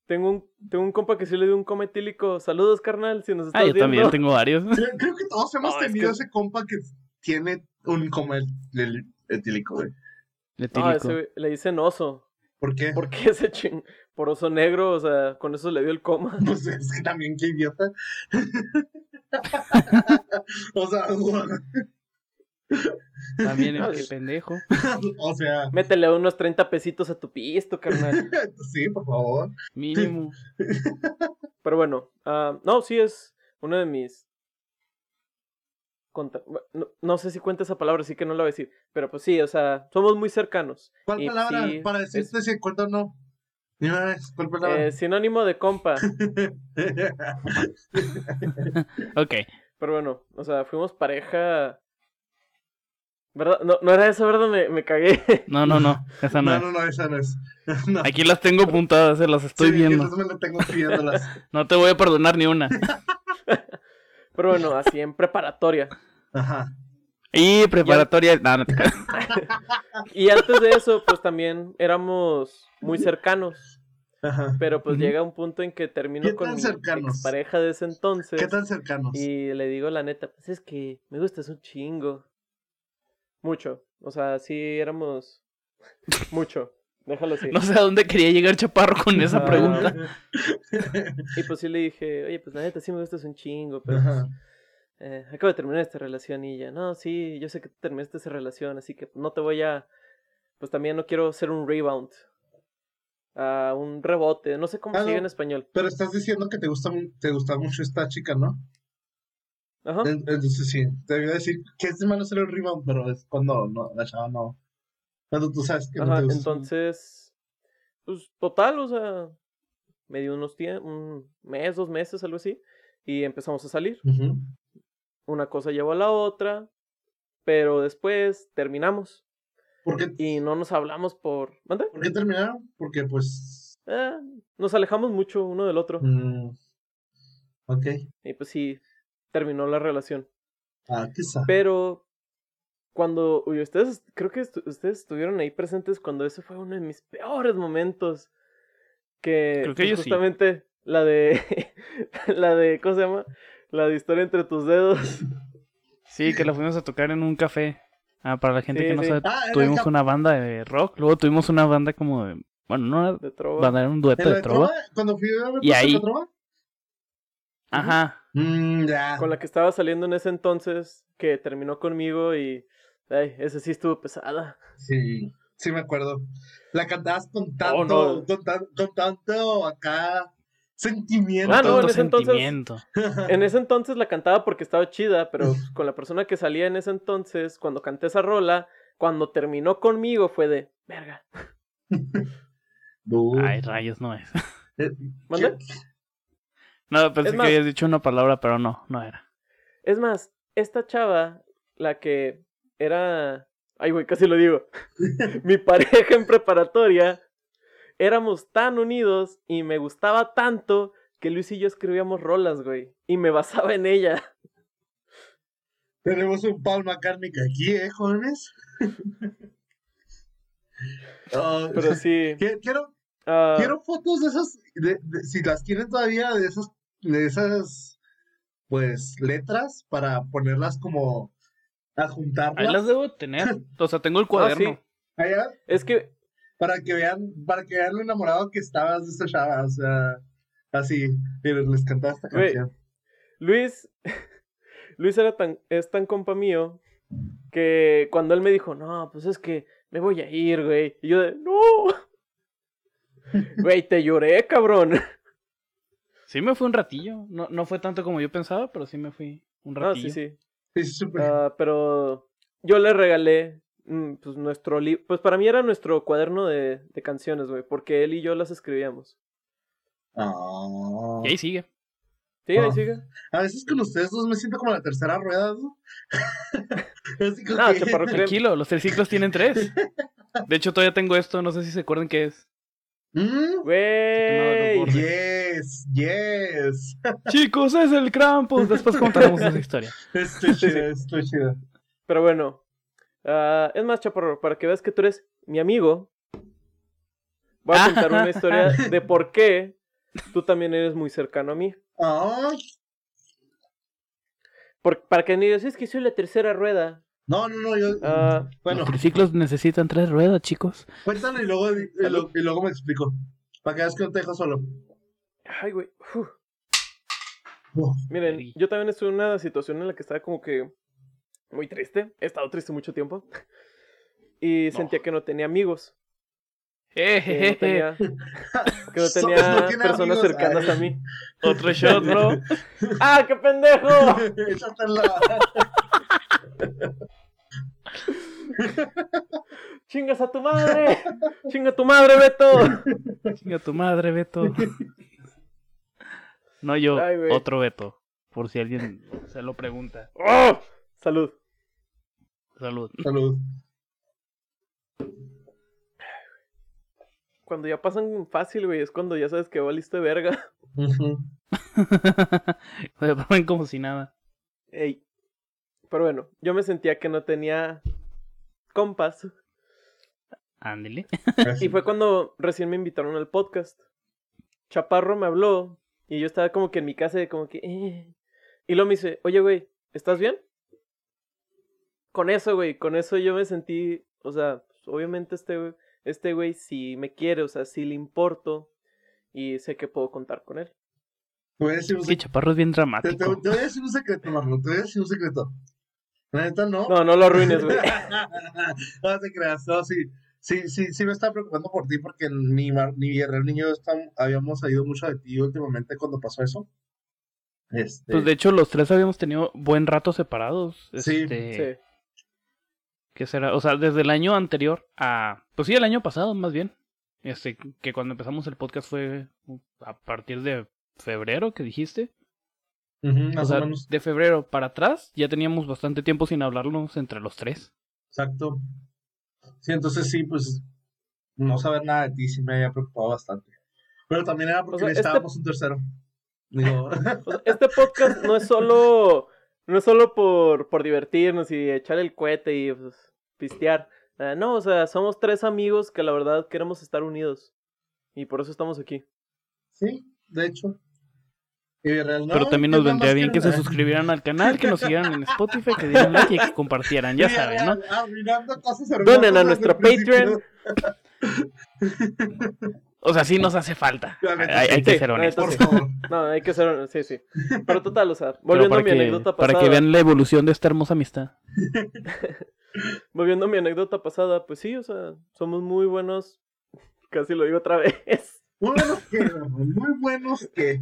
Speaker 2: Tengo un, tengo un compa que sí le dio un coma etílico. Saludos, carnal, si nos estás
Speaker 1: Ah, yo
Speaker 2: viendo.
Speaker 1: también tengo varios.
Speaker 3: Creo, creo que todos hemos
Speaker 2: No, es
Speaker 3: tenido
Speaker 2: que-
Speaker 3: ese compa que tiene un coma el, el- etílico, güey.
Speaker 2: No,
Speaker 1: Etílico.
Speaker 2: Ah, ese güey- le dicen oso.
Speaker 3: ¿Por qué?
Speaker 2: ¿Por qué ese ching? Por oso negro, o sea, con eso le dio el coma.
Speaker 3: Pues es que también, qué idiota. o sea,
Speaker 5: También
Speaker 2: No,
Speaker 5: es que
Speaker 2: es-
Speaker 5: pendejo.
Speaker 3: o sea,
Speaker 2: Métele unos 30 pesitos a tu pisto, carnal.
Speaker 3: sí, por favor.
Speaker 5: Mínimo.
Speaker 2: Pero bueno, ah, no, sí es uno de mis. conta- No, no sé si cuenta esa palabra, así que no la voy a decir. Pero pues sí, o sea, somos muy cercanos.
Speaker 3: ¿Cuál
Speaker 2: Y
Speaker 3: palabra?
Speaker 2: sí,
Speaker 3: para decirte si cuento o no. Ni una vez, ¿cuál palabra?
Speaker 2: Eh, sinónimo de compa.
Speaker 1: Ok,
Speaker 2: Pero bueno, o sea, fuimos pareja. ¿Verdad? No, no era esa, ¿verdad? Me, me cagué.
Speaker 1: no, no, no, esa no
Speaker 3: no,
Speaker 1: es.
Speaker 3: no, no, esa no es. No.
Speaker 1: Aquí las tengo apuntadas, se las estoy
Speaker 3: Sí,
Speaker 1: viendo.
Speaker 3: Entonces me lo tengo pidiéndolas.
Speaker 1: No te voy a perdonar ni una.
Speaker 2: Pero bueno, así en preparatoria.
Speaker 3: Ajá.
Speaker 1: Y preparatoria. No, no te creas.
Speaker 2: Y antes de eso, pues también éramos muy cercanos.
Speaker 3: Ajá.
Speaker 2: Pero pues
Speaker 1: Ujú.
Speaker 2: llega un punto en que
Speaker 3: ¿Qué
Speaker 2: termino
Speaker 3: tan
Speaker 2: con mi
Speaker 3: cercanos?
Speaker 2: pareja de ese entonces.
Speaker 3: ¿Qué tan cercanos?
Speaker 2: Y le digo la neta, pues es que me gustas un chingo. Mucho. O sea, sí éramos. Mucho. Déjalo así.
Speaker 1: No sé a dónde quería llegar Chaparro con esa
Speaker 2: Ah.
Speaker 1: pregunta.
Speaker 2: Y pues sí le dije, oye, pues la neta sí me gustas un chingo, pero. pues,
Speaker 3: Ajá.
Speaker 2: eh, acabo de terminar esta relación y ya, no, sí, yo sé que tú terminaste esa relación, así que no te voy a, pues también no quiero ser un rebound, ah, un rebote, no sé cómo
Speaker 3: Ah,
Speaker 2: se diga
Speaker 3: no.
Speaker 2: en español.
Speaker 3: Pero estás diciendo que te gusta, mu- te gusta mucho esta chica, ¿no?
Speaker 2: Ajá.
Speaker 3: En- Entonces sí, te voy a decir que es de malo ser un rebound, pero es cuando no, la chava no. Cuando tú sabes que no
Speaker 2: Ajá,
Speaker 3: te gusta.
Speaker 2: entonces, pues total, o sea, me dio unos tie- un mes, dos meses, algo así, y empezamos a salir.
Speaker 3: Ujú.
Speaker 2: Una cosa llevó a la otra, pero después terminamos
Speaker 3: ¿Por, qué,
Speaker 2: y no nos hablamos por... ¿Mande?
Speaker 3: por qué terminaron? Porque pues.
Speaker 2: Eh, nos alejamos mucho uno del otro.
Speaker 3: mm, ok.
Speaker 2: Y pues sí, terminó la relación.
Speaker 3: Ah, quizá.
Speaker 2: Pero cuando uy, ustedes, creo que estu- ustedes estuvieron ahí presentes cuando ese fue uno de mis peores momentos. Que,
Speaker 1: Creo que
Speaker 2: pues,
Speaker 1: yo sí.
Speaker 2: justamente la de, la de, ¿cómo se llama? La de historia entre tus dedos.
Speaker 1: Sí, que la fuimos a tocar en un café. Ah, para la gente
Speaker 2: Sí,
Speaker 1: que no
Speaker 2: sí.
Speaker 1: sabe,
Speaker 3: Ah, era el
Speaker 1: tuvimos
Speaker 3: cap-
Speaker 1: una banda de rock, luego tuvimos una banda como de... Bueno, no era
Speaker 2: De trova.
Speaker 1: banda, era un dueto
Speaker 3: ¿En la
Speaker 1: de trova.
Speaker 3: Cuando fui a ver
Speaker 1: Y ahí-
Speaker 3: la trova.
Speaker 2: Ah,
Speaker 1: Ajá.
Speaker 3: Mm, ya.
Speaker 2: Con la que estaba saliendo en ese entonces, que terminó conmigo y. Ay, esa sí estuvo pesada.
Speaker 3: Sí, sí me acuerdo. La cantabas con tanto,
Speaker 2: no.
Speaker 3: con, tan- con tanto acá sentimiento.
Speaker 2: Ah, no, en
Speaker 1: Tanto
Speaker 2: ese entonces-
Speaker 1: sentimiento.
Speaker 2: En ese entonces la cantaba porque estaba chida, pero pues, con la persona que salía en ese entonces, cuando canté esa rola, cuando terminó conmigo fue de. Verga.
Speaker 3: No.
Speaker 1: Ay, rayos, no es.
Speaker 2: ¿Mande?
Speaker 1: No, pensé
Speaker 2: Es más-
Speaker 1: que habías dicho una palabra, pero no, no era.
Speaker 2: Es más, esta chava, la que era. Ay, güey, casi lo digo. Mi pareja en preparatoria. Éramos tan unidos y me gustaba tanto que Luis y yo escribíamos rolas, güey. Y me basaba en ella.
Speaker 3: Tenemos un Paul McCartney aquí, ¿eh, jóvenes? Ah,
Speaker 2: Pero sí.
Speaker 3: que- quiero,
Speaker 2: ah,
Speaker 3: quiero fotos de esas, de- de- si las tienen todavía, de esas, de esas, pues, letras para ponerlas como,
Speaker 1: Ahí
Speaker 3: adjuntarlas
Speaker 1: las debo de tener. O sea, tengo el
Speaker 2: Ah,
Speaker 1: cuaderno.
Speaker 2: sí.
Speaker 3: allá
Speaker 2: Es que
Speaker 3: para que vean, para que vean lo enamorado que estabas de esta chava, o sea, así, miren, les cantaba esta
Speaker 2: Güey.
Speaker 3: canción.
Speaker 2: Luis. Luis era tan, es tan compa mío que cuando él me dijo, no, pues es que me voy a ir, güey. Y yo de, no. Güey, te lloré, cabrón.
Speaker 1: Sí me fui un ratillo. No, no fue tanto como yo pensaba, pero sí me fui un
Speaker 2: No,
Speaker 1: ratillo.
Speaker 2: Ah, sí, sí.
Speaker 3: Es súper-
Speaker 2: Ah, pero yo le regalé mm, pues nuestro libro. Pues para mí era nuestro cuaderno de, de canciones, güey, porque él y yo las escribíamos.
Speaker 3: Ah.
Speaker 1: Y ahí sigue.
Speaker 2: Sí, ahí
Speaker 3: Ah.
Speaker 2: sigue.
Speaker 3: A veces con ustedes dos me siento como la tercera rueda, ¿no? Así como
Speaker 2: No,
Speaker 3: que-
Speaker 2: chaparro, creo-
Speaker 1: Tranquilo, los tres ciclos tienen tres. De hecho, todavía tengo esto, no sé si se acuerdan qué es. que
Speaker 3: Mm,
Speaker 1: no, no,
Speaker 2: Güey.
Speaker 1: por-
Speaker 3: Yes, yes.
Speaker 1: Chicos, es el Krampus. Después contaremos esa historia.
Speaker 3: Estoy chido, estoy chido.
Speaker 2: Pero bueno. ah, es más, Chaparro, para que veas que tú eres mi amigo, voy a contar una historia de por qué tú también eres muy cercano a mí.
Speaker 3: Ay,
Speaker 2: Por- para que no digas, es que soy la tercera rueda.
Speaker 3: no, no, no, yo.
Speaker 2: Ah,
Speaker 3: bueno,
Speaker 1: Los triciclos necesitan tres ruedas, chicos.
Speaker 3: cuéntalo y luego, y, lo- y luego me explico. Para que veas que no te dejo solo.
Speaker 2: ay, güey. uf.
Speaker 3: Uf,
Speaker 2: Miren,
Speaker 1: Vergui.
Speaker 2: yo también estuve en una situación en la que estaba como que muy triste. He estado triste mucho tiempo. Y
Speaker 1: No.
Speaker 2: sentía que no tenía amigos.
Speaker 1: Eh,
Speaker 2: Que no
Speaker 1: Jejeje.
Speaker 2: tenía, que no
Speaker 3: Sopas
Speaker 2: tenía
Speaker 3: no tiene
Speaker 2: personas
Speaker 3: amigos.
Speaker 2: cercanas
Speaker 3: Ay.
Speaker 2: a mí.
Speaker 1: Otro shot, bro.
Speaker 2: ¡Ah, qué pendejo!
Speaker 3: échate la-
Speaker 2: ¡Chingas a tu madre! ¡Chinga a tu madre, Beto!
Speaker 1: Chinga tu madre, Beto. No yo,
Speaker 2: Ay, güey.
Speaker 1: otro Beto. Por si alguien se lo pregunta.
Speaker 2: ¡Oh! Salud.
Speaker 1: Salud.
Speaker 3: Salud.
Speaker 2: Cuando ya pasan fácil, güey, es cuando ya sabes que valiste verga.
Speaker 3: Ujú.
Speaker 1: Se ponen como si nada.
Speaker 2: Ey. Pero bueno, yo me sentía que no tenía compas.
Speaker 1: Ándele.
Speaker 2: Y fue cuando recién me invitaron al podcast. Chaparro me habló y yo estaba como que en mi casa, de como que. "Eh". Y luego me dice, oye, güey, ¿estás bien? Con eso, güey, con eso yo me sentí. O sea, pues, obviamente este güey, este güey sí me quiere, o sea, sí le importo y sé que puedo contar con él.
Speaker 3: Te voy a decir un
Speaker 1: Sí,
Speaker 3: secreto.
Speaker 1: Chaparro es bien
Speaker 3: Pues Te, te-
Speaker 1: dramático.
Speaker 3: te voy a decir un secreto, Marlon. Te voy a decir un secreto. La neta, no.
Speaker 2: No, no lo arruines, güey.
Speaker 3: no te creas, no, sí, sí, sí, sí me estaba preocupando por ti porque ni, Mar- ni Guerrero ni yo estam- habíamos sabido mucho de ti últimamente cuando pasó eso. Este,
Speaker 1: Pues de hecho, los tres habíamos tenido buen rato separados.
Speaker 3: Sí.
Speaker 1: Este,
Speaker 2: Sí.
Speaker 1: ¿Qué será? O sea, desde el año anterior a. Pues sí, el año pasado, más bien. Este, que cuando empezamos el podcast fue uh, a partir de febrero que dijiste.
Speaker 3: ujú,
Speaker 1: O
Speaker 3: más
Speaker 1: sea,
Speaker 3: o menos,
Speaker 1: de febrero para atrás ya teníamos bastante tiempo sin hablarnos entre los tres.
Speaker 3: exacto. Sí, entonces sí, pues no saber nada de ti sí me había preocupado bastante. Pero también era porque
Speaker 2: O sea, este-
Speaker 3: necesitábamos un tercero. Digo,
Speaker 2: O sea, este podcast no es solo. No es solo por, por divertirnos y echar el cohete y pues, pistear. Ah, no, o sea, somos tres amigos que la verdad queremos estar unidos. Y por eso estamos aquí.
Speaker 3: sí, de hecho. Y Villarreal, no,
Speaker 1: Pero también nos
Speaker 3: nada
Speaker 1: vendría
Speaker 3: más
Speaker 1: bien que se
Speaker 3: nada.
Speaker 1: suscribieran al canal, que nos siguieran en Spotify, que dieran like y que compartieran, ya saben, ¿no?
Speaker 3: Villarreal, arruinando cosas
Speaker 2: Donen a
Speaker 3: hermosas
Speaker 2: nuestro
Speaker 3: desde el
Speaker 2: Patreon.
Speaker 1: O sea, sí nos hace falta.
Speaker 3: La neta,
Speaker 1: Hay, hay
Speaker 2: sí,
Speaker 1: que ser
Speaker 2: la neta,
Speaker 1: honestos.
Speaker 3: Por favor.
Speaker 2: No, hay que ser. Sí, sí. Pero total, o sea,
Speaker 1: Pero
Speaker 2: volviendo a mi
Speaker 1: que-
Speaker 2: anécdota pasada.
Speaker 1: para que vean la evolución de esta hermosa amistad.
Speaker 2: Volviendo a mi anécdota pasada, pues sí, o sea, somos muy buenos. Casi lo digo otra vez.
Speaker 3: Muy buenos que, muy buenos que.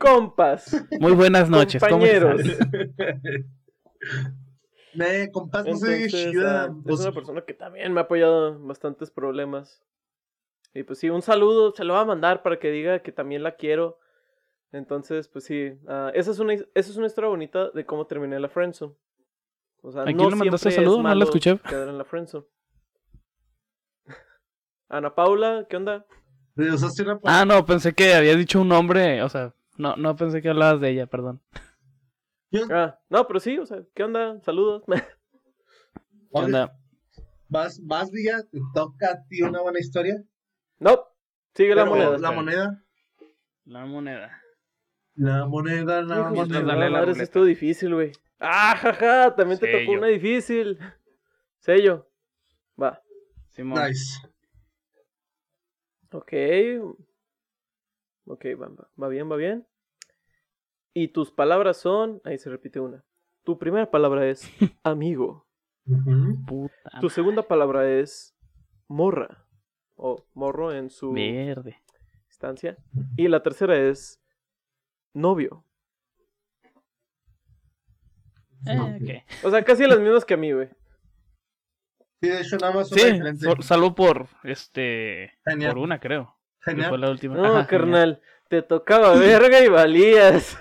Speaker 2: Compas.
Speaker 1: Muy buenas noches, ¿cómo
Speaker 2: Compañeros.
Speaker 1: estás?
Speaker 3: Me compás, no soy
Speaker 2: Entonces,
Speaker 3: chida.
Speaker 2: ah, es
Speaker 3: pues,
Speaker 2: una persona que también me ha apoyado en bastantes problemas. Y pues sí, un saludo, se lo va a mandar para que diga que también la quiero. Entonces, pues sí, ah, esa, es una, his- esa es una historia bonita de cómo terminé la friendzone. O sea,
Speaker 1: ¿A quién
Speaker 2: no
Speaker 1: le mandaste
Speaker 2: siempre es
Speaker 1: saludo? No la
Speaker 2: malo
Speaker 1: escuché.
Speaker 2: Quedar en la friendzone. Ana Paula, ¿qué onda?
Speaker 3: le usaste una pa-
Speaker 1: Ah, no, pensé que había dicho un nombre, o sea, no, no pensé que hablabas de ella, perdón.
Speaker 2: Ah, no, pero sí, o sea, ¿qué onda? Saludos.
Speaker 1: ¿Qué onda?
Speaker 3: Vas, vas, Villa, te toca a ti una buena historia.
Speaker 2: no, sigue la
Speaker 3: Pero
Speaker 2: moneda.
Speaker 3: La moneda.
Speaker 1: La moneda.
Speaker 3: La moneda, la
Speaker 2: Hijo de su
Speaker 3: moneda.
Speaker 1: dale la
Speaker 2: madre, sí pues,
Speaker 1: ruleta.
Speaker 2: estuvo difícil, güey. ¡Ah, jaja! También te tocó
Speaker 1: Sello.
Speaker 2: una difícil. Sello. Va.
Speaker 1: Simón.
Speaker 3: Nice.
Speaker 2: Ok. Ok, va, va- va bien, va bien. Y tus palabras son. Ahí se repite una. Tu primera palabra es amigo.
Speaker 3: Ujú.
Speaker 1: Puta
Speaker 2: Tu segunda palabra es morra. O morro en su
Speaker 1: verde.
Speaker 2: instancia. Y la tercera es novio.
Speaker 1: Eh, ok.
Speaker 2: O sea, casi las mismas que a mí, güey.
Speaker 3: Sí, de hecho, nada más una
Speaker 1: Sí,
Speaker 3: diferencia.
Speaker 1: por- salvo por, este,
Speaker 3: Genial.
Speaker 1: por una, creo. que
Speaker 3: Genial.
Speaker 1: fue la última.
Speaker 2: No,
Speaker 1: Ajá, genial.
Speaker 2: carnal. Te tocaba verga y valías.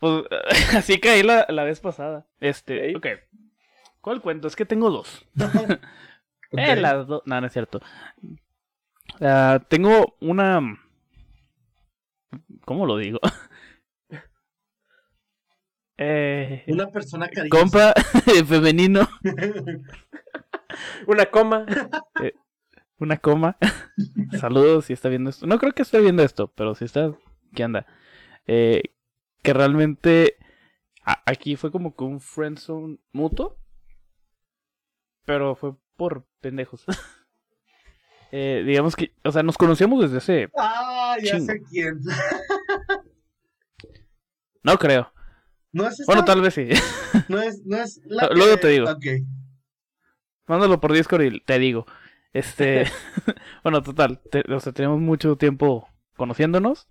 Speaker 1: Pues, así caí la, la vez pasada. Este,
Speaker 2: Ok.
Speaker 1: ok. ¿Cuál cuento? Es que tengo dos.
Speaker 3: Ok.
Speaker 1: Eh, las dos. No, no es cierto. Ah, tengo una. ¿Cómo lo digo? eh,
Speaker 3: Una persona cariñosa.
Speaker 1: compa femenino,
Speaker 2: Una coma.
Speaker 1: una coma. Saludos si está viendo esto. No creo que esté viendo esto, pero si está, ¿qué anda? Eh, que realmente a- aquí fue como que un friendzone mutuo, pero fue por pendejos. Eh, digamos que, o sea, nos conocíamos desde hace
Speaker 3: Ah, ya
Speaker 1: Chingo.
Speaker 3: sé quién.
Speaker 1: No creo.
Speaker 3: No es esta.
Speaker 1: Bueno, tal vez sí.
Speaker 3: No es, no es la
Speaker 1: Ah, luego
Speaker 3: que-
Speaker 1: te digo.
Speaker 3: Ok.
Speaker 1: Mándalo por Discord y te digo. Este. bueno, total. te- o sea, tenemos mucho tiempo conociéndonos.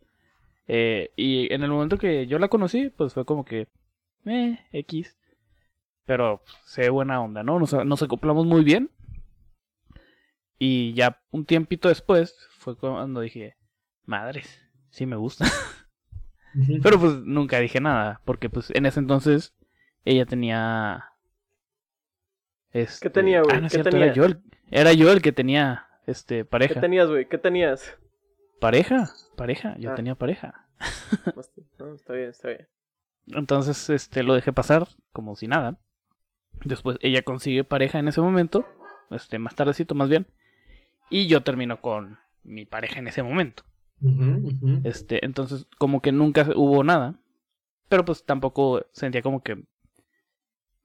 Speaker 1: eh, y en el momento que yo la conocí, pues fue como que. Eh, X. Pero pues, sé buena onda, ¿no? Nos, nos acoplamos muy bien. Y ya un tiempito después fue cuando dije: Madres, sí me gusta.
Speaker 3: Ujú.
Speaker 1: Pero pues nunca dije nada, porque pues en ese entonces ella tenía... este-
Speaker 2: tenía, güey?
Speaker 1: Ah, no es
Speaker 2: ¿Qué
Speaker 1: cierto,
Speaker 2: tenía?
Speaker 1: Era, yo el, era yo el que tenía este
Speaker 2: ¿Qué
Speaker 1: pareja.
Speaker 2: tenías, güey? ¿Qué tenías?
Speaker 1: ¿Pareja? Pareja, yo
Speaker 2: Ah.
Speaker 1: tenía pareja.
Speaker 2: No, está bien, está bien.
Speaker 1: Entonces este lo dejé pasar como si nada. Después ella consigue pareja en ese momento, este más tardecito más bien, y yo termino con mi pareja en ese momento.
Speaker 3: Ujú, ujú.
Speaker 1: Este, entonces, como que nunca hubo nada. Pero pues tampoco sentía como que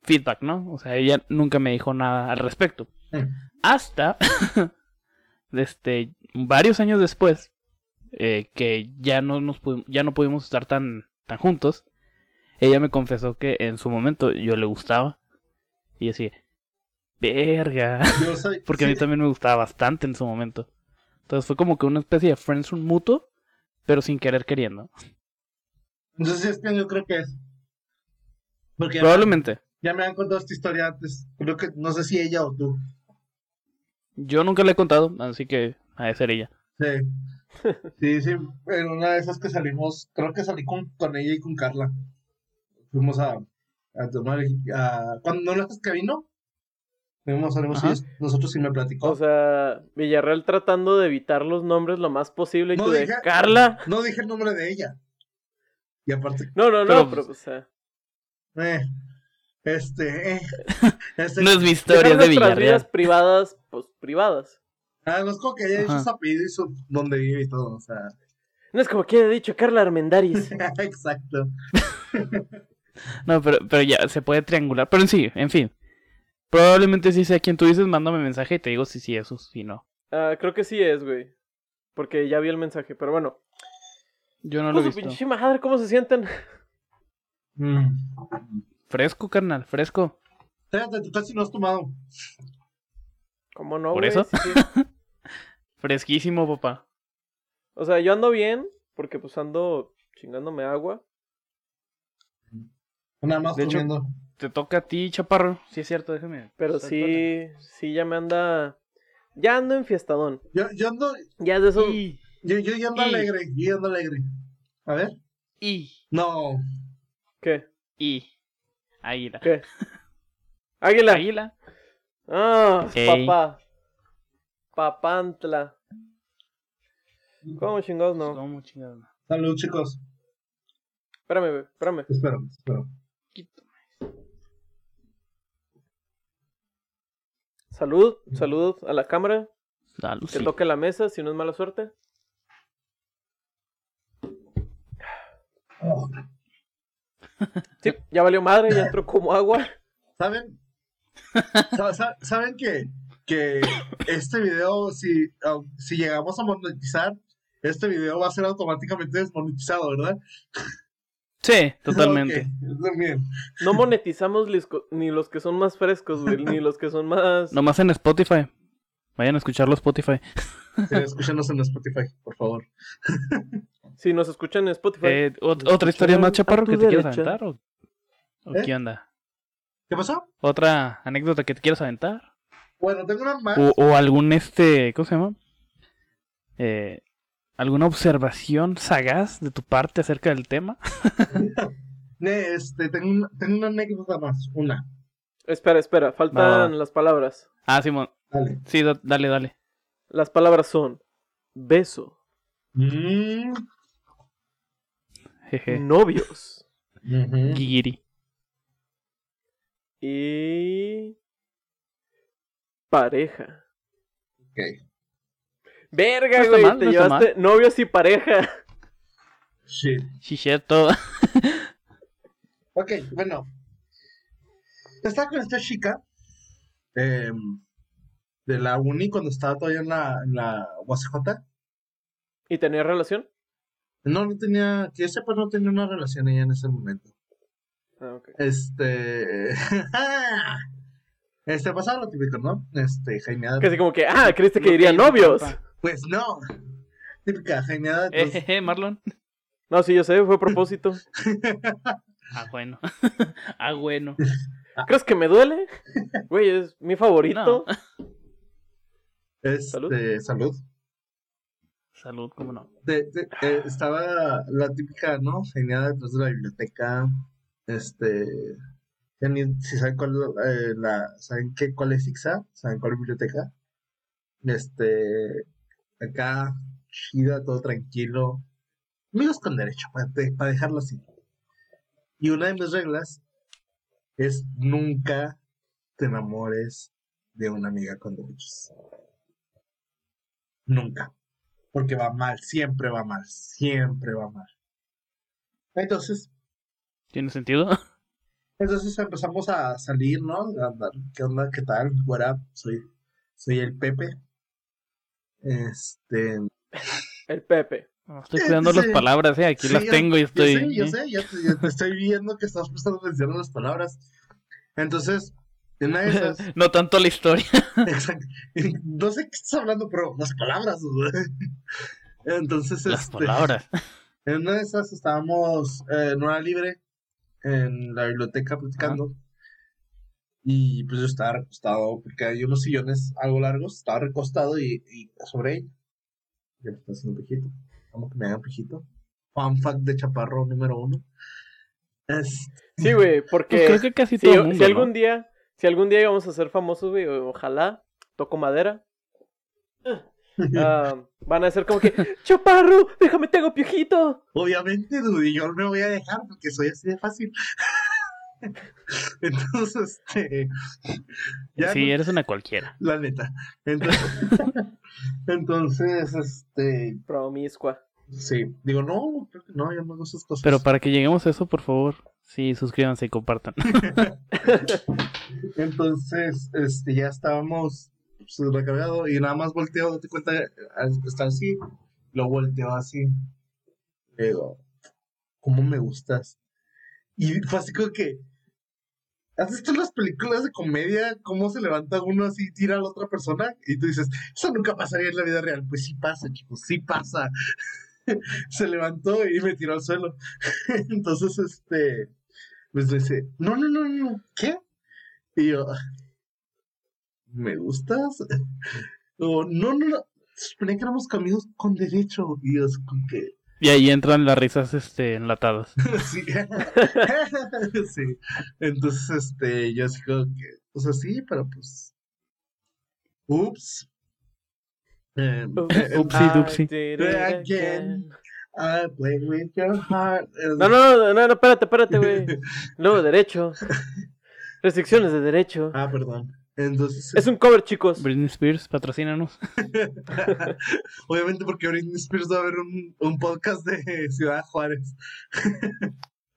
Speaker 1: feedback, ¿no? O sea, ella nunca me dijo nada al respecto.
Speaker 3: Mm.
Speaker 1: Hasta este, varios años después, eh, que ya no nos pudi- ya no pudimos estar tan, tan juntos. Ella me confesó que en su momento yo le gustaba. Y yo así, verga.
Speaker 3: Yo soy-
Speaker 1: Porque a
Speaker 3: sí,
Speaker 1: mí también me gustaba bastante en su momento. Entonces fue como que una especie de friendzone mutuo, pero sin querer queriendo.
Speaker 3: Entonces es que yo creo que es. Porque ya,
Speaker 1: Probablemente.
Speaker 3: ya me han contado esta historia antes. Creo que no sé si ella o tú.
Speaker 1: Yo nunca le he contado, así que ha de ser ella.
Speaker 3: Sí. Sí, sí. En una de esas que salimos, creo que salí con, con ella y con Carla. Fuimos a, a tomar. A, cuando no esas que vino, fuimos, salimos
Speaker 1: Ajá.
Speaker 3: ellos- nosotros y me platicó.
Speaker 2: O sea, Villarreal tratando de evitar los nombres lo más posible. Y
Speaker 3: No
Speaker 2: tú de
Speaker 3: dije-
Speaker 2: Carla.
Speaker 3: no dije el nombre de ella. Y aparte,
Speaker 2: No, no, no,
Speaker 1: Pero,
Speaker 2: pero,
Speaker 1: pues,
Speaker 2: o sea,
Speaker 3: eh, este, eh, este.
Speaker 1: No es mi
Speaker 2: dejar
Speaker 1: historia pues, de
Speaker 2: nuestras vidas
Speaker 1: Villarreal.
Speaker 2: privadas, pues privadas.
Speaker 3: Ah, no es como que haya dicho
Speaker 1: Ajá.
Speaker 3: su apellido y su, donde vive y todo, o sea.
Speaker 2: No es como quien ha dicho Carla Armendaris.
Speaker 3: Exacto.
Speaker 1: No, pero, pero ya se puede triangular. Pero en sí, en fin. Probablemente sí sea quien tú dices, mándame mensaje y te digo si sí es o si no.
Speaker 2: Ah, creo que sí es, güey. Porque ya vi el mensaje, pero bueno.
Speaker 1: Yo no
Speaker 2: No
Speaker 1: lo he
Speaker 2: su
Speaker 1: visto.
Speaker 2: pinche madre, ¿cómo se sienten?
Speaker 3: Mm.
Speaker 1: Fresco, carnal, fresco.
Speaker 3: Espérate, tú casi no has tomado.
Speaker 2: ¿Cómo no,
Speaker 1: ¿Por
Speaker 2: güey?
Speaker 1: eso?
Speaker 2: Sí, sí.
Speaker 1: Fresquísimo, papá.
Speaker 2: O sea, yo ando bien, porque pues ando chingándome agua.
Speaker 3: Nada más
Speaker 1: De hecho-
Speaker 3: comiendo.
Speaker 1: Te toca a ti, chaparro. Sí, es cierto, déjame.
Speaker 2: Pero sí, sí ya me anda. Ya ando enfiestadón.
Speaker 3: Yo, yo ando,
Speaker 2: Ya es de eso.
Speaker 1: Y,
Speaker 3: yo, yo, yo ando
Speaker 1: Y-
Speaker 3: alegre, yo ya ando alegre. A ver.
Speaker 1: y,
Speaker 3: No.
Speaker 2: ¿Qué?
Speaker 1: y. Águila.
Speaker 2: ¿Qué? Águila.
Speaker 1: Águila.
Speaker 2: Ah,
Speaker 1: Ey.
Speaker 2: papá. Papantla. ¿Cómo chingados no?
Speaker 1: ¿Cómo chingado?
Speaker 3: Salud, chicos.
Speaker 2: Espérame, güey, espérame.
Speaker 3: Espérame, espérame.
Speaker 2: Salud, salud a la cámara.
Speaker 1: Salud,
Speaker 2: Que
Speaker 1: sí.
Speaker 2: toque la mesa, si no es mala suerte.
Speaker 3: Oh,
Speaker 2: Sí, ya valió madre, ya entró como agua.
Speaker 3: ¿Saben? Sa- sa- ¿Saben que, que este video, si, au- si llegamos a monetizar, este video va a ser automáticamente desmonetizado, ¿verdad?
Speaker 1: Sí, totalmente.
Speaker 3: Ok, está bien.
Speaker 2: No monetizamos lisco- ni los que son más frescos, güey, ni los que son más.
Speaker 1: Nomás en Spotify. Vayan a escucharlo Spotify.
Speaker 3: Eh, Escúchanos en Spotify, por favor.
Speaker 2: Si nos escuchan en Spotify.
Speaker 1: Eh, ot- ¿Otra historia más, chaparro,
Speaker 2: escucharon a tu
Speaker 1: que te quieras
Speaker 2: derecha.
Speaker 1: aventar? ¿O, o
Speaker 3: ¿Eh?
Speaker 1: qué onda?
Speaker 3: ¿Qué pasó?
Speaker 1: ¿Otra anécdota que te quieras aventar?
Speaker 3: Bueno, tengo una más.
Speaker 1: ¿O, o algún este. ¿Cómo se llama? Eh, ¿Alguna observación sagaz de tu parte acerca del tema?
Speaker 3: Ne, Este, tengo, una, tengo una anécdota más. Una.
Speaker 2: Espera, espera,
Speaker 1: Va, va,
Speaker 2: faltan
Speaker 1: va.
Speaker 2: las palabras.
Speaker 1: Ah, Simón.
Speaker 3: Dale.
Speaker 1: Sí, da- dale, dale.
Speaker 2: Las palabras son beso,
Speaker 3: Mm,
Speaker 1: Jeje.
Speaker 2: novios
Speaker 3: ujú.
Speaker 1: Guiri.
Speaker 2: y pareja.
Speaker 3: Ok.
Speaker 1: No
Speaker 2: Verga,
Speaker 1: está
Speaker 2: güey,
Speaker 1: mal,
Speaker 2: te
Speaker 1: no está
Speaker 2: llevaste novios y pareja.
Speaker 3: Shit.
Speaker 1: Chicheto.
Speaker 3: Ok, bueno. Estaba con esta chica eh, de la uni cuando estaba todavía en la, en la UACJ.
Speaker 2: ¿Y tenías relación?
Speaker 3: No, no tenía, que yo sepa, no tenía una relación ella en ese momento.
Speaker 2: Ah, ok.
Speaker 3: Este. este, pasaba lo típico, ¿no? Este, jaimeada.
Speaker 2: Casi como que, ah, creíste que
Speaker 1: No
Speaker 2: diría
Speaker 1: tiene
Speaker 2: novios.
Speaker 1: culpa.
Speaker 3: Pues no. Típica jaimeada. entonces,
Speaker 1: Ejeje, Eh, Marlon.
Speaker 2: No, sí, yo sé, fue a propósito.
Speaker 1: Ah, bueno. ah, bueno. Ah.
Speaker 2: ¿Crees que me duele? Güey, es mi favorito.
Speaker 3: este,
Speaker 2: Salud.
Speaker 3: salud.
Speaker 1: Salud, cómo no.
Speaker 3: de- de- eh, estaba la típica, ¿no? Genial detrás de la biblioteca. Este. ya ni- si saben cuál, eh, la, saben qué, cuál es IXA, saben cuál biblioteca. Este. Acá, chida, todo tranquilo. Amigos con derecho, para, dejarlo así. Y una de mis reglas es nunca te enamores de una amiga con derechos. Nunca porque va mal, siempre va mal, siempre va mal. Entonces,
Speaker 1: ¿Tiene sentido?
Speaker 3: entonces empezamos a salir, ¿no? A andar, ¿qué onda? ¿Qué tal? What up? Soy, soy el Pepe. Este.
Speaker 2: El Pepe.
Speaker 1: No, Estoy cuidando las
Speaker 3: Sí.
Speaker 1: palabras, ¿eh? Aquí
Speaker 3: sí,
Speaker 1: las
Speaker 3: yo-
Speaker 1: tengo y estoy.
Speaker 3: Yo sé, yo
Speaker 1: ¿eh?
Speaker 3: sé, ya te, ya te estoy viendo que estás prestando atención a las palabras. Entonces, en una de esas.
Speaker 1: No tanto la historia.
Speaker 3: exacto, no sé qué estás hablando, pero las palabras. Entonces,
Speaker 1: Las
Speaker 3: este,
Speaker 1: palabras.
Speaker 3: En una de esas estábamos eh, en hora libre, en la biblioteca platicando. Y pues yo estaba recostado, porque hay unos sillones algo largos, estaba recostado y, y sobre ella. Ya me está haciendo pijito. Vamos que me hagan pijito. Fun fact de chaparro número uno. Es,
Speaker 2: Sí, güey, porque.
Speaker 1: Pues creo que casi
Speaker 2: si,
Speaker 1: todo el mundo.
Speaker 2: si algún
Speaker 1: ¿no?
Speaker 2: día, si algún día íbamos a ser famosos, güey, o- ojalá, toco madera, ah, van a ser como que, Chaparro, déjame, tengo piojito.
Speaker 3: Obviamente, dude, yo no me voy a dejar porque soy así de fácil. Entonces, este, ya
Speaker 1: Sí, eres una cualquiera.
Speaker 3: La neta. Entonces, entonces, este,
Speaker 2: Promiscua.
Speaker 3: Sí, digo, no, creo que no, ya no hago esas cosas.
Speaker 5: Pero para que lleguemos a eso, por favor, sí, suscríbanse y compartan.
Speaker 3: Entonces, este, ya estábamos pues, recargado y nada más volteo, date cuenta, ah, está así, lo volteo así. Le digo, ¿cómo me gustas? Y fue así como que, ¿has visto las películas de comedia? ¿Cómo se levanta uno así y tira a la otra persona? Y tú dices, eso nunca pasaría en la vida real. Pues sí pasa, chicos, sí pasa. se levantó y me tiró al suelo. Entonces, este, pues le dice, no, no, no, no, ¿qué? Y yo, ¿me gustas? O, no, no, no, se suponía que éramos caminos con derecho. Y yo, con que,
Speaker 5: Y ahí entran las risas este, enlatadas.
Speaker 3: sí. sí. Entonces, este, yo así como que, o sea, sí, pero pues. Ups. Eh, eh,
Speaker 2: Ah,
Speaker 5: Upsi, dupsi.
Speaker 2: I did it
Speaker 3: Again. I play with your heart. Eh,
Speaker 2: No, no, no, no, no, espérate, espérate, güey. Nuevo derecho. Restricciones de derecho.
Speaker 3: Ah, perdón. Entonces,
Speaker 2: Es un cover, chicos.
Speaker 5: Britney Spears, patrocínanos.
Speaker 3: obviamente porque Britney Spears va a haber un, un podcast de Ciudad Juárez.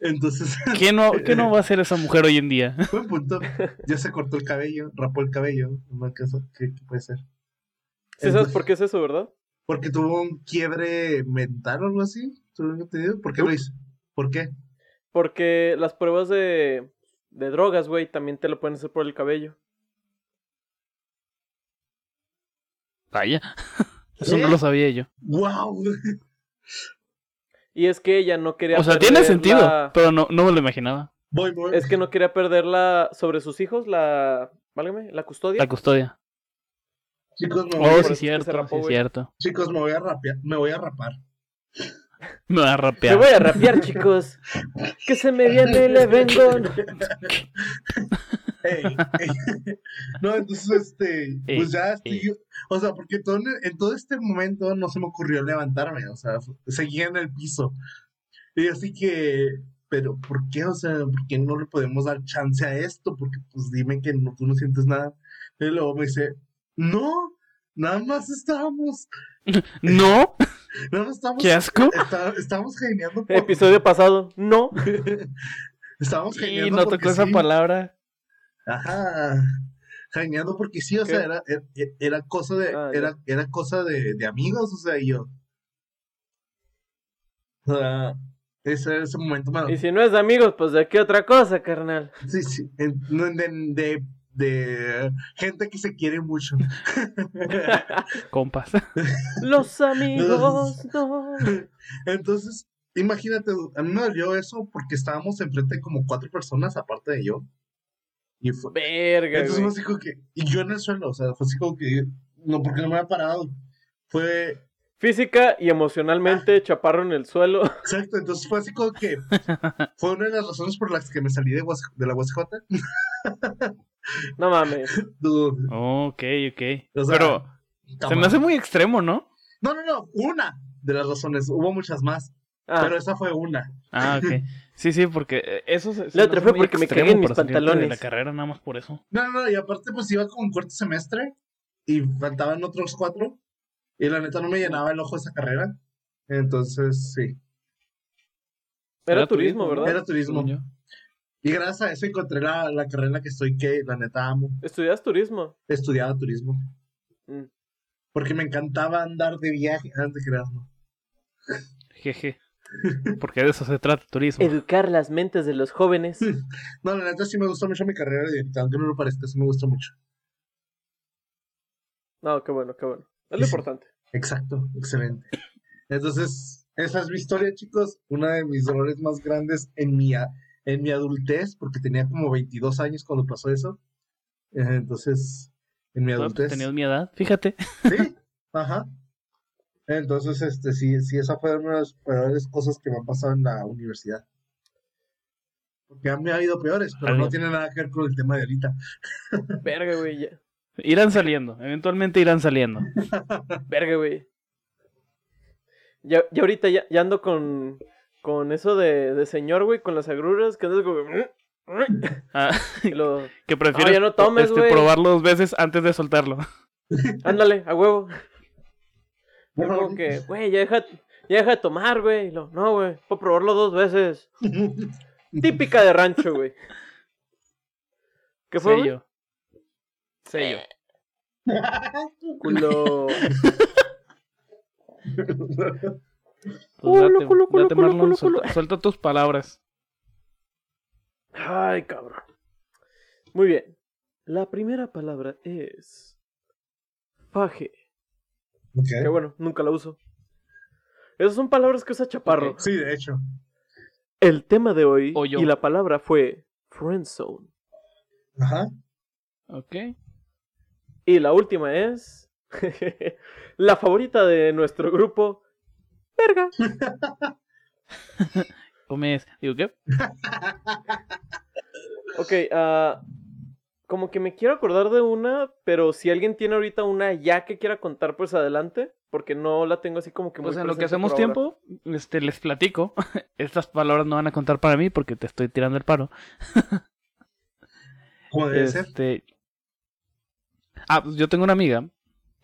Speaker 3: Entonces,
Speaker 5: ¿Qué no, ¿Qué no va a hacer esa mujer hoy en día?
Speaker 3: buen punto. Ya se cortó el cabello, rapó el cabello. No, ¿Qué, qué- qué puede ser?
Speaker 2: Sí, ¿Sabes por qué es eso, verdad?
Speaker 3: Porque tuvo un quiebre mental o algo así. ¿Tú lo entendido? ¿Por qué lo hizo? ¿Por qué?
Speaker 2: Porque las pruebas de, de drogas, güey, también te lo pueden hacer por el cabello.
Speaker 5: Vaya, eso no
Speaker 3: ¿Eh?
Speaker 5: lo sabía yo.
Speaker 3: ¡Wow!
Speaker 2: Y es que ella no quería
Speaker 5: O sea,
Speaker 2: perder
Speaker 5: tiene sentido,
Speaker 2: la-
Speaker 5: pero no, no me lo imaginaba.
Speaker 3: Voy, voy.
Speaker 2: Es que no quería perderla sobre sus hijos, la... Válgame, la custodia.
Speaker 5: La custodia.
Speaker 3: Chicos, me voy,
Speaker 5: Oh,
Speaker 2: eso es
Speaker 5: sí,
Speaker 2: que
Speaker 5: es cierto,
Speaker 2: se rapó,
Speaker 5: sí, es
Speaker 2: güey.
Speaker 5: cierto.
Speaker 3: chicos, me voy a rapear. Me voy a rapar.
Speaker 5: Me va a
Speaker 2: Me
Speaker 5: rapear.
Speaker 2: voy a rapear, chicos. Que se me viene el evento.
Speaker 3: Ey, ey. No, entonces, este,
Speaker 5: Ey,
Speaker 3: pues ya estoy,
Speaker 5: ey.
Speaker 3: yo- o sea, porque todo en, en todo este momento no se me ocurrió levantarme, o sea, fu- seguía en el piso. Y así que, pero ¿por qué? O sea, ¿por qué no le podemos dar chance a esto? Porque pues dime que no, tú no sientes nada. Y luego me dice, no, nada más estábamos,
Speaker 5: No,
Speaker 3: nada más estábamos,
Speaker 5: qué asco.
Speaker 3: está- estábamos geniando por-
Speaker 2: Episodio pasado. No.
Speaker 3: estábamos
Speaker 5: Y
Speaker 3: geniando
Speaker 5: no
Speaker 3: porque
Speaker 5: tocó esa
Speaker 3: sí.
Speaker 5: palabra.
Speaker 3: Ajá. Janeando porque sí, o
Speaker 2: ¿Qué?
Speaker 3: sea, era, era, era cosa de,
Speaker 2: Ah, ya.
Speaker 3: era, era cosa de, de amigos, o sea, y yo. O sea, ese, ese momento me
Speaker 2: Y si no es de amigos, pues de qué otra cosa, carnal.
Speaker 3: sí, sí, en- no, de, de, de gente que se quiere mucho.
Speaker 5: Compas.
Speaker 2: Los amigos, no.
Speaker 3: Entonces, imagínate, a mí me dolió eso porque estábamos enfrente de como cuatro personas aparte de yo. Y fue,
Speaker 2: Verga,
Speaker 3: Entonces
Speaker 2: güey.
Speaker 3: fue así como que, y yo en el suelo, o sea, fue así como que, no, porque no me había parado. Fue,
Speaker 2: Física y emocionalmente, chaparro en el suelo.
Speaker 3: Exacto, entonces fue así como que fue una de las razones por las que me salí de, Guas- de la UASJ.
Speaker 2: No mames.
Speaker 3: Dude,
Speaker 5: Oh, ok, ok.
Speaker 3: O sea,
Speaker 5: Pero se me hace muy extremo, ¿no?
Speaker 3: No, no, no, una de las razones, hubo muchas más,
Speaker 2: Ah,
Speaker 3: pero esa fue una.
Speaker 5: Ah, ok. Sí, sí, porque eh, eso se, se
Speaker 2: La
Speaker 5: me
Speaker 2: otra
Speaker 5: hace
Speaker 2: fue
Speaker 5: muy
Speaker 2: porque me
Speaker 5: extremo
Speaker 2: cagué en mis
Speaker 5: para salirte De
Speaker 2: pantalones.
Speaker 5: la carrera nada más por eso.
Speaker 3: No, no, no, y aparte pues iba como en cuarto semestre y faltaban otros cuatro y la neta no me llenaba el ojo esa carrera. Entonces, sí,
Speaker 2: era,
Speaker 5: era
Speaker 2: turismo,
Speaker 5: turismo,
Speaker 2: ¿verdad?
Speaker 3: era turismo.
Speaker 5: según yo.
Speaker 3: Y gracias a eso encontré la, la carrera en la que estoy, que la neta amo.
Speaker 2: Estudias turismo.
Speaker 3: Estudiaba turismo.
Speaker 2: Mm.
Speaker 3: Porque me encantaba andar de viaje. Ah, no te creas, no.
Speaker 5: Jeje. Porque de eso se trata, turismo.
Speaker 2: Educar las mentes de los jóvenes.
Speaker 3: No, la neta sí me gusta mucho mi carrera de director, aunque no lo parezca, sí me gusta mucho.
Speaker 2: No, qué bueno, qué bueno. Es lo importante.
Speaker 3: Exacto, excelente. Entonces, esa es mi historia, chicos. Una de mis dolores más grandes en mi, a- en mi adultez, porque tenía como 22 años cuando pasó eso. Eh, Entonces, en mi
Speaker 5: Ah, pues,
Speaker 3: adultez.
Speaker 5: Tenías mi edad, fíjate.
Speaker 3: Sí, ajá. Entonces, este, sí, sí, esa fue una de las peores cosas que me han pasado en la universidad. Porque han habido peores, pero no
Speaker 5: Algo.
Speaker 3: tiene nada que ver con el tema de ahorita.
Speaker 2: Verga, güey. ya.
Speaker 5: Irán saliendo, eventualmente irán saliendo.
Speaker 2: Verga, güey. Ya, ya ahorita ya, ya ando con, con eso de, de señor, güey, con las agruras, que andas como...
Speaker 5: Ah,
Speaker 2: y lo-
Speaker 5: que prefiero
Speaker 2: ya no tomes,
Speaker 5: este,
Speaker 2: güey.
Speaker 5: probarlo dos veces antes de soltarlo.
Speaker 2: ándale, a huevo. Yo
Speaker 3: Bueno,
Speaker 2: como que, güey, ya deja, ya deja de tomar, güey. Y lo, no, güey, puedo probarlo dos veces. Típica de rancho, güey. ¿Qué fue, güey?
Speaker 1: Sello. Sello.
Speaker 2: Culo.
Speaker 1: Pues
Speaker 2: Culo,
Speaker 1: date,
Speaker 2: culo, culo,
Speaker 1: date,
Speaker 2: culo,
Speaker 1: Marlon,
Speaker 2: culo,
Speaker 1: suelta-
Speaker 2: culo.
Speaker 1: suelta tus palabras.
Speaker 2: Ay, cabrón. Muy bien. La primera palabra es. Faje.
Speaker 3: Ok.
Speaker 2: Que bueno, nunca la uso. Esas son palabras que usa Chaparro.
Speaker 3: Sí, de hecho.
Speaker 2: El tema de hoy
Speaker 1: O yo.
Speaker 2: y la palabra fue friendzone.
Speaker 3: Ajá.
Speaker 1: Ok.
Speaker 2: Y la última es la favorita de nuestro grupo. Verga.
Speaker 1: Comes. Digo, ¿qué?
Speaker 2: Ok, ah, como que me quiero acordar de una, pero si alguien tiene ahorita una ya que quiera contar, pues adelante, porque no la tengo así como que muy
Speaker 1: Pues en lo que
Speaker 2: presente
Speaker 1: hacemos
Speaker 2: por ahora.
Speaker 1: tiempo, este, les platico. Estas palabras no van a contar para mí porque te estoy tirando el paro.
Speaker 3: Como debe ser.
Speaker 1: Este... Ah, pues yo tengo una amiga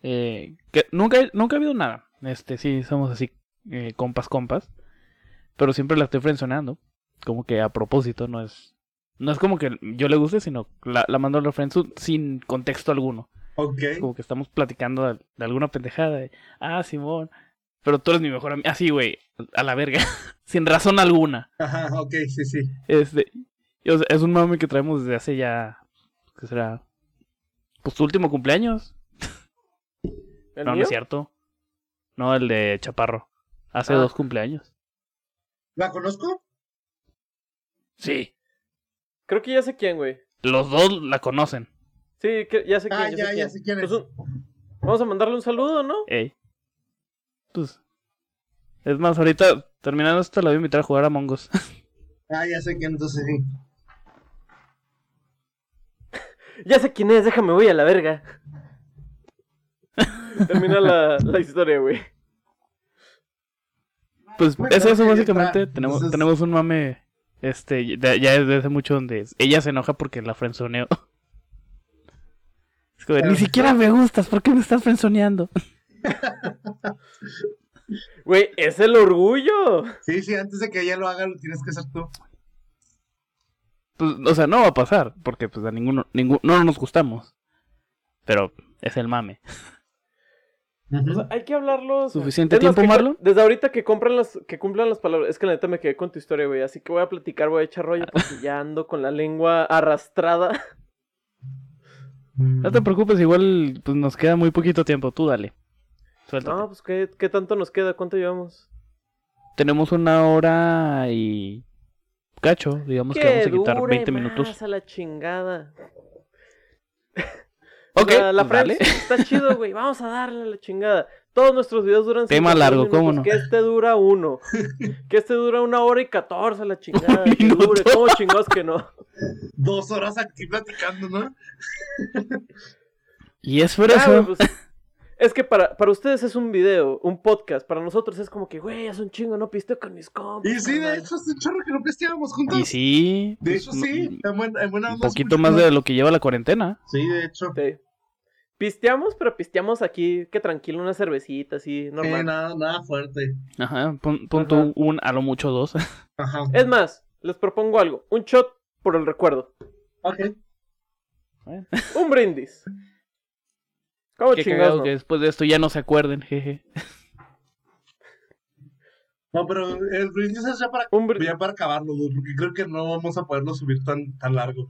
Speaker 1: eh, que nunca, nunca ha habido nada. Este, sí, somos así eh, compas, compas. Pero siempre la estoy frenzoneando. Como que a propósito, no es... No es como que yo le guste, sino la, la mando a la friendzone sin contexto alguno.
Speaker 3: Ok.
Speaker 1: Como que estamos platicando de, de alguna pendejada. y, ah, Simón. Pero tú eres mi mejor amigo. Así, güey. A la verga. sin razón alguna.
Speaker 3: Ajá, ok, sí, sí.
Speaker 1: Este, y, o sea, es un mame que traemos desde hace ya. ¿Qué será? Pues tu último cumpleaños. No,
Speaker 2: ¿El
Speaker 1: no
Speaker 2: mío?
Speaker 1: es cierto. No, el de Chaparro. Hace
Speaker 2: Ah.
Speaker 1: dos cumpleaños.
Speaker 3: ¿La conozco?
Speaker 1: Sí.
Speaker 2: Creo que ya sé quién, güey.
Speaker 1: Los dos la conocen.
Speaker 2: Sí, que- ya sé quién.
Speaker 3: Ah,
Speaker 2: ya,
Speaker 3: ya,
Speaker 2: sé
Speaker 3: ya
Speaker 2: quién.
Speaker 3: sé quién es.
Speaker 2: Pues un- Vamos a mandarle un saludo, ¿no?
Speaker 1: Ey. Pues. Es más, ahorita terminando esto la voy a invitar a jugar a Mongos.
Speaker 3: Ah, ya sé quién, entonces sí.
Speaker 2: Ya sé quién es, déjame, voy a la verga. Termina la, la historia, güey.
Speaker 1: Pues
Speaker 3: Bueno,
Speaker 1: es eso
Speaker 3: sí,
Speaker 1: básicamente.
Speaker 3: está.
Speaker 1: Tenemos,
Speaker 3: Entonces-
Speaker 1: tenemos un mame. Este, ya, ya desde hace mucho donde ella se enoja porque la frenzoneo. Es como, de, ni
Speaker 3: Pero-
Speaker 1: siquiera me gustas, ¿por qué me estás frenzoneando?
Speaker 2: Güey, es el orgullo.
Speaker 3: Sí, sí, antes de que ella lo haga, lo tienes que hacer tú.
Speaker 1: Pues, o sea, no va a pasar, porque pues a ninguno, ninguno no nos gustamos. Pero es el mame.
Speaker 2: O sea, Pues, hay que hablarlo. o sea,
Speaker 1: ¿Suficiente
Speaker 2: es más,
Speaker 1: tiempo,
Speaker 2: que-
Speaker 1: Marlon?
Speaker 2: Desde ahorita que compran las, que cumplan las palabras. Es que la neta me quedé con tu historia, güey. Así que voy a platicar, voy a echar rollo porque ya ando con la lengua arrastrada.
Speaker 3: Mm.
Speaker 1: No te preocupes, igual pues nos queda muy poquito tiempo, tú dale. Suéltate.
Speaker 2: No, pues ¿qué, qué tanto nos queda, cuánto llevamos.
Speaker 1: Tenemos una hora y cacho, digamos que vamos a quitar
Speaker 2: dure
Speaker 1: 20 minutos.
Speaker 2: más a la chingada.
Speaker 1: Ok,
Speaker 2: O sea, la
Speaker 1: pues, dale.
Speaker 2: frase está chido, güey. Vamos a darle a la chingada. Todos nuestros videos duran
Speaker 1: Tema
Speaker 2: 50
Speaker 1: largo, ¿cómo
Speaker 2: minutos,
Speaker 1: no?
Speaker 2: Que este dura uno. Que este dura una hora y catorce la
Speaker 1: Un
Speaker 2: chingada. que dure.
Speaker 1: minuto.
Speaker 2: ¿Cómo chingados que no?
Speaker 3: Dos horas aquí platicando, ¿no?
Speaker 1: Y es por
Speaker 2: Ya, güey,
Speaker 1: eso.
Speaker 2: pues, es que para, para ustedes es un video, un podcast. Para nosotros es como que, güey, es un chingo, no pisteo con mis compas.
Speaker 3: Y sí, de
Speaker 2: carnal".
Speaker 3: hecho, es un chorro que no pisteábamos
Speaker 1: Y
Speaker 3: juntos.
Speaker 1: sí.
Speaker 3: de
Speaker 1: pues,
Speaker 3: hecho,
Speaker 1: no-
Speaker 3: sí. En buena, en buena
Speaker 1: Un
Speaker 3: onda,
Speaker 1: poquito
Speaker 3: sí,
Speaker 1: más
Speaker 3: ¿no?
Speaker 1: de lo que lleva la cuarentena.
Speaker 3: Sí, de hecho.
Speaker 2: Sí. Pisteamos, pero pisteamos aquí, que tranquilo, una cervecita así,
Speaker 3: Eh,
Speaker 2: normal.
Speaker 3: nada, nada fuerte.
Speaker 1: Ajá, pon, pon tú
Speaker 2: Ajá.
Speaker 1: un, a lo mucho dos.
Speaker 3: Ajá.
Speaker 2: Es más, les propongo algo: un shot por el recuerdo,
Speaker 3: Ok.
Speaker 2: un brindis. ¿Cómo
Speaker 1: Qué
Speaker 2: chingados?
Speaker 1: cagado
Speaker 2: no?
Speaker 1: que después de esto ya no se acuerden, jeje.
Speaker 3: No, pero el brindis es ya para,
Speaker 2: Un br-
Speaker 3: ya para acabarlo, dude, porque creo que no vamos a poderlo subir tan, tan largo.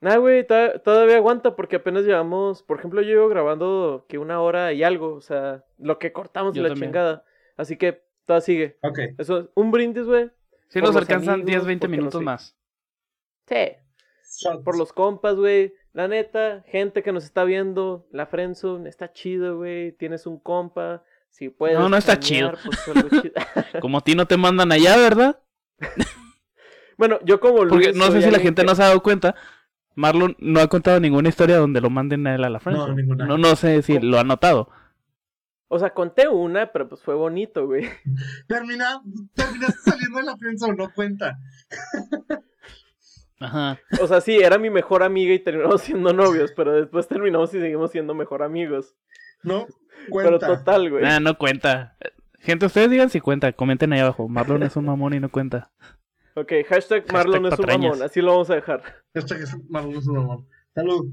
Speaker 2: Nah, Ah, güey, to- todavía aguanta porque apenas llevamos, por ejemplo, yo llevo grabando que una hora y algo, o sea, lo que cortamos y
Speaker 1: Yo
Speaker 2: la
Speaker 1: también.
Speaker 2: chingada. Así que todavía sigue.
Speaker 3: Ok.
Speaker 2: Eso es un brindis, güey.
Speaker 1: Si
Speaker 2: Por
Speaker 1: nos
Speaker 2: los
Speaker 1: alcanzan
Speaker 2: amigos,
Speaker 1: 10, 20
Speaker 2: porque no
Speaker 1: minutos
Speaker 2: sé.
Speaker 1: más.
Speaker 2: Sí.
Speaker 3: Shots.
Speaker 2: por los compas, güey. La neta, gente que nos está viendo, la friendzone, está chido, güey. Tienes un compa, si puedes.
Speaker 1: No, no está
Speaker 2: planear, pues, algo chido.
Speaker 1: Como a ti no te mandan allá, ¿verdad?
Speaker 2: bueno, yo como Luis.
Speaker 1: Porque no sé
Speaker 2: soy
Speaker 1: si la
Speaker 2: alguien
Speaker 1: gente
Speaker 2: que-
Speaker 1: no se ha dado cuenta. Marlon no ha contado ninguna historia donde lo manden a él a la frente.
Speaker 3: No, ninguna.
Speaker 1: No, no sé si lo ha notado.
Speaker 2: O sea, conté una, pero pues fue bonito, güey.
Speaker 3: Termina, terminaste saliendo de la prensa o no cuenta.
Speaker 1: Ajá.
Speaker 2: O sea, sí, era mi mejor amiga y terminamos siendo novios, pero después terminamos y seguimos siendo mejor amigos.
Speaker 3: No cuenta.
Speaker 1: Ah.
Speaker 2: Pero total, güey.
Speaker 1: Nah, no cuenta. Gente, ustedes digan si cuenta, comenten ahí abajo. Marlon es un mamón y no cuenta.
Speaker 2: Ok, hashtag Marlon es un
Speaker 1: patrañas.
Speaker 2: mamón, así lo vamos a dejar.
Speaker 3: Esto que es Marlon es un mamón. Salud.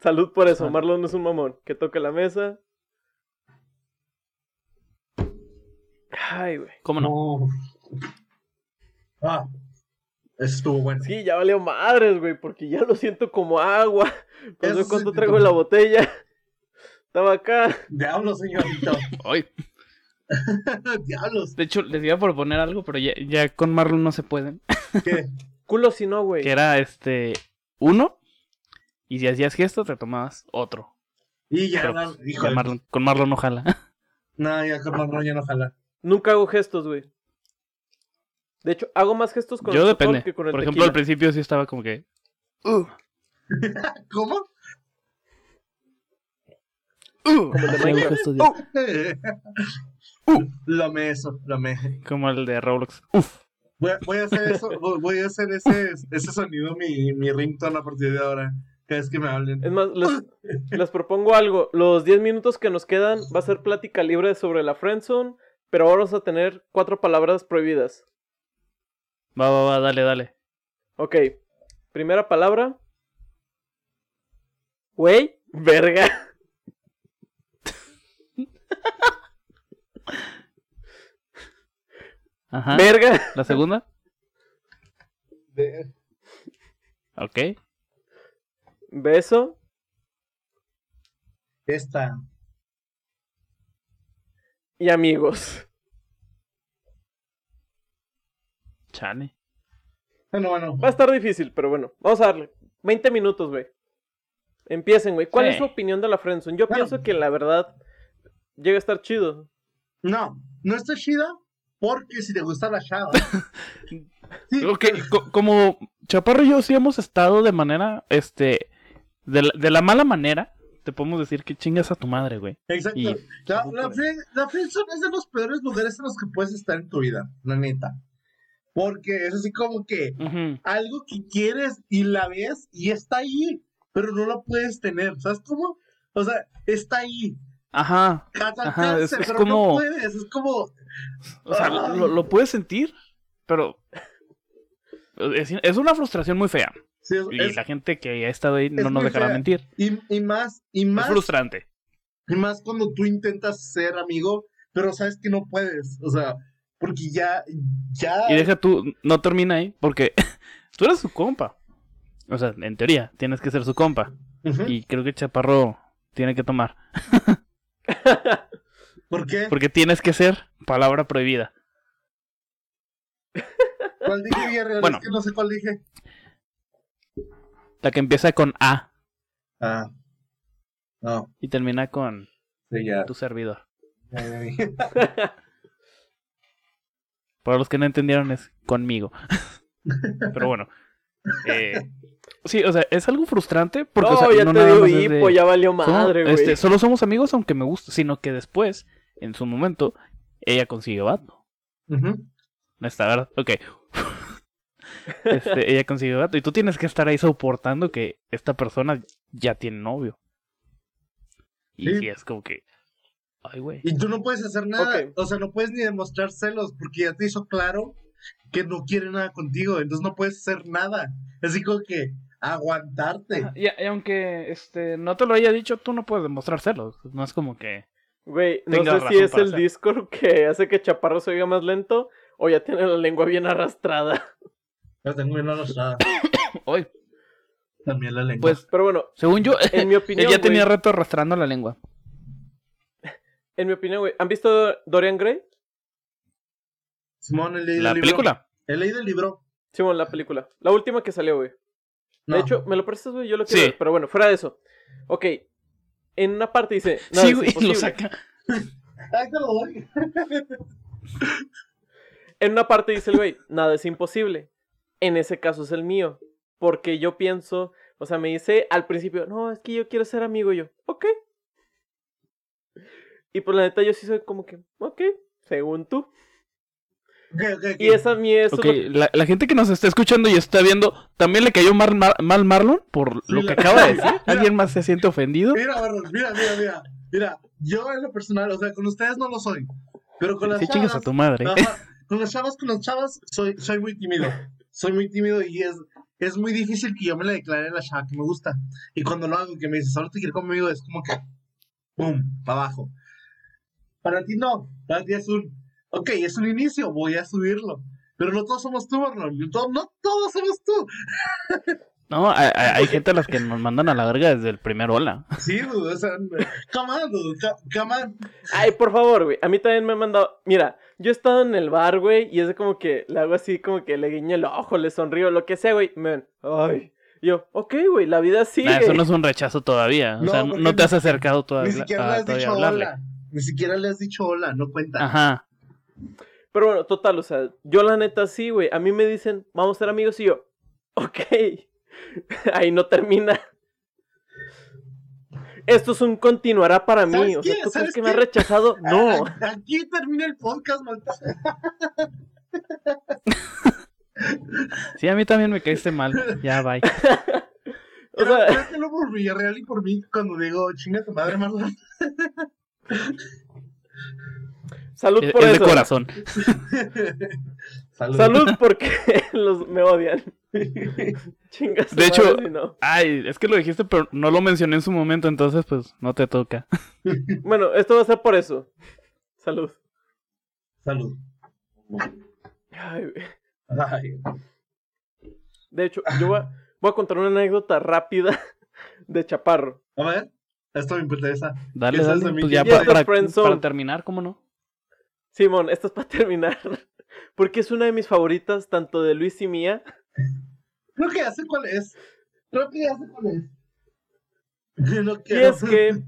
Speaker 2: Salud por eso,
Speaker 1: Ah.
Speaker 2: Marlon es un mamón. Que toque la mesa. Ay, güey.
Speaker 5: ¿Cómo no?
Speaker 3: No. Ah, eso estuvo bueno.
Speaker 2: Sí, ya valió madres, güey, porque ya lo siento como agua. Pues Cuando
Speaker 3: Eso
Speaker 2: cuánto
Speaker 3: sí,
Speaker 2: traigo
Speaker 3: no.
Speaker 2: en la botella. Estaba acá.
Speaker 3: Diablos, señorito.
Speaker 5: Ay.
Speaker 3: Diablos.
Speaker 5: De hecho, les iba a proponer algo, pero ya, ya con Marlon no se pueden.
Speaker 3: ¿Qué?
Speaker 2: Culo si no,
Speaker 1: Que
Speaker 2: güey.
Speaker 1: era este. Uno. Y si hacías gesto, te tomabas otro.
Speaker 3: Y ya,
Speaker 1: Pero,
Speaker 3: Mar-
Speaker 1: Ya
Speaker 3: híjole.
Speaker 1: Marlon- con Marlon, ojalá.
Speaker 3: No, ya con Marlon ya no jala.
Speaker 2: Nunca hago gestos, güey. De hecho, hago más gestos con
Speaker 1: Yo
Speaker 2: el alcohol
Speaker 1: depende.
Speaker 2: que con el
Speaker 1: Por ejemplo, al
Speaker 2: tequila.
Speaker 1: principio sí estaba como que.
Speaker 3: ¿Cómo?
Speaker 1: "Uh",
Speaker 2: Como el de
Speaker 1: hacía un
Speaker 2: Minecraft.
Speaker 1: gesto de- Uh.
Speaker 3: Lame Oh. eso, lame.
Speaker 1: Como el de Roblox. Uf.
Speaker 3: Voy a, voy a hacer eso, voy voy a hacer ese, ese sonido, mi, mi ringtone a partir de ahora. Cada vez que me hablen.
Speaker 2: Es más, les, les propongo algo. Los 10 minutos que nos quedan va a ser plática libre sobre la friendzone, pero ahora vamos a tener cuatro palabras prohibidas.
Speaker 1: Va, va, va, dale, dale.
Speaker 2: Ok. Primera palabra. Güey, verga.
Speaker 1: Ajá.
Speaker 2: Verga.
Speaker 1: La segunda.
Speaker 3: De-
Speaker 1: Ok.
Speaker 2: Beso.
Speaker 3: Esta.
Speaker 2: Y amigos.
Speaker 1: Chale.
Speaker 3: Bueno, bueno.
Speaker 2: Va a estar difícil, pero bueno. Vamos a darle. 20 minutos, güey. Empiecen, güey. ¿Cuál
Speaker 1: Sí.
Speaker 2: es su opinión de la friendzone? Yo
Speaker 3: Bueno.
Speaker 2: pienso que la verdad llega a estar chido.
Speaker 3: No, no está chida porque si te gusta la chava. Sí,
Speaker 1: Ok, co- como Chaparro y yo sí hemos estado de manera, este, de la, de la mala manera, te podemos decir que chingas a tu madre, güey.
Speaker 3: Exacto.
Speaker 1: Y-
Speaker 3: La,
Speaker 1: Ojo
Speaker 3: la,
Speaker 1: por
Speaker 3: fri- la friendzone es de los peores lugares en los que puedes estar en tu vida, la neta. Porque es así como que algo que quieres y la ves y está ahí, pero no la puedes tener, ¿sabes cómo? O sea, está ahí,
Speaker 1: Ajá.
Speaker 3: a tu
Speaker 1: Ajá,
Speaker 3: alcance,
Speaker 1: es- es
Speaker 3: pero no
Speaker 1: como-
Speaker 3: puedes, es como,
Speaker 1: O sea, lo, lo puedes sentir, pero es, es una frustración muy fea.
Speaker 3: sí, es-
Speaker 1: Y
Speaker 3: es-
Speaker 1: la gente que ha estado ahí no
Speaker 3: es
Speaker 1: nos
Speaker 3: muy
Speaker 1: dejará
Speaker 3: fea.
Speaker 1: mentir.
Speaker 3: y, y más, y
Speaker 1: Es
Speaker 3: más,
Speaker 1: frustrante.
Speaker 3: y más cuando tú intentas ser amigo, pero sabes que no puedes, o sea, porque ya, ya,
Speaker 1: Y deja tú, no termina ahí, porque tú eres su compa. O sea, en teoría, tienes que ser su compa.
Speaker 3: Ujú.
Speaker 1: Y creo que Chaparro tiene que tomar.
Speaker 3: ¿por qué?
Speaker 1: Porque tienes que ser palabra prohibida.
Speaker 3: ¿Cuál dije Villarreal?
Speaker 1: Bueno.
Speaker 3: Es que no sé cuál dije.
Speaker 1: La que empieza con A
Speaker 3: Ah, no,
Speaker 1: y termina con
Speaker 3: sí, ya.
Speaker 1: tu servidor.
Speaker 3: ya, ya dije.
Speaker 1: Para los que no entendieron es conmigo. Pero bueno. eh, sí, o sea, es algo frustrante porque o
Speaker 2: no,
Speaker 1: sea,
Speaker 2: Oh, ya
Speaker 1: no
Speaker 2: te
Speaker 1: nada
Speaker 2: digo,
Speaker 1: más es de,
Speaker 2: hipo, ya valió
Speaker 1: "Somos-
Speaker 2: madre, güey.
Speaker 1: este, solo somos amigos aunque me gusta, sino que después, en su momento, ella consigue vato.
Speaker 3: Ujú.
Speaker 1: No está, ¿verdad? Ok. Este, ella consigue vato y tú tienes que estar ahí soportando que esta persona ya tiene novio. Y
Speaker 3: Sí.
Speaker 1: sí es como que... Ay, güey.
Speaker 3: Y tú no puedes hacer nada,
Speaker 2: Ok.
Speaker 3: o sea, no puedes ni demostrar celos porque ya te hizo claro que no quiere nada contigo, entonces no puedes hacer nada. Así como que aguantarte.
Speaker 1: Ajá, Y, y aunque este no te lo haya dicho, tú no puedes demostrar celos. No es como que.
Speaker 2: Güey, no
Speaker 1: Tengas
Speaker 2: sé si
Speaker 1: razón
Speaker 2: es
Speaker 1: para
Speaker 2: el
Speaker 1: hacer.
Speaker 2: Discord que hace que Chaparro se oiga más lento o ya tiene la lengua bien arrastrada.
Speaker 3: La tengo bien arrastrada.
Speaker 1: Hoy,
Speaker 3: También la lengua.
Speaker 1: Pues-
Speaker 2: Pero bueno,
Speaker 1: según yo,
Speaker 2: en mi opinión,
Speaker 1: ella tenía
Speaker 2: güey,
Speaker 1: rato arrastrando la lengua.
Speaker 2: en mi opinión, güey, ¿han visto Dorian Gray?
Speaker 3: Simón, he leído
Speaker 1: La
Speaker 3: el libro.
Speaker 1: película.
Speaker 3: He leído el libro.
Speaker 2: Simón, la película, la última que salió, güey.
Speaker 3: No.
Speaker 2: De hecho, me lo prestas, güey, yo lo quiero
Speaker 1: Sí.
Speaker 2: ver, pero bueno, fuera de eso. Ok, en una parte dice, no,
Speaker 1: sí,
Speaker 2: es
Speaker 1: güey, lo
Speaker 2: imposible.
Speaker 1: saca.
Speaker 3: Ah, Ahí te lo doy.
Speaker 2: En una parte dice el güey, nada es imposible. En ese caso es el mío. Porque yo pienso, o sea, me dice al principio, no, es que yo quiero ser amigo y yo. Ok. Y por la neta yo sí soy como que, ok, según tú.
Speaker 3: Ok, ok, ok.
Speaker 2: Y esa a mí es...
Speaker 1: Ok, la, la gente que nos está escuchando y está viendo, ¿también le cayó mar- mar- mal Marlon por
Speaker 3: Sí,
Speaker 1: lo
Speaker 3: la-
Speaker 1: que acaba de decir? ¿Alguien más se siente ofendido?
Speaker 3: Mira, Barros, mira, mira, mira. Mira, yo en lo personal, o sea, con ustedes no lo soy. Pero con las
Speaker 1: Sí, chingas a
Speaker 3: chavas.
Speaker 1: tu madre.
Speaker 3: ajá, con las chavas, con las chavas, soy, soy muy tímido. Soy muy tímido y es, es muy difícil que yo me la declare a la chava que me gusta. Y cuando lo hago, que me dice, solo te quiero conmigo, es como que. ¡Pum! Para abajo. Para ti no. Para ti es un. Ok, es un inicio, voy a subirlo. Pero no todos somos tú, Marlon. No to- no todos somos tú.
Speaker 1: No, hay, hay- hay gente a las que nos mandan a la verga desde el primer hola.
Speaker 3: Sí, dude, o sea, come on, dude, ca- come on.
Speaker 2: Ay, por favor, güey. A mí también me han mandado. Mira, yo he estado en el bar, güey, y es como que le hago así, como que le guiño el ojo, le sonrío, lo que sea, güey. y Me ven, ay. Y yo, ok, güey, la vida sigue.
Speaker 1: Nah, eso no es un rechazo todavía. O
Speaker 3: No,
Speaker 1: sea, no-
Speaker 3: porque
Speaker 1: no te
Speaker 3: ni-
Speaker 1: has acercado
Speaker 3: Ni
Speaker 1: todavía
Speaker 3: siquiera
Speaker 1: a-
Speaker 3: le has
Speaker 1: ah, todavía
Speaker 3: dicho
Speaker 1: hablarle.
Speaker 3: hola. Ni siquiera le has dicho hola, no cuenta.
Speaker 1: Ajá.
Speaker 2: Pero bueno, total, o sea, yo la neta sí, güey. A mí me dicen, vamos a ser amigos, y yo, ok. Ahí no termina. Esto es un continuará para mí.
Speaker 3: ¿Sabes
Speaker 2: O sea,
Speaker 3: qué?
Speaker 2: ¿tú crees
Speaker 3: ¿Sabes
Speaker 2: que me has
Speaker 3: qué? Ah,
Speaker 2: rechazado? No.
Speaker 3: A- Aquí termina el podcast, maldita sea.
Speaker 1: Sí, a mí también me caíste mal. Ya, bye.
Speaker 2: O
Speaker 3: Creo-
Speaker 2: sea,
Speaker 3: creo que lo por Villarreal y por mí cuando digo, chinga tu madre, Marlon.
Speaker 2: salud
Speaker 1: Es,
Speaker 2: por
Speaker 1: es de
Speaker 2: eso.
Speaker 1: corazón.
Speaker 3: Salud.
Speaker 2: Salud porque los me odian. Chingas.
Speaker 1: De hecho-
Speaker 2: no.
Speaker 1: Ay, es que lo dijiste, pero no lo mencioné en su momento, entonces pues no te toca.
Speaker 2: Bueno, esto va a ser por eso. Salud.
Speaker 3: Salud.
Speaker 2: Ay, güey.
Speaker 3: Ay,
Speaker 2: de hecho, yo voy a, voy a contar una anécdota rápida de Chaparro.
Speaker 3: a ver, esto me interesa.
Speaker 1: Dale,
Speaker 3: Esa es
Speaker 1: dale.
Speaker 3: de mí.
Speaker 1: Pues ya
Speaker 2: Ya
Speaker 1: pa-
Speaker 2: está
Speaker 1: para,
Speaker 2: friendzone.
Speaker 1: para terminar, ¿cómo no?
Speaker 2: Simón, esto es para terminar. Porque es una de mis favoritas, tanto de Luis y mía.
Speaker 3: Creo que ya sé cuál es. Creo que ya sé cuál es. No
Speaker 2: Y
Speaker 3: quiero-
Speaker 2: es que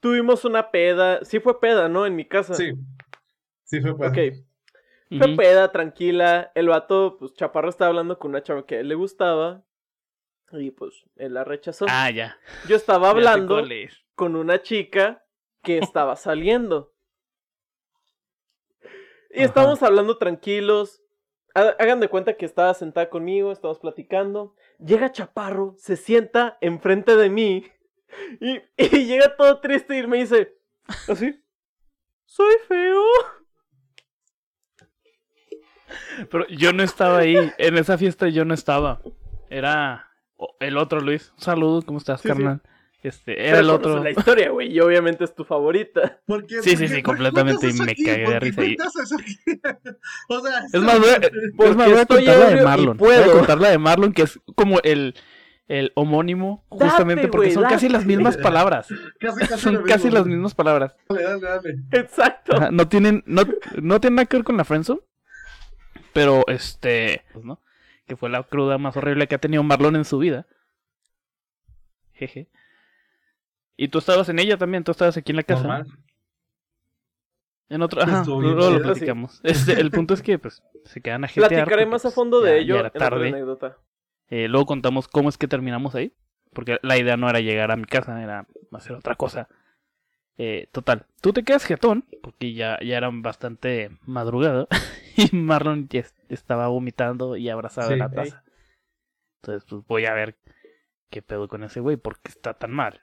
Speaker 2: tuvimos una peda. Sí fue peda, ¿no? En mi casa.
Speaker 3: Sí. Sí, fue pues.
Speaker 2: Ok. Fue
Speaker 1: Ujú.
Speaker 2: peda, tranquila. El vato, pues Chaparro estaba hablando con una chava que a él le gustaba. Y pues él la rechazó.
Speaker 1: Ah, ya.
Speaker 2: Yo estaba
Speaker 1: Ya sé
Speaker 2: hablando
Speaker 1: cuál es.
Speaker 2: con una chica que estaba saliendo. Y
Speaker 1: Ajá.
Speaker 2: estábamos hablando tranquilos. Ha- Hagan de cuenta que estaba sentada conmigo, estábamos platicando. Llega Chaparro, se sienta enfrente de mí y, y llega todo triste y me dice, así, soy feo.
Speaker 1: Pero yo no estaba ahí. En esa fiesta yo no estaba. Era o- el otro Luis. Saludos, ¿cómo estás,
Speaker 2: Sí, sí.
Speaker 1: carnal? Este,
Speaker 2: Pero
Speaker 1: era el
Speaker 2: conoces
Speaker 1: otro.
Speaker 2: La historia, güey, y obviamente es tu favorita.
Speaker 3: ¿Por qué?
Speaker 1: Sí,
Speaker 3: ¿Por
Speaker 1: sí,
Speaker 3: qué-
Speaker 1: sí,
Speaker 3: por qué
Speaker 1: completamente,
Speaker 3: cuentas eso
Speaker 1: y me
Speaker 3: aquí?
Speaker 1: cagué de
Speaker 3: ¿Por qué
Speaker 1: risa ahí.
Speaker 3: cuentas eso aquí? o sea,
Speaker 1: Es más, voy a, es más, voy a
Speaker 2: estoy
Speaker 1: contar la
Speaker 2: ebrio
Speaker 1: de
Speaker 2: y
Speaker 1: Marlon. Voy
Speaker 2: puedo.
Speaker 1: a contar la de Marlon, que es como el, el homónimo,
Speaker 2: Date,
Speaker 1: justamente porque
Speaker 2: güey,
Speaker 1: son casi
Speaker 2: date.
Speaker 1: las mismas palabras.
Speaker 3: casi, casi
Speaker 1: Son
Speaker 3: lo
Speaker 1: casi
Speaker 3: mismo.
Speaker 1: las mismas palabras.
Speaker 3: Dale, dale, dale.
Speaker 2: Exacto.
Speaker 1: Ajá, no tienen, no, no tienen nada que ver con la friendzone, pero este, pues, ¿no? Que fue la cruda más horrible que ha tenido Marlon en su vida. Jeje. Y tú estabas en ella también, tú estabas aquí en la casa.
Speaker 3: Normal.
Speaker 1: En otro, ajá,
Speaker 3: Estuvo bien
Speaker 1: luego lo
Speaker 2: chido.
Speaker 1: platicamos. Este, el punto es que, pues, se quedan a jetear
Speaker 2: Platicaré
Speaker 1: porque,
Speaker 2: más a
Speaker 1: pues,
Speaker 2: fondo
Speaker 1: ya-
Speaker 2: de
Speaker 1: ya
Speaker 2: ello en
Speaker 1: era
Speaker 2: otra
Speaker 1: tarde.
Speaker 2: anécdota.
Speaker 1: Eh, luego contamos cómo es que terminamos ahí. Porque la idea no era llegar a mi casa, era hacer otra cosa. Eh, total, tú te quedas jetón, porque ya, ya eran bastante madrugada. Y Marlon ya es- estaba vomitando y abrazado
Speaker 3: Sí.
Speaker 1: en la taza. Entonces, pues voy a ver qué pedo con ese güey, porque está tan mal.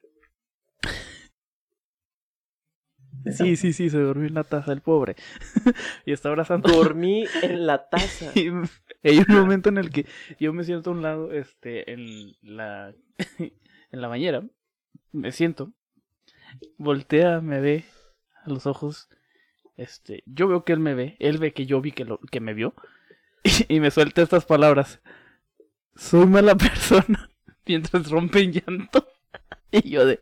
Speaker 1: Sí, sí, sí, se durmió en la taza el pobre. y está abrazando
Speaker 2: Dormí en la taza.
Speaker 1: y hay un momento en el que yo me siento a un lado, este, en la, en la bañera, me siento, voltea, me ve a los ojos, este, yo veo que él me ve, él ve que yo vi que, lo, que me vio, y, me suelta estas palabras, soy mala persona, mientras rompe en llanto, y yo de,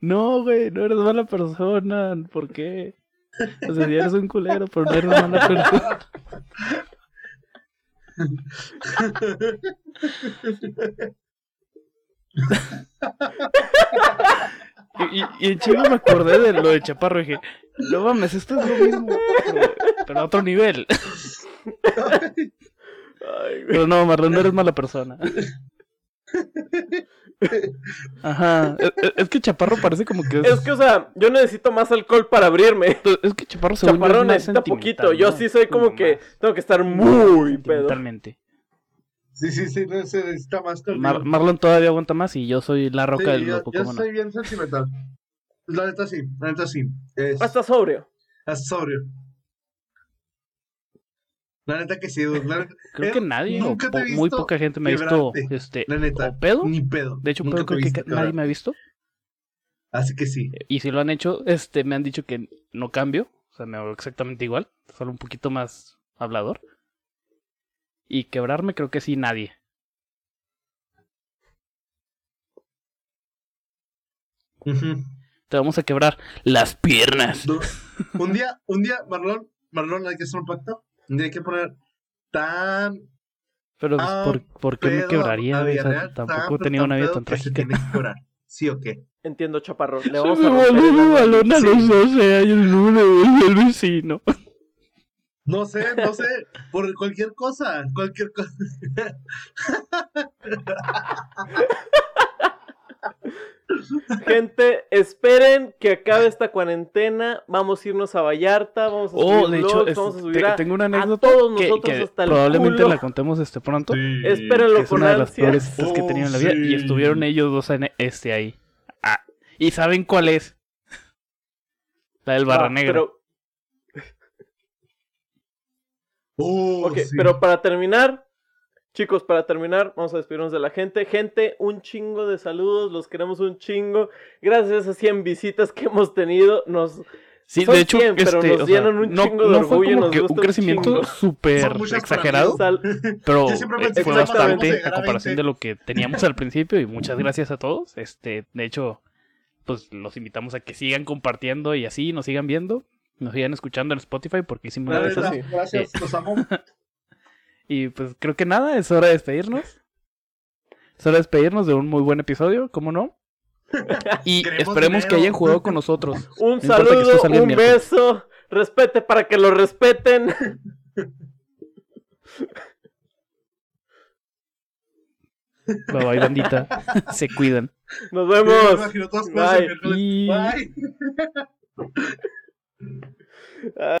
Speaker 1: no, güey, no eres mala persona, ¿por qué? O sea, si eres un culero, pero no eres mala persona. Y, y- y en chingo me acordé de lo de Chaparro y dije, no mames, esto es lo mismo, pero, pero a otro nivel.
Speaker 2: Ay, güey.
Speaker 1: Pero no, Marlon, no eres mala persona. Ajá, e- e- es, que Chaparro parece como que es...
Speaker 2: Es que, o sea, yo necesito más alcohol para abrirme.
Speaker 1: Pues, es que Chaparro se
Speaker 2: Chaparrón necesita poquito. Yo sí soy como que tengo que estar muy pedo.
Speaker 1: Totalmente.
Speaker 3: Sí, sí, sí, no se necesita más contigo.
Speaker 1: Marlon todavía aguanta más y yo soy la roca
Speaker 3: Sí,
Speaker 1: del
Speaker 3: yo,
Speaker 1: grupo,
Speaker 3: yo
Speaker 1: ¿cómo no?
Speaker 3: soy bien sentimental. La neta sí, la neta sí. Es,
Speaker 1: Ah.
Speaker 2: Hasta sobrio.
Speaker 3: es sobrio. La neta que sí, dude. La neta,
Speaker 1: Creo
Speaker 3: Eh,
Speaker 1: que nadie, o
Speaker 3: nunca te he
Speaker 1: po- muy
Speaker 3: visto
Speaker 1: poca gente me ha visto
Speaker 3: quebrarte.
Speaker 1: este,
Speaker 3: la neta,
Speaker 1: o pedo.
Speaker 3: Ni pedo.
Speaker 1: De hecho,
Speaker 3: Nunca
Speaker 1: pedo
Speaker 3: te
Speaker 1: creo
Speaker 3: he
Speaker 1: que ca-
Speaker 3: visto
Speaker 1: nadie Eh.
Speaker 3: quebrar.
Speaker 1: me ha visto.
Speaker 3: Así que sí.
Speaker 1: Y si lo han hecho, este, me han dicho que no cambio. O sea, me hago exactamente igual. Solo un poquito más hablador. Y quebrarme creo que sí nadie.
Speaker 3: Ujú.
Speaker 1: Te vamos a quebrar las piernas.
Speaker 3: Du- un día, un día, Marlon, Marlon, hay que hacer un pacto. Un día hay que poner tan
Speaker 1: Pero pues,
Speaker 3: Ah,
Speaker 1: ¿por, por qué me
Speaker 3: pedo
Speaker 1: quebraría?
Speaker 3: a
Speaker 1: O sea,
Speaker 3: Villarreal, tan,
Speaker 1: tampoco he
Speaker 3: pero
Speaker 1: tenido una vida
Speaker 3: pedo
Speaker 1: tan
Speaker 3: que se
Speaker 1: trágica.
Speaker 3: tiene que llorar. ¿Sí o qué?
Speaker 2: Entiendo, chaparro. Le
Speaker 1: Se
Speaker 2: vamos a
Speaker 1: me
Speaker 2: romper
Speaker 1: voló
Speaker 2: el
Speaker 1: mi
Speaker 2: ano.
Speaker 1: balón a los 12 años, no me volvió el vecino.
Speaker 3: No sé, no sé. Por cualquier cosa, cualquier cosa.
Speaker 2: Gente, esperen que acabe esta cuarentena. Vamos a irnos a Vallarta. Vamos a subir
Speaker 1: Oh, de hecho,
Speaker 2: vlogs,
Speaker 1: es-
Speaker 2: vamos a subir
Speaker 1: te-
Speaker 2: a-
Speaker 1: tengo una anécdota
Speaker 2: todos
Speaker 1: que,
Speaker 2: nosotros
Speaker 1: que
Speaker 2: hasta el
Speaker 1: probablemente
Speaker 2: culo.
Speaker 1: la contemos este pronto.
Speaker 2: Espérenlo
Speaker 1: que es
Speaker 2: con
Speaker 1: una de las
Speaker 2: ansia.
Speaker 1: peores citas que he
Speaker 3: Oh,
Speaker 1: tenido en la vida. Y
Speaker 3: sí.
Speaker 1: estuvieron ellos dos en este ahí. Ah, ¿Y saben cuál es? La del Barra
Speaker 2: Ah,
Speaker 1: Negra.
Speaker 2: Pero,
Speaker 3: Oh,
Speaker 2: ok,
Speaker 3: sí.
Speaker 2: pero para terminar, chicos, para terminar, vamos a despedirnos de la gente. Gente, un chingo de saludos. Los queremos un chingo. Gracias a 100 visitas que hemos tenido. Nos
Speaker 1: Sí,
Speaker 2: son
Speaker 1: de hecho,
Speaker 2: 100, pero
Speaker 1: este,
Speaker 2: nos
Speaker 1: o sea,
Speaker 2: llenan un
Speaker 1: no,
Speaker 2: chingo de
Speaker 1: no fue
Speaker 2: orgullo y
Speaker 1: como
Speaker 2: nos
Speaker 1: que un
Speaker 2: gusta un chingo.
Speaker 1: crecimiento súper
Speaker 3: Son muchas
Speaker 1: exagerado,
Speaker 3: para
Speaker 2: sal-
Speaker 1: pero
Speaker 3: Yo siempre
Speaker 1: eh,
Speaker 3: pensé
Speaker 2: que
Speaker 1: fue
Speaker 2: nada más íbamos a
Speaker 1: bastante
Speaker 3: llegar
Speaker 1: a
Speaker 3: a
Speaker 1: comparación de
Speaker 3: 20.
Speaker 1: lo que teníamos al principio y muchas gracias a todos. Este, de hecho, pues los invitamos a que sigan compartiendo y así nos sigan viendo, nos sigan escuchando en Spotify porque hicimos
Speaker 3: La
Speaker 1: una de
Speaker 2: eso
Speaker 3: neta,
Speaker 1: esas.
Speaker 2: sí.
Speaker 3: Gracias, los amo.
Speaker 1: Y pues creo que nada, es hora de despedirnos. Es hora de despedirnos de un muy buen episodio, ¿cómo no? Y
Speaker 3: Queremos
Speaker 1: esperemos que
Speaker 3: dinero.
Speaker 1: hayan jugado con nosotros.
Speaker 2: Un
Speaker 1: No importa que esto
Speaker 2: saludo,
Speaker 1: salga el
Speaker 2: un
Speaker 1: miércoles.
Speaker 2: beso. Respete para que lo respeten.
Speaker 1: Bye bye, bandita. Se cuidan.
Speaker 2: Nos
Speaker 3: Me
Speaker 2: vemos.
Speaker 3: imagino todas
Speaker 2: Bye.
Speaker 3: cosas.
Speaker 1: Y...
Speaker 3: Bye.